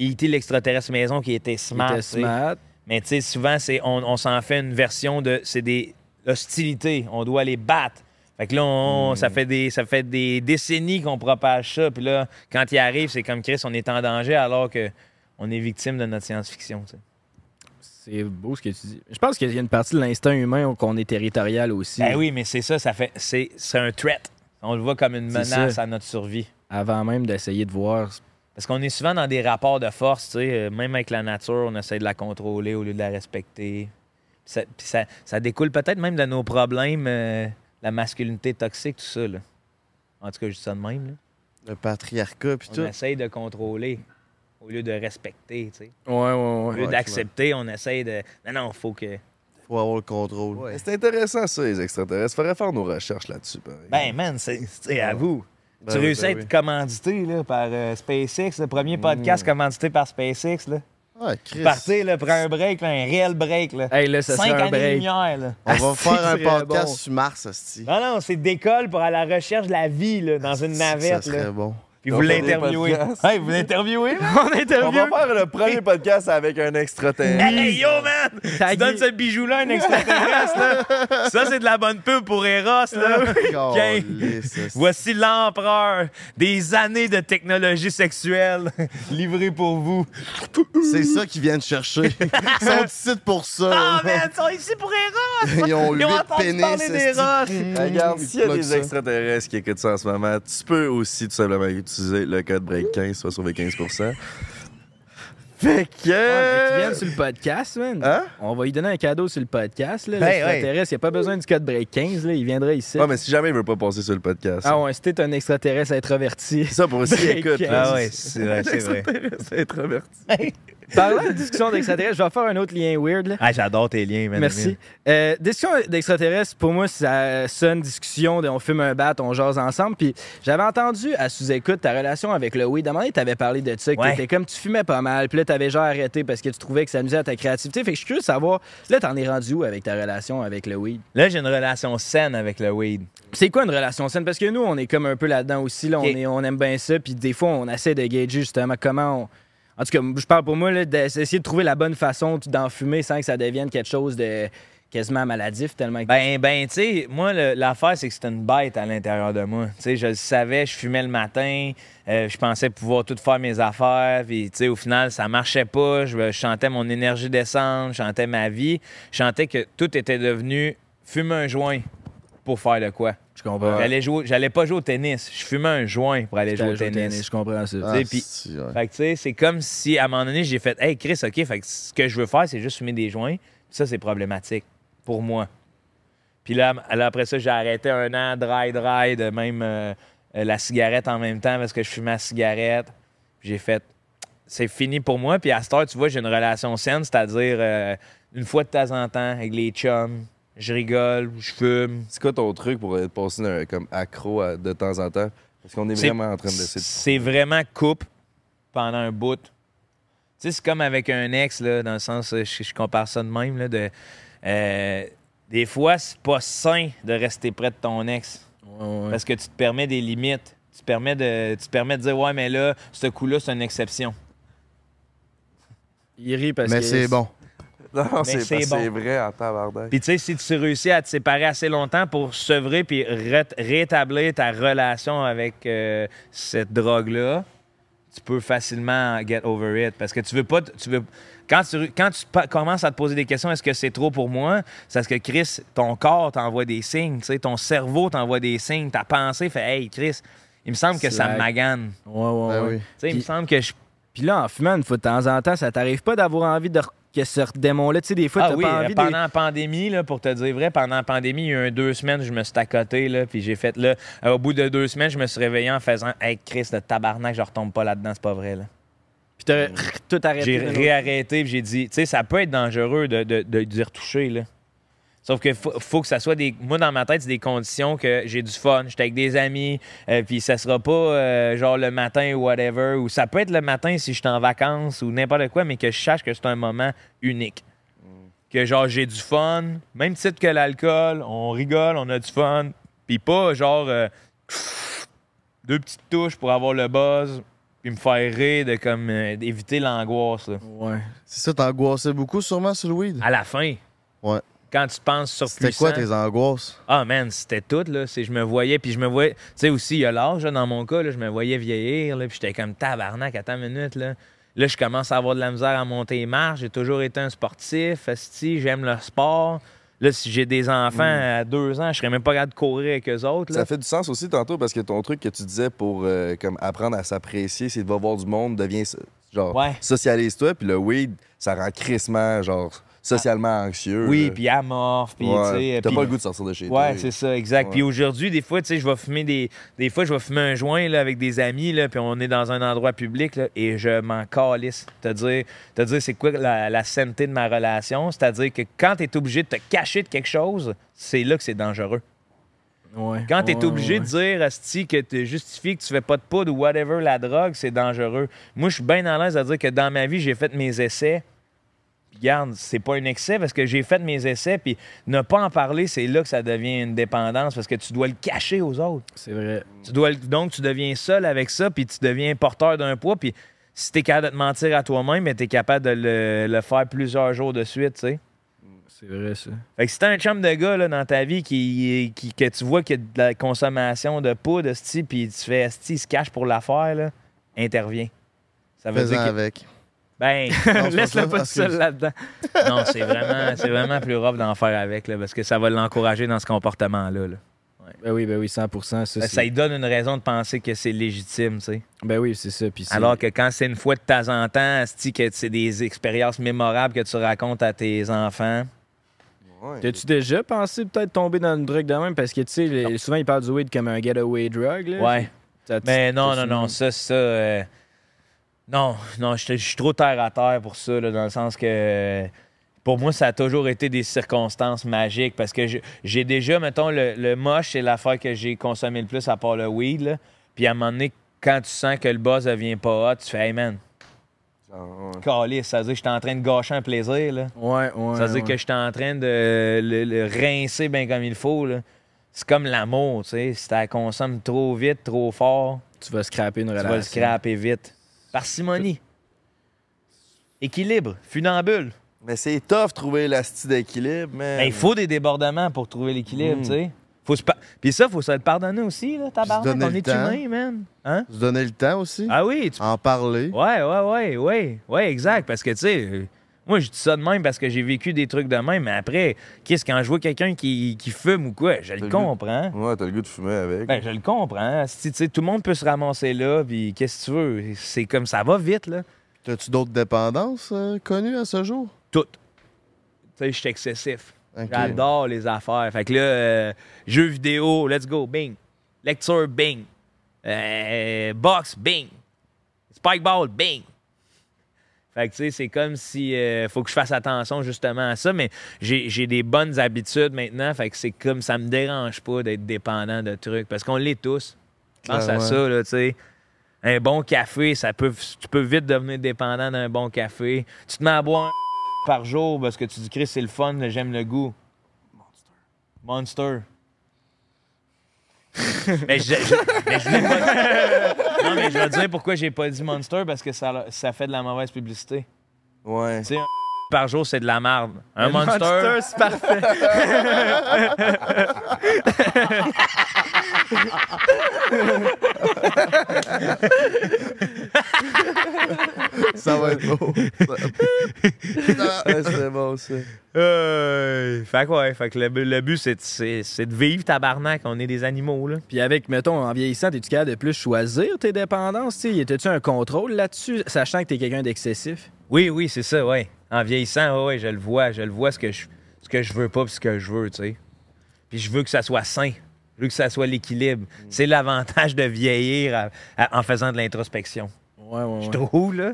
S3: E.T. l'extraterrestre maison qui était
S5: Ils
S3: smart.
S5: étaient
S3: tu sais.
S5: smart.
S3: Mais tu sais, souvent, c'est, on, on s'en fait une version de. C'est des hostilités. On doit les battre. Fait que là, on-
S5: Hmm.
S3: ça, fait des, ça fait des décennies qu'on propage ça. Puis là, quand il arrive, c'est comme Chris, on est en danger alors que on est victime de notre science-fiction. tu sais.
S5: C'est beau ce que tu dis. Je pense qu'il y a une partie de l'instinct humain où- qu'on est territorial aussi.
S3: Ben oui, mais c'est ça, ça fait. C'est, c'est un threat. On le voit comme une
S5: C'est
S3: menace
S5: ça.
S3: à notre survie.
S5: Avant même d'essayer de voir.
S3: Parce qu'on est souvent dans des rapports de force, tu sais, euh, même avec la nature, on essaie de la contrôler au lieu de la respecter. Ça, puis ça, ça découle peut-être même de nos problèmes, euh, la masculinité toxique, tout ça. Là. En tout cas, je dis ça de même. là.
S6: Le patriarcat, puis
S3: On
S6: tout.
S3: essaye de contrôler au lieu de respecter. tu sais.
S8: Ouais, ouais,
S3: Au
S8: ouais.
S3: lieu d'accepter, on essaye de. Non, non, faut que.
S6: Faut avoir le contrôle.
S2: Mais C'est intéressant, ça, les extraterrestres. Faudrait faire nos recherches là-dessus. pareil.
S3: Ben, man, c'est c'est à vous.
S6: Ben
S3: tu
S6: oui,
S3: réussis
S6: ben
S3: à être
S6: oui. Mm.
S3: commandité là, par euh, SpaceX, le premier podcast commandité par SpaceX. Là.
S6: Ouais, Ah, Chris.
S3: Partez, là, prends un break, là, un réel break. Là.
S8: Hey, là, ça
S3: Cinq
S8: serait un break.
S3: années-lumière. là.
S6: On va
S8: Asti,
S6: faire un
S8: c'est
S6: podcast
S8: bon.
S6: sur Mars, Asti.
S3: Non, non, c'est décolle pour aller à la recherche de la vie là, dans une
S6: Ça
S3: navette.
S6: serait
S3: Là.
S6: bon.
S3: Puis vous l'interviewez. Hey, vous l'interviewez? là?
S5: On
S2: On va
S5: interview.
S2: faire le premier podcast avec un extraterrestre.
S3: Hey, yo, man! Tu
S5: Tagué.
S3: donnes ce bijou-là à un extraterrestre. là. Ça, c'est de la bonne pub pour Eros. Là.
S6: Calisse, asti.
S3: Voici l'empereur des années de technologie sexuelle livrées pour vous.
S6: C'est ça qu'ils viennent chercher. Ils sont ici pour ça.
S3: Ah, mais ils sont ici pour Eros!
S6: Ils ont
S3: Ils ont
S6: huit
S3: entendu
S6: pénis.
S3: parler des
S6: asti.
S3: Eros!
S2: Regarde,
S6: Ils
S2: s'il y a
S6: bloquent
S2: des
S6: ça.
S2: extraterrestres qui écoutent ça en ce moment, tu peux aussi tout simplement utiliser le code BREAK15, tu vas sauver 15%. Fait
S5: Ah, Qui
S2: que...
S5: viennent sur le podcast, man.
S2: Hein?
S5: On va lui donner un cadeau sur le podcast. Là,
S3: Ben,
S5: l'extraterrestre, il n'y a pas besoin du code break 15. Là, il viendra ici.
S2: Ouais, Ah, mais si jamais il veut pas passer sur le podcast.
S5: Ah ouais, si t'es un extraterrestre introverti.
S2: Ça, pour aussi,
S5: Break
S2: écoute.
S5: 15.
S2: là,
S3: Ah ouais, c'est vrai, c'est vrai.
S2: Extraterrestre introverti.
S5: Parlant de discussion d'extraterrestre, je vais faire un autre lien weird. Là.
S3: Ah, j'adore tes liens, man.
S5: Merci. Euh, discussion d'extraterrestres, pour moi, ça sonne discussion, de- on fume un bat, on jase ensemble. Puis j'avais entendu à sous-écoute ta relation avec le weed. À un moment donné, t'avais parlé de ça, que
S3: Ouais.
S5: t'étais comme tu fumais pas mal, puis là, t'avais genre arrêté parce que tu trouvais que ça nuisait à ta créativité. Fait que je suis curieux de savoir, là, t'en es rendu où avec ta relation avec le weed?
S3: Là, j'ai une relation saine avec le weed.
S5: C'est quoi une relation saine? Parce que nous, on est comme un peu là-dedans aussi. Là,
S3: Ok.
S5: on, est, on aime bien ça. Puis des fois, on essaie de gager justement comment on. En tout cas, je parle pour moi, là, d'essayer de trouver la bonne façon d'en fumer sans que ça devienne quelque chose de quasiment maladif, tellement que.
S3: Ben, ben, tu sais, moi, le- l'affaire, c'est que c'était une bête à l'intérieur de moi. Tu sais, je le savais, je fumais le matin, euh, je pensais pouvoir tout faire mes affaires, puis, tu sais, au final, ça marchait pas. Je, je chantais mon énergie descendre, je chantais ma vie, je chantais que tout était devenu fumer un joint pour faire de quoi.
S5: je comprends.
S3: J'allais jouer, j'allais pas jouer au tennis, je fumais un joint pour aller jouer au tennis. Ah.
S5: Je comprends ça.
S3: Tu sais, puis-
S6: Asti, Ah, ouais.
S3: Fait que, tu sais, c'est comme si, à un moment donné, j'ai fait, hey, Chris, OK, fait que ce que je veux faire, c'est juste fumer des joints. Ça, c'est problématique pour moi. Puis là, m- là, après ça, j'ai arrêté un an dry, dry, de même euh, euh, la cigarette en même temps parce que je fumais la cigarette. Puis J'ai fait, c'est fini pour moi. Puis à cette heure, tu vois, j'ai une relation saine, c'est-à-dire euh, une fois de temps en temps avec les chums, je rigole, je fume.
S2: C'est quoi ton truc pour être passé d'un- comme accro à- de temps en temps? Parce qu'on est
S3: C'est-
S2: vraiment en train de d'essayer de...
S3: C'est vraiment coupe pendant un bout. Tu sais, c'est comme avec un ex, là, dans le sens, euh, je, je compare ça de même, là, de, euh, des fois, c'est pas sain de rester près de ton ex. Parce que tu te permets des limites. Tu te permets de, tu te permets de dire, ouais, mais là, ce coup-là, c'est une exception.
S5: Il rit parce
S6: Mais
S5: que.
S6: c'est bon.
S2: Non,
S3: ben, c'est
S2: c'est
S3: c'est bon.
S2: c'est vrai en tabarnak.
S3: Puis, tu sais, si tu réussis à te séparer assez longtemps pour sevrer puis ré- rétablir ta relation avec euh, cette drogue-là, tu peux facilement get over it. Parce que tu veux pas. t- Tu veux, quand tu, quand tu pa- commences à te poser des questions, est-ce que c'est trop pour moi? C'est parce que Chris, ton corps t'envoie des signes, tu sais, ton cerveau t'envoie des signes, ta pensée fait Hey, Chris, il me semble que ça me
S5: Slack.
S3: magane. Tu
S5: Ouais, ouais,
S6: Ben
S5: ouais.
S6: oui.
S3: sais, il me
S5: Puis-
S3: semble que je.
S5: Puis là, en fumant, une fois de temps en temps, ça t'arrive pas d'avoir envie de re- que ce démon-là. Tu sais, des fois,
S3: Ah
S5: t'as
S3: oui,
S5: pas
S3: euh,
S5: envie
S3: pendant la pandémie, là, pour te dire vrai, pendant la pandémie, il y a eu deux semaines, je me suis accoté, là, puis j'ai fait, là, euh, au bout de deux semaines, je me suis réveillé en faisant, hey, Chris, le tabarnak, je retombe pas là-dedans, c'est pas vrai, là.
S5: de. Puis t'as tout arrêté.
S3: J'ai
S5: d'un autre.
S3: réarrêté, puis j'ai dit, tu sais, ça peut être dangereux de, de, de, d'y retoucher, là. Sauf que faut, faut que ça soit des. Moi, dans ma tête, c'est des conditions que j'ai du fun, j'étais avec des amis, euh, puis ça sera pas euh, genre le matin ou whatever, ou ça peut être le matin si je suis en vacances ou n'importe quoi, mais que je sache que c'est un moment unique. Que genre j'ai du fun, même titre que l'alcool, on rigole, on a du fun, puis pas genre euh, deux petites touches pour avoir le buzz, puis me faire rire, de comme euh, d'éviter l'angoisse. là.
S5: Ouais.
S6: C'est ça, t'angoissais beaucoup sûrement sur le weed?
S3: À la fin.
S6: Ouais.
S3: Quand tu penses Ah, sur
S6: C'était quoi tes angoisses?
S3: Ah man, c'était tout là, c'est je me voyais puis je me voyais, tu sais aussi il y a l'âge là, dans mon cas là, je me voyais vieillir là, puis j'étais comme tabarnak attends une minute là. Là, je commence à avoir de la misère à monter les marches, j'ai toujours été un sportif, asti, j'aime le sport. Là, si j'ai des enfants à deux ans, je serais même pas capable de courir avec eux autres. Là.
S2: Mm. Ça fait du sens aussi tantôt parce que ton truc que tu disais pour euh, comme apprendre à s'apprécier, c'est de va voir du monde, devient genre
S3: Ouais.
S2: socialise-toi, puis le weed, ça rend crissement genre socialement anxieux.
S3: Oui,
S2: là.
S3: puis amorphe, puis
S2: Ouais,
S3: tu sais.
S2: T'as
S3: puis-
S2: pas le goût de sortir de chez toi.
S3: Ouais, c'est ça, exact. Puis aujourd'hui, des fois, tu sais, je vais fumer des. Des fois, je vais fumer un joint là, avec des amis, là, puis on est dans un endroit public, là, et je m'en calisse. Te dire, te dire c'est quoi la, la sainteté de ma relation. C'est-à-dire que quand tu es obligé de te cacher de quelque chose, c'est là que c'est dangereux.
S5: Ouais.
S3: Quand tu es obligé de dire Asti que tu justifies que tu fais pas de poudre ou whatever la drogue, c'est dangereux. Moi, je suis bien à l'aise à dire que dans ma vie, j'ai fait mes essais. Puis, Garde, c'est pas un excès parce que j'ai fait mes essais, puis ne pas en parler, c'est là que ça devient une dépendance parce que tu dois le cacher aux autres.
S5: C'est vrai.
S3: Tu dois le- donc tu deviens seul avec ça, puis tu deviens porteur d'un poids, puis si t'es capable de te mentir à toi-même, mais t'es capable de le, le faire plusieurs jours de suite, tu sais.
S5: C'est vrai, ça.
S3: Fait que si t'as un chum de gars là, dans ta vie qui, qui- que tu vois qu'il y a de la consommation de poudre, esti, puis tu fais esti, il se cache pour l'affaire, là, intervient. Ça veut
S6: Fais-en
S3: dire que.
S6: avec.
S3: Ben,
S6: Non, c'est pas ça.
S5: Laisse-le pas tout seul
S6: Excuse.
S5: là-dedans.
S3: non, c'est vraiment, c'est vraiment plus rough d'en faire avec, là, parce que ça va l'encourager dans ce comportement-là. là.
S5: Ben oui, ben oui, 100 ça,
S3: Ça,
S5: c'est-
S3: lui donne une raison de penser que c'est légitime, tu sais.
S5: Ben oui, c'est ça. Puis c'est-
S3: Alors que quand c'est une fois de temps en temps, esti, que c'est des expériences mémorables que tu racontes à tes enfants.
S5: T'as-tu déjà pensé peut-être tomber dans une drogue de même? Parce que, tu sais, les- souvent, ils parlent du weed comme un getaway drug. Là.
S3: Ouais.
S5: T'as-
S3: Mais Ben, non,
S5: t'as-
S3: non, non, ça, ça. euh, non, non, je je suis trop terre à terre pour ça, là, dans le sens que. euh, Pour moi, ça a toujours été des circonstances magiques parce que je- j'ai déjà, mettons, le, le moche, c'est l'affaire que j'ai consommé le plus à part le weed. là. Puis à un moment donné, quand tu sens que le boss devient pas hot, tu fais Hey man, calice, ça veut dire que j'étais en train de gâcher un plaisir. Là.
S5: Ouais, ouais.
S3: ça veut dire
S5: ouais.
S3: que j'étais en train de le, le rincer bien comme il faut. là. C'est comme l'amour, tu sais. Si tu la consommes trop vite, trop fort,
S5: Tu vas scraper une
S3: tu
S5: relation.
S3: vas le scraper vite. Parcimonie. Équilibre. Funambule.
S2: Mais c'est tough trouver la style d'équilibre, mais.
S3: Ben, il faut des débordements pour trouver l'équilibre, tu sais. Faut se pa- Puis ça, faut se le pardonner aussi, là, tabarnak.
S6: donner
S3: On
S6: le
S3: est
S6: temps.
S3: humain, man. Hein?
S6: Se donner le temps aussi.
S3: Ah oui, tu...
S6: En parler.
S3: Ouais, ouais, ouais, ouais. Ouais, exact. Parce que, tu sais, euh, moi, je dis ça de même parce que j'ai vécu des trucs de même, mais après, qu'est-ce quand je vois quelqu'un qui, qui fume ou quoi, je le
S2: le-
S3: comprends.
S2: Ouais, t'as le goût de fumer avec.
S3: Ben, je le comprends. Si, tu sais, tout le monde peut se ramasser là, puis qu'est-ce que tu veux? C'est comme ça va vite, là.
S6: T'as-tu d'autres dépendances euh, connues à ce jour?
S3: Tout. Tu sais, je suis excessif.
S6: Ok.
S3: J'adore les affaires. Fait que là, euh, jeux vidéo, let's go, bing. Lecture, bing. Euh, box, bing. Spikeball, bing. Fait que tu sais, c'est comme si euh, faut que je fasse attention justement à ça, mais j'ai j'ai des bonnes habitudes maintenant. Fait que c'est comme ça me dérange pas d'être dépendant de trucs parce qu'on l'est tous. Pense à
S6: Clairement.
S3: ça, là, tu sais. Un bon café, ça peut, tu peux vite devenir dépendant d'un bon café. Tu te mets à boire un par jour parce que tu dis, Chris, c'est le fun, là, j'aime le goût. Monster. mais je, je- mais je l'ai pas Non, mais je vais te dire pourquoi j'ai pas dit Monster parce que ça, ça fait de la mauvaise publicité.
S2: Ouais.
S3: Tu sais, un par jour, c'est de la merde. Un, Monster.
S5: c'est parfait.
S6: Ça va être beau.
S2: Ouais, c'est bon, ça.
S3: Euh, fait que ouais, fait que le, bu- le but, c'est de- c'est c'est de vivre, tabarnak. On est des animaux, là.
S5: Puis avec, mettons, en vieillissant, t'es-tu capable de plus choisir tes dépendances? Tu sais, y tu un contrôle là-dessus, sachant que t'es quelqu'un d'excessif?
S3: Oui, oui, c'est ça, ouais. En vieillissant, ouais, ouais, je le vois. Je le vois ce que je, ce que je veux pas puis ce que je veux, tu sais. Puis je veux que ça soit sain. Je veux que ça soit l'équilibre. C'est l'avantage de vieillir à- à- en faisant de l'introspection.
S5: Ouais, ouais,
S3: Je trouve, là.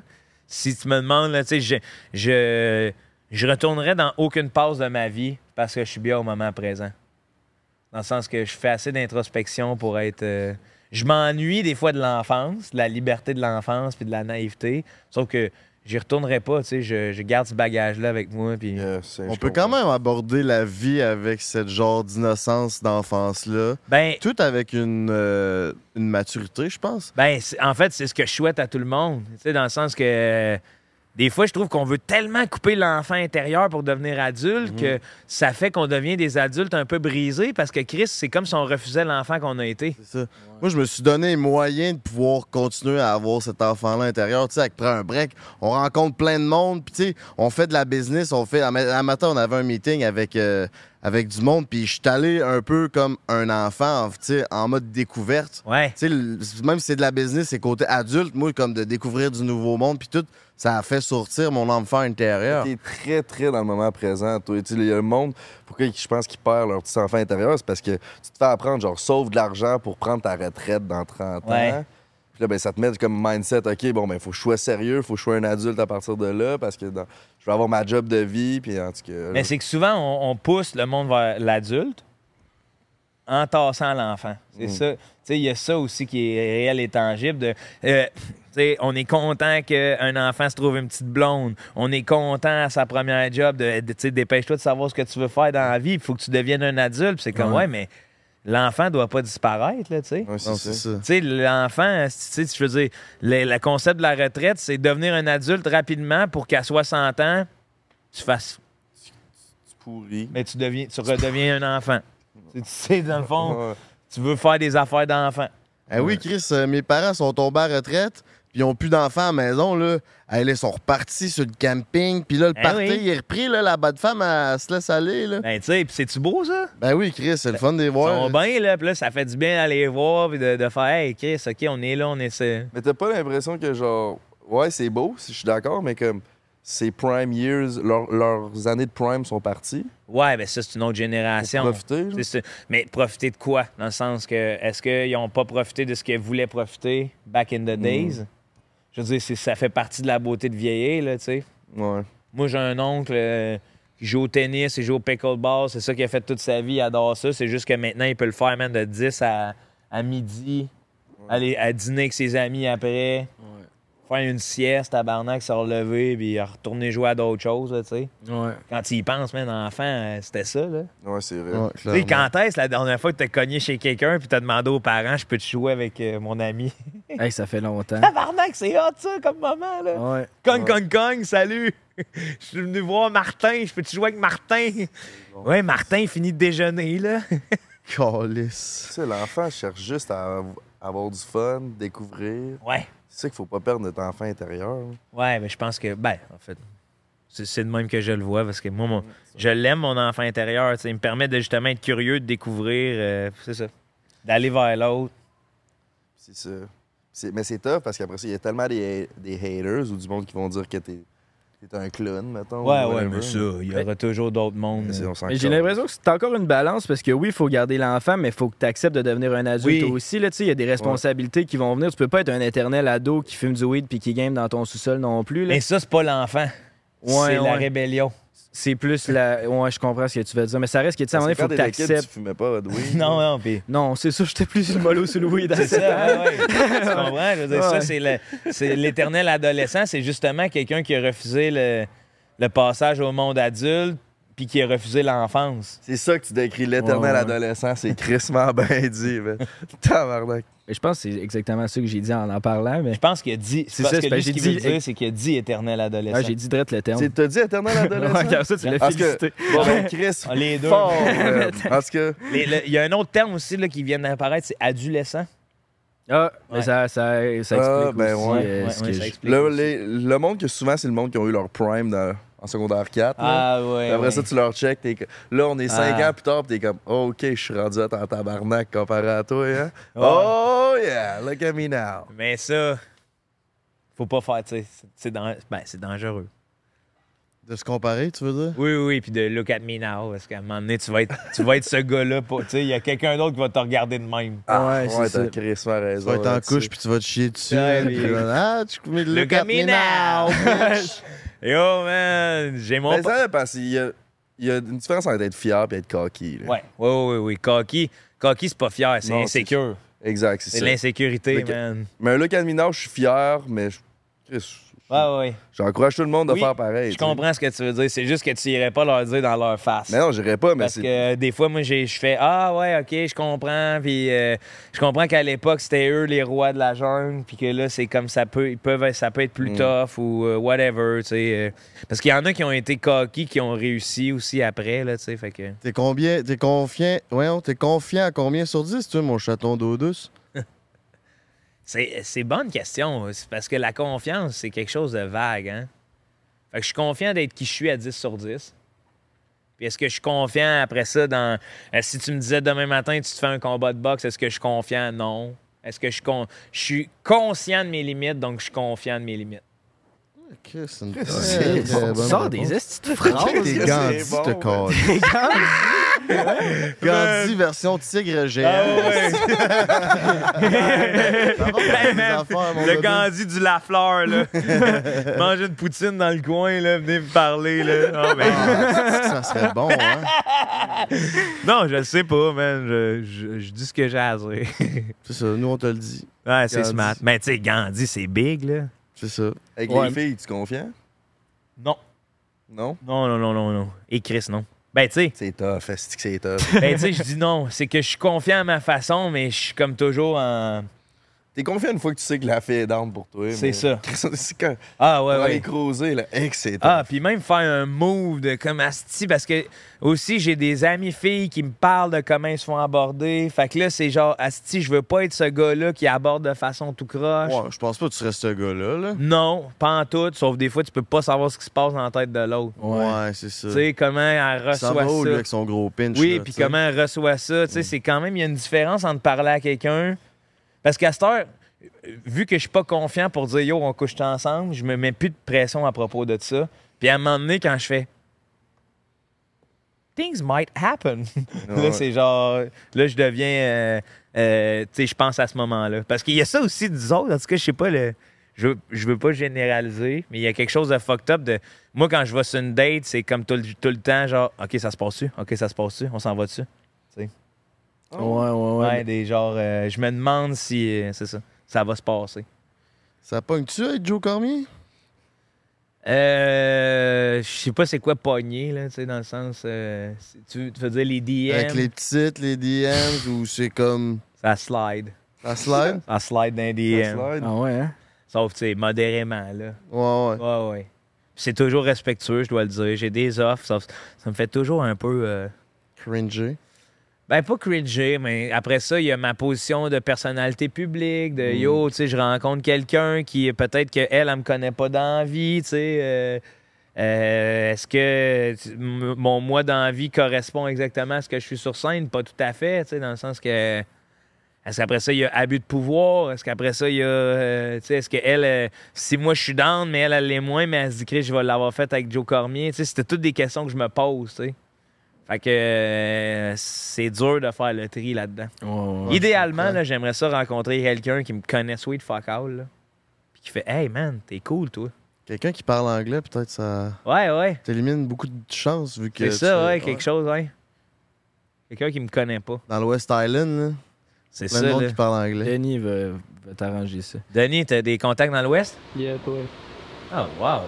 S3: Si tu me demandes, là, tu sais, je, je, je retournerai dans aucune passe de ma vie parce que je suis bien au moment présent. Dans le sens que je fais assez d'introspection pour être. euh, je m'ennuie des fois de l'enfance, de la liberté de l'enfance puis de la naïveté. Sauf que j'y retournerai pas, tu sais. Je, je garde ce bagage-là avec moi. Puis...
S2: Yeah, c'est-
S6: On
S2: je
S6: peut
S2: comprends.
S6: quand même aborder la vie avec cette genre d'innocence d'enfance-là.
S3: Ben,
S6: Tout avec une, euh, une maturité, je pense.
S3: Ben, c'est- en fait, c'est ce que je souhaite à tout le monde. Tu sais, dans le sens que euh, des fois, je trouve qu'on veut tellement couper l'enfant intérieur pour devenir adulte que ça fait qu'on devient des adultes un peu brisés parce que Chris, c'est comme si on refusait l'enfant qu'on a été.
S6: C'est ça. Moi, je me suis donné les moyens de pouvoir continuer à avoir cet enfant-là intérieur. Tu sais, avec prend un break, on rencontre plein de monde, puis tu sais, on fait de la business, on fait... Un matin, on avait un meeting avec... euh, avec du monde, puis je suis allé un peu comme un enfant, en- tu sais, en mode découverte.
S3: Ouais.
S6: Tu sais, le- même si c'est de la business, c'est côté adulte, moi, comme de découvrir du nouveau monde, puis tout, ça a fait sortir mon enfant intérieur.
S2: T'es très, très dans le moment présent. Toi. Tu sais, Il y a le monde, pourquoi je pense qu'ils perdent leur petit enfant intérieur, c'est parce que tu te fais apprendre, genre, sauve de l'argent pour prendre ta retraite dans 30
S3: Ouais.
S2: ans. Puis là, ben, ça te met comme mindset, OK, bon, ben, faut que je sois sérieux, faut que je sois un adulte à partir de là, parce que dans- je vais avoir ma job de vie, puis en tout cas.
S3: Mais c'est que souvent, on, on pousse le monde vers l'adulte en tassant l'enfant. C'est ça. Tu sais, il y a ça aussi qui est réel et tangible. De, euh, tu sais, on est content qu'un enfant se trouve une petite blonde. On est content à sa première job. De, de- tu sais, dépêche-toi de savoir ce que tu veux faire dans la vie. Il faut que tu deviennes un adulte. Puis c'est comme, ouais, mais l'enfant doit pas disparaître, là, tu sais.
S2: Ouais, c'est
S6: Non,
S2: ça.
S6: c'est ça.
S3: Tu sais, l'enfant, tu sais, je veux dire, le, le concept de la retraite, c'est devenir un adulte rapidement pour qu'à 60 ans, tu fasses
S2: C'est pourri.
S3: mais tu, deviens, tu redeviens un enfant. Tu sais, dans le fond,
S2: Ouais.
S3: tu veux faire des affaires d'enfant.
S6: Eh oui, Chris, euh, mes parents sont tombés à retraite, puis ils n'ont plus d'enfants à la maison. Là. Eh, là, ils sont repartis sur le camping, puis là, le
S3: Eh
S6: party
S3: oui.
S6: il est repris. Là, la bonne femme, elle, se laisse aller. Là.
S3: Ben, tu sais, puis c'est-tu beau, ça?
S6: Ben oui, Chris, c'est le fun des
S3: Ils
S6: voir.
S3: sont bien, là, puis là, ça fait du bien d'aller les voir, puis de, de faire, hey, Chris, OK, on est là, on essaie.
S2: Mais t'as pas l'impression que, genre, ouais, c'est beau, si je suis d'accord, mais comme, ces prime years, leur- leurs années de prime sont parties.
S3: Ouais, ben ça, c'est une autre
S2: Pour
S3: génération.
S2: profiter. genre.
S3: C'est ça. Mais profiter de quoi? Dans le sens que, est-ce qu'ils n'ont pas profité de ce qu'ils voulaient profiter back in
S2: Hmm.
S3: the days? Je veux dire, c'est- ça fait partie de la beauté de vieillir, là, tu sais.
S2: Ouais.
S3: Moi, j'ai un oncle euh, qui joue au tennis, il joue au pickleball. C'est ça qu'il a fait toute sa vie. Il adore ça. C'est juste que maintenant, il peut le faire même de 10 à, à midi, aller à dîner avec ses amis après, faire une sieste à Barnac, se relever, puis retourner jouer à d'autres choses. là, tu sais.
S5: Ouais.
S3: Quand il y pense, man, enfant, euh, c'était ça. Là.
S2: Ouais, c'est vrai.
S6: Ouais,
S3: Tu sais,
S6: clairement.
S3: quand est-ce la dernière fois que t'as cogné chez quelqu'un puis t'as demandé aux parents, je peux te jouer avec euh, mon ami?
S5: Hey, ça fait longtemps.
S3: Tabarnak, c'est hot ça comme moment, là!
S5: Ouais.
S3: Cogne, cogne, cogne, salut! Je suis venu voir Martin, je peux-tu jouer avec Martin? Ouais, Martin il finit de déjeuner, là.
S6: Calisse.
S2: Tu sais, l'enfant cherche juste à av- avoir du fun, découvrir.
S3: Ouais,
S2: C'est ça qu'il faut pas perdre notre enfant intérieur. hein.
S3: ouais, mais je pense que, ben, en fait, c'est c'est de même que je le vois parce que moi, mon- je l'aime, mon enfant intérieur. tu sais, Il me permet de justement être curieux, de découvrir, euh, c'est ça, d'aller vers l'autre.
S2: C'est ça. C'est- mais c'est tough parce qu'après ça, il y a tellement des, ha- des haters ou du monde qui vont dire que t'es, t'es un clown, mettons.
S3: Oh, Ouais,
S2: ou
S3: ouais,
S2: whatever.
S3: mais ça, il y aura toujours d'autres mondes.
S2: C'est-
S3: euh.
S2: on s'en
S5: Mais J'ai
S2: calme.
S5: l'impression que c'est encore une balance parce que oui, il faut garder l'enfant, mais il faut que tu acceptes de devenir un adulte
S3: Oui.
S5: aussi. là, tu sais, Il y a des responsabilités qui vont venir. Tu peux pas être un éternel ado qui fume du weed puis qui game dans ton sous-sol non plus. là.
S3: Mais ça, c'est pas l'enfant.
S5: Ouais,
S3: c'est la
S5: ouais.
S3: rébellion.
S5: C'est plus la. Ouais, je comprends ce que tu veux dire, mais ça reste que tu sais, à un
S2: Parce
S5: moment, il faut
S2: que quand
S5: que tu
S2: t'es le kid, tu
S5: acceptes.
S2: fumais pas de weed.
S3: Non,
S2: là.
S3: non, pis.
S5: Non, c'est ça, j'étais plus le mollo sur le weed à
S3: C'est
S5: sept ans.
S3: ça, ouais, ouais. tu comprends? Je veux dire,
S5: Ouais.
S3: ça, c'est le- c'est l'éternel adolescent. C'est justement quelqu'un qui a refusé le, le passage au monde adulte puis qui a refusé l'enfance.
S2: C'est ça que tu décris, l'éternel
S5: Ouais, ouais.
S2: adolescent. C'est crissement bien dit, man. Tabarnak.
S5: Mais Je pense que c'est exactement ça que j'ai dit en en parlant, mais
S3: Je pense qu'il a dit...
S5: C'est
S3: C'est parce
S5: ça,
S3: que
S5: c'est
S3: lui,
S5: parce
S3: ce
S5: que
S3: qu'il
S5: j'ai
S3: veut
S5: dit-
S3: dire, c'est qu'il a dit éternel adolescent.
S5: Ah, j'ai dit drette le terme.
S2: C'est- T'as dit éternel
S5: Ouais,
S2: adolescent?
S5: car ça, tu l'as
S2: Parce que-
S5: félicité.
S2: bon, ben, Chris,
S3: Ah, les deux.
S2: fort, man. En tout cas,
S3: Les- le- Il y a un autre terme aussi là, qui vient d'apparaître, c'est adolescent.
S5: Ah, mais
S3: Ouais.
S5: ça, ça, ça explique
S2: Ah, ben
S5: aussi,
S2: ouais.
S5: euh,
S3: Ouais,
S5: ce
S3: ouais,
S5: que
S3: ça
S5: je-
S3: explique
S2: le,
S3: aussi.
S2: les- le monde que souvent, c'est le monde qui ont eu leur prime dans- en secondaire 4. là.
S3: Ah, ouais.
S2: Puis Après
S3: ouais.
S2: ça, tu leur check. t'es co- Là, on est cinq
S3: Ah.
S2: ans plus tard, puis t'es comme, oh, OK, je suis rendu à ton tabarnak comparé à toi. Hein?
S3: Ouais.
S2: Oh, yeah, look at me now.
S3: Mais ça, faut pas faire, tu sais. c'est- C'est dan- ben, c'est dangereux.
S6: De se comparer, tu veux dire?
S3: Oui, oui, puis de look at me now, parce qu'à un moment donné, tu vas être, tu vas être ce gars-là. pas- Tu sais, il y a quelqu'un d'autre qui va te regarder de même.
S5: Ouais, c'est
S2: Ah, ouais,
S5: ça.
S2: t'as crissement
S6: Tu
S2: raison. hein,
S6: vas être en
S2: là-dessus.
S6: couche, puis tu vas te chier dessus.
S3: Ouais,
S6: puis
S3: mais-
S6: Ah, tu mais
S3: Le
S6: look at me now.
S3: Yo, man, j'ai mon.
S2: Mais ça dépend, c'est- il y a, il y a une différence entre être fier et être coquille. là.
S3: Ouais, oui, oui, oui. Cocky, cocky c'est pas fier, c'est
S2: Non,
S3: insécure.
S2: Exact, c'est
S3: C'est
S2: ça.
S3: de l'insécurité,
S2: Ok.
S3: man.
S2: Mais un look at me now, je suis fier, mais je- Chris,
S3: Ouais, ouais.
S2: j'encourage tout le monde de
S3: Oui,
S2: faire pareil.
S3: Je
S2: tu sais.
S3: comprends ce que tu veux dire. C'est juste que tu irais pas leur dire dans leur face.
S2: Mais non, j'irai pas, mais
S3: Parce
S2: c'est.
S3: que des fois, moi, j'ai- je fais Ah, ouais, OK, je comprends. Puis euh, je comprends qu'à l'époque, c'était eux les rois de la jungle. Puis que là, c'est comme ça peut, ils peuvent, ça peut être plus
S2: Mm.
S3: tough ou euh, whatever. Tu sais, euh. parce qu'il y en a qui ont été coquilles, qui ont réussi aussi après. Là, tu sais, fait que...
S6: T'es combien? T'es confiant? Voyons, t'es confiant à combien sur 10, toi, mon chaton d'Odus?
S3: c'est, c'est bonne question. C'est parce que la confiance, c'est quelque chose de vague. Hein? Fait que je suis confiant d'être qui je suis à 10 sur 10. Puis est-ce que je suis confiant après ça dans. euh, si tu me disais demain matin, tu te fais un combat de boxe, est-ce que je suis confiant? Non. Est-ce que je suis, con- je suis conscient de mes limites, donc je suis confiant de mes limites?
S6: Chris, c'est une très bonne
S5: Tu sors
S6: réponse.
S5: des estis de phrases.
S6: Des
S2: C'est
S6: Gandhi,
S2: bon,
S6: te
S2: ouais.
S6: colle. Gandhi version tigre géant.
S3: Ah
S6: Ça va,
S3: Hey,
S6: des
S3: Ben, man,
S6: affaires, mon
S3: le
S6: bébé.
S3: Gandhi du Lafleur, là. Manger une poutine dans le coin, là. Venez me parler, là. Ah, ben. Non, mais-
S6: Ah, Ça serait bon, hein?
S3: non, je le sais pas, man. Je, je- je dis ce que j'ai à dire.
S6: C'est ça, nous, on te le dit.
S3: Ouais, c'est
S6: Gandhi.
S3: smart. Mais tu sais, Gandhi, c'est big, là.
S6: C'est ça.
S2: Avec
S3: Ouais.
S2: les filles, tu confiant?
S3: Non.
S2: Non?
S3: Non, non, non, non, non. Et Chris, non. Ben, tu sais,
S2: C'est tough, est que c'est tough?
S3: ben, tu sais, je dis non. C'est que je suis confiant à ma façon, mais je suis comme toujours en.
S2: T'es confiant une fois que tu sais que la fille est down pour toi.
S3: C'est
S2: mais-
S3: ça.
S2: C'est quand
S3: Ah, ouais,
S2: on
S3: ouais.
S2: allait creuser, là, hey, que c'est tough.
S3: Ah, puis même faire un move de comme Asti, parce que aussi j'ai des amis filles qui me parlent de comment ils se font aborder. Fait que là, c'est genre Asti, je veux pas être ce gars-là qui aborde de façon tout croche.
S6: Ouais, je pense pas que tu serais ce gars-là, là.
S3: Non, pas en tout, sauf des fois, tu peux pas savoir ce qui se passe dans la tête de l'autre.
S6: Ouais, c'est ça.
S3: Tu sais, comment elle
S6: Ça
S3: reçoit
S6: va
S3: ça.
S6: où, lui, avec son gros pinch?
S3: Oui,
S6: là,
S3: puis
S6: tu sais? Mm.
S3: comment elle reçoit ça. Tu sais, c'est quand même, il y a une différence entre parler à quelqu'un. Parce qu'à cette heure, vu que je suis pas confiant pour dire yo, on couche ensemble, je me mets plus de pression à propos de ça. Puis à un moment donné, quand je fais Things might happen. là, c'est genre. Là, je deviens. euh, euh, tu sais, je pense à ce moment-là. Parce qu'il y a ça aussi des autres. En tout cas, je sais pas le. Je veux, je veux pas généraliser, mais il y a quelque chose de fucked up de. Moi, quand je vais sur une date, c'est comme tout, le- tout le temps, genre, OK, ça se passe-tu? OK, ça se passe-tu? On s'en va dessus?
S5: Ouais, ouais,
S3: Ouais, des genre, euh, je me demande si. euh, c'est ça. Ça va se passer.
S6: Ça pogne-tu avec Joe Cormier?
S3: Euh, je sais pas c'est quoi pogner, là, tu sais, dans le sens. euh, si tu, tu veux dire les DM,
S6: Avec les petites, les DMs, ou c'est comme.
S3: ça slide.
S6: Ça slide?
S3: Ça slide dans les
S2: Ça
S3: DM.
S2: slide.
S5: Ah ouais, hein?
S3: Sauf, tu sais, modérément, là.
S6: Ouais, ouais.
S3: Ouais, ouais. Puis C'est toujours respectueux, je dois le dire. J'ai des offres, ça, ça me fait toujours un peu. euh,
S6: Cringé.
S3: Ben, pas cringé, mais après ça, il y a ma position de personnalité publique, de yo, tu sais, je rencontre quelqu'un qui peut-être qu'elle, elle, elle me connaît pas dans la vie, tu sais. euh, euh, Est-ce que tu- m- mon moi dans la vie correspond exactement à ce que je suis sur scène? Pas tout à fait, tu sais, dans le sens que. Est-ce qu'après ça, il y a abus de pouvoir? Est-ce qu'après ça, il y a. euh, tu sais, est-ce qu'elle. si moi, je suis down, mais elle, elle l'est moins, mais elle se dit, Chris, je vais l'avoir faite avec Joe Cormier. Tu sais, c'était toutes des questions que je me pose, tu sais. Fait que euh, c'est dur de faire le tri là-dedans.
S5: Ouais,
S3: Idéalement, là, j'aimerais ça rencontrer quelqu'un qui me connaît sweet fuck all, là. Puis qui fait Hey man, t'es cool toi.
S6: Quelqu'un qui parle anglais, peut-être ça
S3: Ouais, ouais.
S6: t'élimine beaucoup de chances vu que.
S3: C'est
S6: tu
S3: ça,
S6: fais-
S3: ouais, quelque chose, ouais. Quelqu'un qui me connaît pas.
S6: Dans l'Ouest Island, là,
S3: C'est
S6: plein
S3: ça.
S6: de monde
S3: là.
S6: qui parle anglais.
S5: Denis va, va t'arranger ça.
S3: Denis, t'as des contacts dans l'Ouest?
S8: Yeah, toi.
S3: Oh wow.
S8: Pas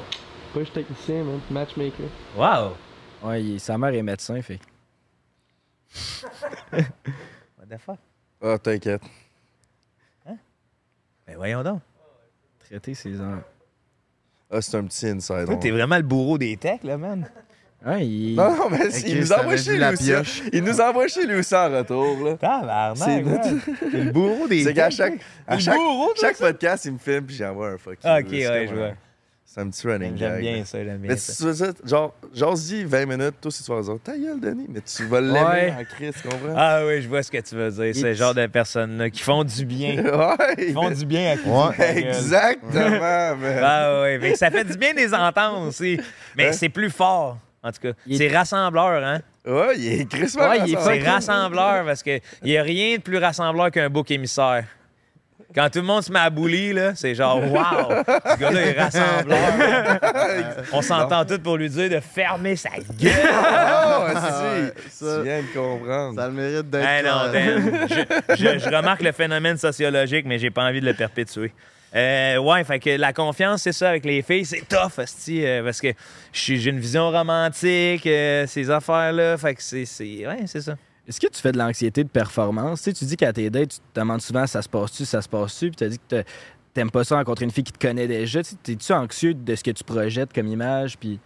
S8: je suis technicien, man. Matchmaker.
S3: Wow!
S5: Ouais, il- sa mère est médecin, fait.
S3: What the fuck?
S2: Ah, t'inquiète.
S3: Ben voyons donc.
S5: Traiter ses enfants.
S2: Ah, c'est un petit inside.
S3: Toi,
S2: on-
S3: t'es vraiment le bourreau des techs, là, man.
S5: Ouais, il...
S3: Bah.
S2: Non, non, mais c'est-
S6: Chris,
S2: il nous envoie
S6: t'avais
S2: chez
S6: vu
S2: lui
S6: la
S2: aussi.
S6: pioche.
S2: Il nous envoie chez lui aussi en retour, là.
S3: Tabarnak,
S2: C'est-
S3: ouais. T'es le bourreau des
S2: C'est
S3: techs.
S2: qu'à chaque, à
S3: Le
S2: chaque,
S3: bourreau, toi,
S2: chaque
S3: ça?
S2: podcast, il me filme puis j'envoie un fuck. you.
S3: Ah, Ok,
S2: C'est
S3: ouais, je
S2: comme un-
S3: vois.
S2: C'est un petit running
S3: J'aime
S2: gag, là.
S3: bien ça, j'aime bien
S2: Mais
S3: ça.
S2: tu veux ça, genre, j'ose-y 20 minutes, toi, si tu vas dire, ta gueule, Denis, mais tu vas l'aimer
S5: Ouais.
S2: en crise, tu comprends?
S3: Ah oui, je vois ce que tu veux dire. C'est le genre de personnes-là qui font du bien.
S2: ouais!
S3: Ah, Ils font du bien à qui
S6: Ouais.
S3: ils font du mal.
S2: Exactement, man!
S3: Ah oui, mais ça fait du bien des entendre aussi.
S5: Hein?
S3: Mais c'est plus fort, en tout cas.
S5: Il-
S3: C'est rassembleur, hein?
S2: Ouais, il est crissement
S5: Ouais, il est
S2: rassembleur.
S3: C'est rassembleur parce qu'il n'y a rien de plus rassembleur qu'un bouc émissaire. Quand tout le monde se met à bouli, là, c'est genre « Wow! Ce gars-là est rassembleur! » On s'entend tous pour lui dire de fermer sa gueule.
S2: Ah, si,
S6: ça-
S2: tu viens de comprendre.
S6: Ça a le mérite d'être. euh,
S3: Eh non, Ben,
S6: clair.
S3: je, je- je remarque le phénomène sociologique, mais j'ai pas envie de le perpétuer. Euh, ouais, fait que la confiance, c'est ça avec les filles, c'est tough, hostie, euh, parce que je suis- j'ai une vision romantique, euh, ces affaires-là, fait que c'est, c'est, ouais, c'est ça.
S5: Est-ce que tu fais de l'anxiété de performance? Tu sais, tu dis qu'à tes dates, tu te demandes souvent ça se passe-tu, ça se passe-tu, puis tu as dit que t'as- t'aimes pas ça rencontrer une fille qui te connaît déjà. Tu sais, T'es-tu anxieux de ce que tu projettes comme image? Puis...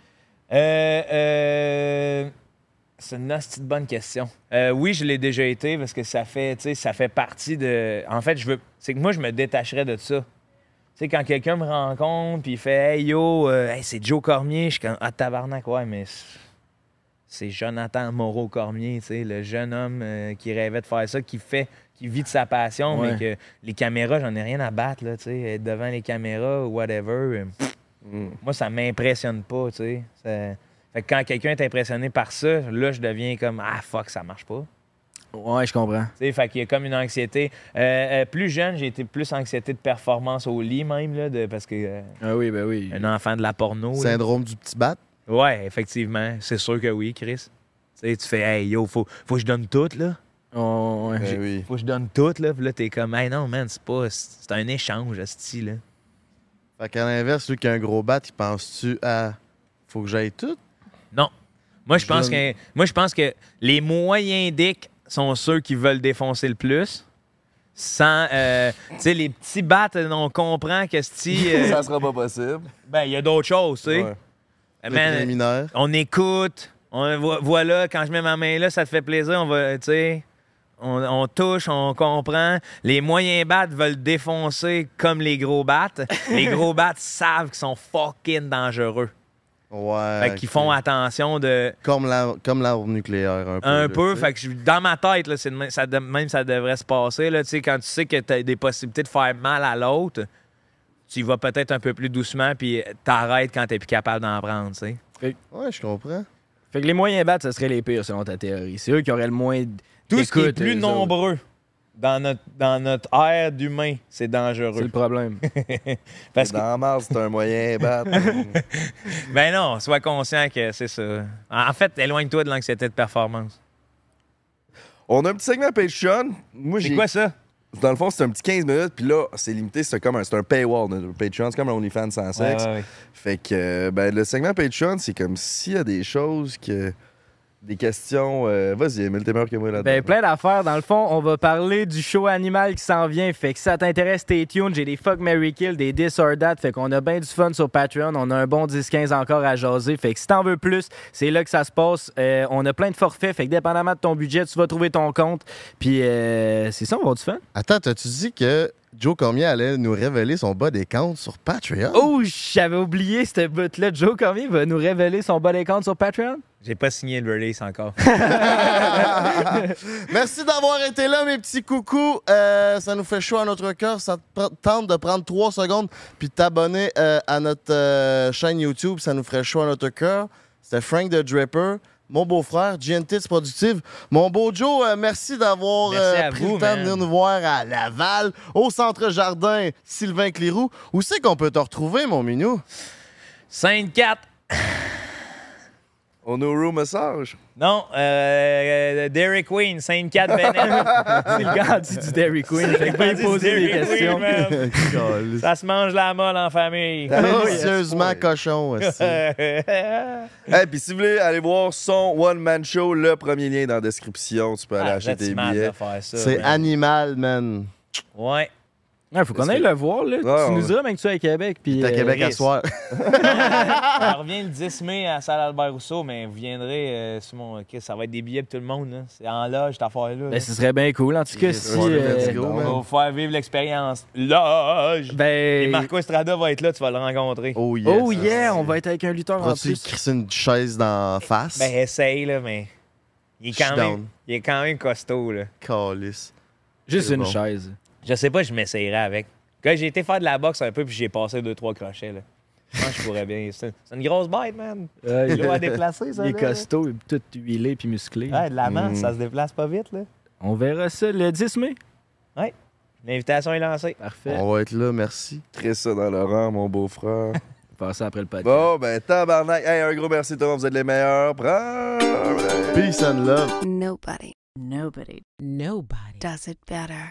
S3: Euh, euh, c'est une hostie de bonne question. Euh, oui, je l'ai déjà été parce que ça fait, tu sais, ça fait partie de. En fait, je veux. C'est que moi, je me détacherais de ça. Tu sais, quand quelqu'un me rencontre puis il fait Hey yo, euh, hey, c'est Joe Cormier, je suis comme Ah tabarnak, ouais, mais c'est- c'est Jonathan Moreau Cormier, tu sais, le jeune homme euh, qui rêvait de faire ça, qui fait, qui vit de sa passion,
S2: Ouais.
S3: mais que les caméras, j'en ai rien à battre, là, tu sais, être devant les caméras ou whatever. euh, pff, Moi, ça m'impressionne pas, tu sais. Ça- Fait que quand quelqu'un est impressionné par ça, là, je deviens comme Ah fuck, ça marche pas.
S2: Ouais, je comprends.
S3: Tu sais, fait qu'il y a comme une anxiété. Euh, euh, plus jeune, j'ai été plus anxiété de performance au lit même, là, de- parce que euh,
S2: Ah oui, ben oui.
S3: un enfant de la porno. là.
S6: Syndrome du petit bat.
S3: Ouais, effectivement. C'est sûr que oui, Chris. Tu sais, tu fais, hey, yo, faut, faut que je donne tout, là.
S2: Oh, ouais.
S6: Ben oui.
S3: Faut que je donne tout, là. Puis là, t'es comme, hey, non, man, c'est pas. C'est un échange, style là.
S6: Fait qu'à l'inverse, celui qui a un gros bat, il pense-tu à. Faut que j'aille tout?
S3: Non. Moi, je pense
S6: Je-
S3: que, moi, je pense que les moyens dicks sont ceux qui veulent défoncer le plus. Sans, euh, tu sais, les petits bats, euh, on comprend que style euh,
S2: sera pas possible.
S3: ben, il y a d'autres choses, tu sais.
S2: Ouais.
S3: Euh,
S6: Le
S3: man,
S6: préliminaire.
S3: on écoute, on vo- voilà, quand je mets ma main là, ça te fait plaisir, on va, tu sais, on, on touche, on comprend. Les moyens bats veulent défoncer comme les gros bats. les gros bats savent qu'ils sont fucking dangereux.
S6: Ouais.
S3: Fait qu'ils font
S6: Ah, ok.
S3: attention de
S6: Comme la- comme l'arbre nucléaire, un peu.
S3: un
S6: là,
S3: peu.
S6: tu sais.
S3: Fait que je- dans ma tête, là, c'est de même, ça de- même ça devrait se passer. Là, tu sais, quand tu sais que tu as des possibilités de faire mal à l'autre, tu y vas peut-être un peu plus doucement, puis t'arrêtes quand t'es plus capable d'en prendre, tu sais.
S6: Ouais, je comprends.
S5: Fait que les moyens battent, ce serait les pires selon ta théorie. C'est eux qui auraient le moins. d-
S3: Tout ce qui est
S5: d'écoute,
S3: plus
S5: eux autres.
S3: nombreux dans notre, dans notre ère d'humain,
S5: C'est
S3: c'est
S5: le
S3: dangereux.
S5: problème.
S3: Parce que,
S2: Dans Mars, c'est un moyen battre.
S3: ben non, sois conscient que c'est ça. En en fait, éloigne-toi de l'anxiété de performance.
S2: On a un petit segment Patreon. Moi,
S3: C'est
S2: j'ai-
S3: quoi ça?
S2: Dans le fond, c'est un petit 15 minutes, puis là, c'est limité, c'est comme un, c'est un paywall. notre Patreon, c'est comme un OnlyFans sans sexe. Fait que euh, ben, le segment Patreon, c'est comme s'il y a des choses que. Des questions. euh, Vas-y, Emile, t'es meilleur que moi là-dedans.
S5: Ben, plein d'affaires. Dans le fond, on va parler du show animal qui s'en vient. Fait que ça t'intéresse, t'es tuned. J'ai des fuck Mary Kill, des This or That. Fait qu'on a bien du fun sur Patreon. On a un bon 10-15 encore à jaser. Fait que si t'en veux plus, c'est là que ça se passe. Euh, on a plein de forfaits. Fait que dépendamment de ton budget, tu vas trouver ton compte. Puis euh, c'est ça, on va avoir du fun.
S6: Attends, t'as-tu dit que Joe Cormier allait nous révéler son bas des comptes sur Patreon?
S5: Oh, j'avais oublié cette bout-là. Joe Cormier va nous révéler son bon des comptes sur Patreon.
S3: J'ai pas signé le release encore.
S6: Merci d'avoir été là, mes petits coucous. Euh, ça nous fait chaud à notre cœur. Ça te pre- tente de prendre trois secondes puis de t'abonner euh, à notre euh, chaîne YouTube. Ça nous ferait chaud à notre cœur. C'était Frank the Draper, mon beau-frère, GNT Productive. Mon beau Joe, euh, merci d'avoir
S3: Merci
S6: euh,
S3: à
S6: pris
S3: vous,
S6: le temps
S3: man.
S6: de venir nous voir à Laval, au Centre Jardin Sylvain Cléroux. Où c'est qu'on peut te retrouver, mon minou?
S3: 5-4.
S2: On est au room massage.
S3: Non, euh, Derek Queen, 5-4 Bennett.
S5: C'est le gars dit du Dairy Queen. Fait que va y poser des
S3: Dairy Queen,
S5: questions.
S3: man.
S6: Délicieusement
S3: Ça se mange la molle en famille.
S6: cochon aussi.
S2: Et puis si vous voulez aller voir son One Man Show, le premier lien dans la description, tu peux aller
S3: Ah,
S2: acheter
S3: that's
S2: tes
S3: mad
S2: billets.
S3: de faire ça,
S6: C'est
S3: man.
S6: animal, man.
S3: Ouais.
S5: Ouais, faut qu'on aille le voir, là.
S2: Ouais,
S5: tu
S2: on-
S5: nous diras même que tu es à Québec. Puis,
S6: T'es à
S5: euh,
S6: Québec à
S3: risque.
S6: soir.
S3: On revient le 10 mai à la salle Albert Rousseau, mais vous viendrez euh, sur mon. ok, ça va être des billets pour tout le monde. là. C'est en loge, cette affaire-là. là.
S5: Ben, ce serait bien cool. En tout cas,
S6: Et
S5: si.
S6: c'est
S5: euh,
S6: let's go,
S3: on va
S6: man.
S3: vous faire vivre l'expérience. Loge! Et
S5: ben.
S3: Marco Estrada va être là, tu vas le rencontrer.
S6: Oh yes.
S5: Oh yeah, on va être avec un lutteur en
S6: Pourras-tu lui
S5: plus.
S6: crisser une chaise dans la face?
S3: Ben, essaye, là, mais. Il est,
S6: Je suis
S3: quand même,
S6: down.
S3: il est quand même costaud, là.
S6: Calisse.
S5: Juste
S6: C'est
S5: une
S6: bon.
S5: chaise.
S3: Je sais pas, je m'essayerais avec. Quand j'ai été faire de la boxe un peu, puis j'ai passé deux, trois crochets, là. Je pense que je pourrais bien. C'est c'est une grosse bête, man.
S5: Euh,
S3: Il est lourd à déplacer, ça.
S5: Il est
S3: là.
S5: costaud, Mm. il est tout huilé puis musclé.
S3: Ouais, de la masse, ça se déplace pas vite, là.
S5: On verra ça le 10 mai.
S3: L'invitation est lancée.
S5: Parfait.
S6: On va être là, merci.
S2: Très ça dans Laurent, mon beau-frère.
S5: On va passer après le podcast.
S2: bon, ben tabarnak. Hey, un gros merci tout le monde, vous êtes les meilleurs. Prends...
S6: Peace and love.
S9: Nobody
S10: Nobody. Nobody.
S9: does it better.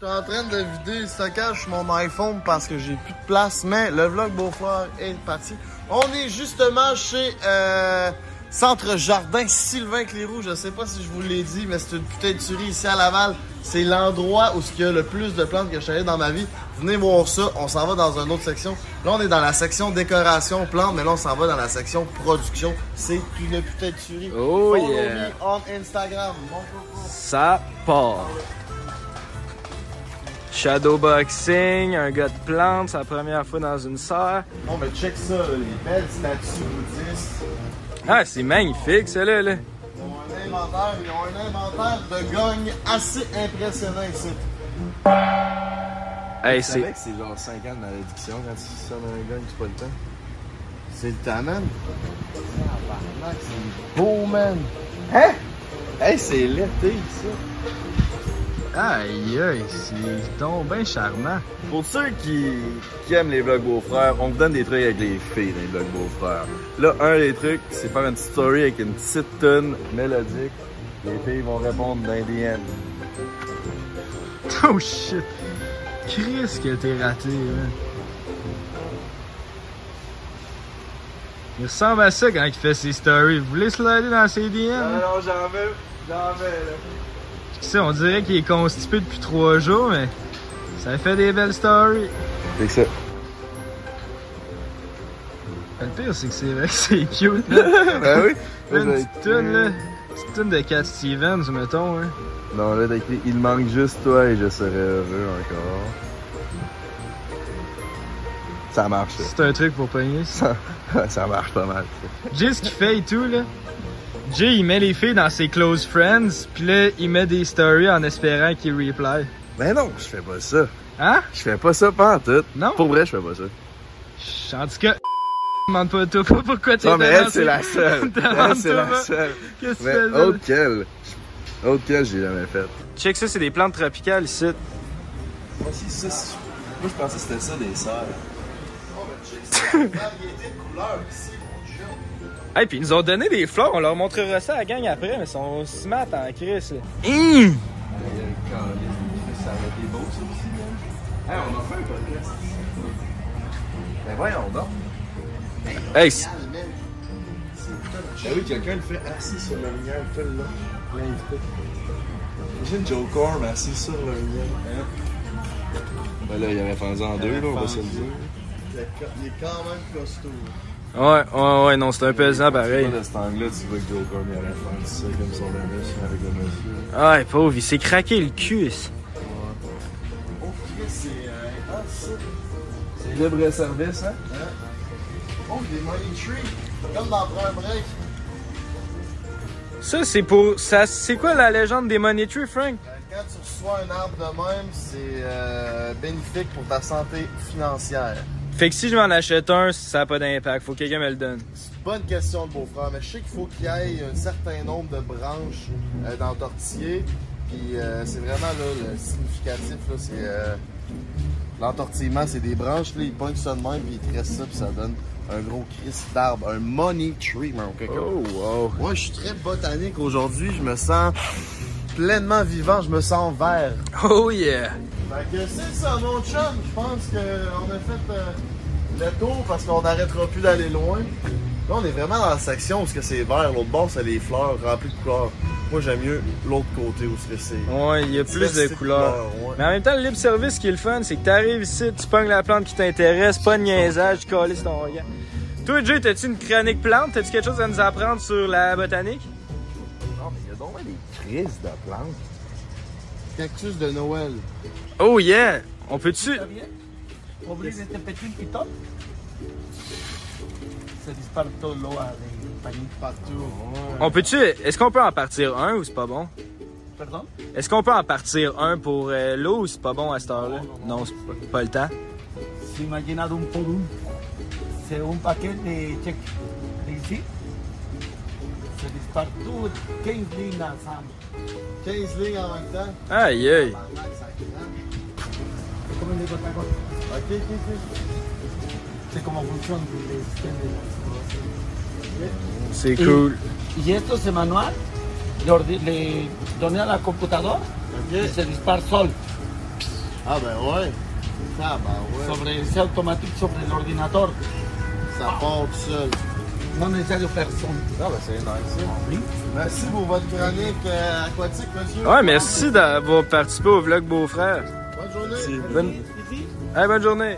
S6: Je suis en train de vider le stockage sur mon iPhone parce que j'ai plus de place, mais le vlog Beaufort est parti. On est justement chez euh, Centre Jardin Sylvain Cléroux. Je sais pas si je vous l'ai dit, mais c'est une putain de tuerie ici à Laval. C'est l'endroit où il y a le plus de plantes que je savais dans ma vie. Venez voir ça. On s'en va dans une autre section. Là, on est dans la section décoration plantes, mais là, on s'en va dans la section production. C'est une putain de tuerie.
S5: Oh,
S6: Follow
S5: yeah.
S6: me on Instagram. Bonjour.
S5: Ça part. Shadowboxing, un gars de plante, sa première fois dans une serre.
S6: Non, mais check ça, là, les belles statues bouddhistes.
S5: Ah, c'est magnifique, celle-là, là.
S6: Ils ont un inventaire, ils ont un inventaire de gognes assez impressionnant ici.
S5: Hey,
S2: C'est
S5: c'est...
S2: vrai que c'est genre 5 ans de malédiction quand tu sonnes un gars tu pas le temps.
S6: C'est le temps, man. Tabarnak, C'est beau, man.
S2: Hey, c'est l'été, ça.
S5: Aïe, aïe, c'est donc bien charmant.
S2: Pour ceux qui, qui aiment les blogs beaux-frères, on vous donne des trucs avec les filles dans les blogs beaux-frères. Là, un des trucs, c'est faire une petite story avec une petite tune mélodique. Les filles vont répondre dans les DM.
S5: Oh shit! Chris que t'es raté, hein. man. Il ressemble à ça quand il fait ses stories. Vous voulez slider dans ses DM? hein?
S2: non, j'en veux, j'en veux, là.
S5: Tu sais, on dirait qu'il est constipé depuis trois jours, mais ça fait des belles stories.
S2: C'est que ça.
S5: Le pire, c'est que c'est vrai que c'est cute. là.
S2: Ben oui.
S5: Une petite toune, là. Petite toune de Cat Stevens, mettons, hein.
S2: Non, là, t'as écrit, il manque juste toi et je serai heureux encore. Ça marche, ça.
S5: C'est un truc pour pogner. ça.
S2: ça marche pas mal. ça.
S5: Jay, ce qu'il fait et tout, là. Jay, il met les filles dans ses close friends, puis là, il met des stories en espérant qu'ils reply.
S2: Ben non, je fais pas ça.
S5: Hein?
S2: Je fais pas ça pas en tout.
S5: Non?
S2: Pour vrai, je fais pas ça.
S5: Chut, En tout cas, demande pas toi pas pourquoi t'es
S2: Non, mais elle,
S5: avancé.
S2: c'est la seule. Elle, c'est la
S5: Demande-toi
S2: seule.
S5: pas Qu'est-ce que tu
S2: Mais
S5: fais là?
S2: auquel, auquel j'ai jamais fait.
S5: Check ça, c'est des plantes tropicales ici.
S2: Moi, je pensais que c'était ça des sœurs.
S5: Hey, puis ils nous ont donné des fleurs, on leur montrera ça à la gang après, mais ils sont smart en crise.
S2: Ça aurait été beau, ça aussi, même. Hey, on a fait un podcast. Ben voyons donc.
S5: Hey, c'est-
S2: Ben oui, quelqu'un le fait assis sur le lumière tout le long. L'invité. Imagine Joe Corm assis sur le lumière. Ben là, il avait fendu en deux, là, on va se le dire.
S6: Il est quand même costaud.
S5: ouais, ouais, ouais, non, c'est un pesant pareil.
S2: De cet angle-là, tu vois que Joe Corm, il aurait fendu ça comme son anus avec le monsieur.
S5: Ouais, pauvre, il s'est craqué le cul. ici.
S6: Oh, Chris, c'est euh, intense, ça.
S2: C'est libre service, hein?
S6: Oh, des money tree. Comme dans un break.
S5: Ça, c'est pour. ça C'est quoi la légende des Money Tree, Frank?
S6: Euh, Quand tu reçois un arbre de même, c'est euh, bénéfique pour ta santé financière.
S5: Fait que si je m'en achète un, ça n'a pas d'impact. Faut que quelqu'un me le donne.
S6: Bonne question de beau-frère, mais je sais qu'il faut qu'il y ait un certain nombre de branches euh, dans le tortiller. Puis euh, c'est vraiment là, le significatif, là, c'est euh, l'entortillement, c'est des branches, là, ils pognent ça de même, puis ils tressent ça, puis ça donne un gros Christ d'arbre, un money tree, mon
S2: Oh,
S6: coco.
S2: wow.
S6: Moi, je suis très botanique aujourd'hui, je me sens pleinement vivant, je me sens vert.
S5: Oh yeah!
S6: Fait que c'est ça, mon chum. Je pense qu'on a fait euh, le tour parce qu'on n'arrêtera plus d'aller loin. Là, on est vraiment dans la section où ce que c'est vert. L'autre bord, c'est les fleurs remplies de couleurs. Moi, j'aime mieux l'autre côté où ce que c'est.
S5: Ouais, il y a plus de
S6: Diversité
S5: couleurs.
S6: ouais.
S5: Mais en même temps, le libre service, ce qui est le fun, c'est que t'arrives ici, tu pognes la plante qui t'intéresse, pas de niaisage, tu calisses ton regard. Toi, Jay, t'as-tu une chronique plante? T'as-tu quelque chose à nous apprendre sur la botanique?
S2: Non, mais il y a donc bien des crises de plantes.
S6: Cactus de Noël.
S5: Oh yeah! On peut-tu.
S6: Partout.
S5: On peut-tu. Est-ce qu'on peut en partir un ou c'est pas bon?
S11: Pardon?
S5: Est-ce qu'on peut en partir un pour euh, l'eau ou c'est pas bon à cette heure-là? Non, c'est pas, pas le temps.
S11: Se imaginado un por un. C'est un paquet de chèques d'ici. Se dispare tout 15 lignes ensemble.
S6: 15 lignes en même temps.
S5: Aïe aïe!
S6: Par là, ça craint.
S11: C'est comme une goutte à goutte.
S6: Ok, ok, ok.
S11: C'est comme fonctionne le système de
S5: C'est cool.
S11: Y esto se manual, le, ordi- le doné a la computadora y
S6: Ok.
S11: se dispara sol.
S6: Ah, ben ouais. Ah, ben ouais.
S11: Sobre ese automático, sobre el ordenador.
S6: Ça part tout seul.
S11: No necesario persona.
S6: Ah, ben c'est nice. ça. Merci pour votre chronique euh, aquatique, monsieur.
S5: Ouais, merci d'avoir participé au vlog beau-frère.
S6: Bonne journée.
S5: Bonne... Hey, bonne journée!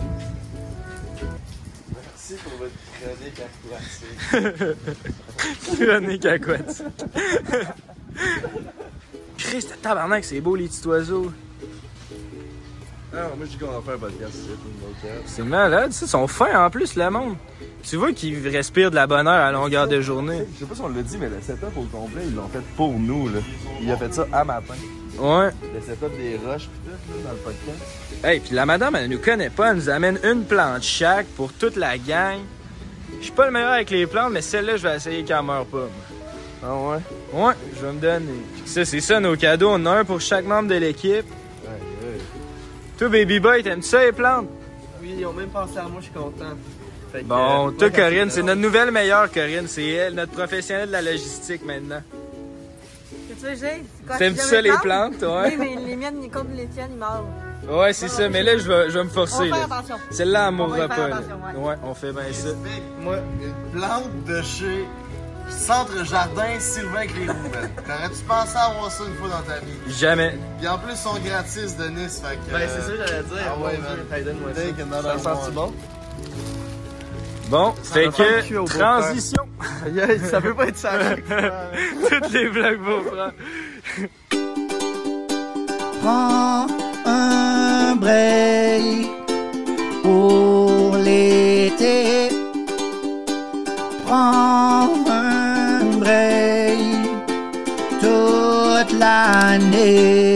S6: Merci pour votre chronique aquatique.
S5: Chronique aquatique. Christ, tabarnak, c'est beau les petits oiseaux.
S2: Alors, moi, je dis qu'on va faire un podcast. hein.
S5: C'est malade, ça. Ils sont fins en plus, le monde. Tu vois qu'ils respirent de la bonne heure à longueur de journée.
S2: Je sais pas si on l'a dit, mais le setup au complet, ils l'ont fait pour nous. Là. Il a fait ça à matin.
S5: Ouais.
S2: Le setup des roches, pis tout, là, dans le podcast.
S5: Hey, puis la madame, elle nous connaît pas. Elle nous amène une plante chaque pour toute la gang. Je suis pas le meilleur avec les plantes, mais celle-là, je vais essayer qu'elle meure pas.
S2: Ah ouais?
S5: moi. Ouais, je vais me donner. Ça, c'est ça, nos cadeaux. On en a un pour chaque membre de l'équipe. Toi, Baby Boy, t'aimes-tu ça, les plantes?
S8: Oui, ils ont même pensé à moi, je suis content. Fait que,
S5: Bon,
S8: euh,
S5: toi,
S8: moi, quand
S5: Corinne,
S8: j'étais
S5: c'est
S8: là,
S5: notre nouvelle meilleure, Corinne. C'est elle, notre professionnelle de la logistique maintenant.
S9: Tu veux que je dise? Quoi,
S5: T'aimes-tu
S9: j'aime
S5: ça, les plantes,
S9: Oui,
S5: ouais?
S9: mais les miennes, ils contre les tiennes, ils meurent.
S5: Ouais, c'est ça, mais là, je vais, je vais me
S9: On va
S5: forcer.
S9: faire
S5: là.
S9: attention.
S5: Celle-là, elle
S9: On va
S5: mourra
S9: y faire
S5: pas. là.
S9: attention, ouais.
S5: Ouais, on fait bien ça.
S6: Moi, une plante de chez Centre Jardin Sylvain Cléroux. man. T'aurais-tu pensé avoir ça une fois dans ta vie?
S5: Jamais.
S6: Puis en plus, ils sont gratis de Nice, fait que...
S8: Ben, c'est ça, que j'allais dire.
S6: Ah ouais,
S8: Mon
S6: man.
S8: Dieu, hey, donne-moi ça.
S6: Take another
S8: Ça sent-tu
S6: one.
S8: bon?
S5: Bon, fait
S8: va faire le cul
S5: que
S8: au beau-frère.
S5: transition.
S8: Aïe, aïe, ça peut pas être ça. à chaque fois.
S5: Toutes les blagues vont prendre.
S7: Prends un break pour l'été. Prends un break toute l'année.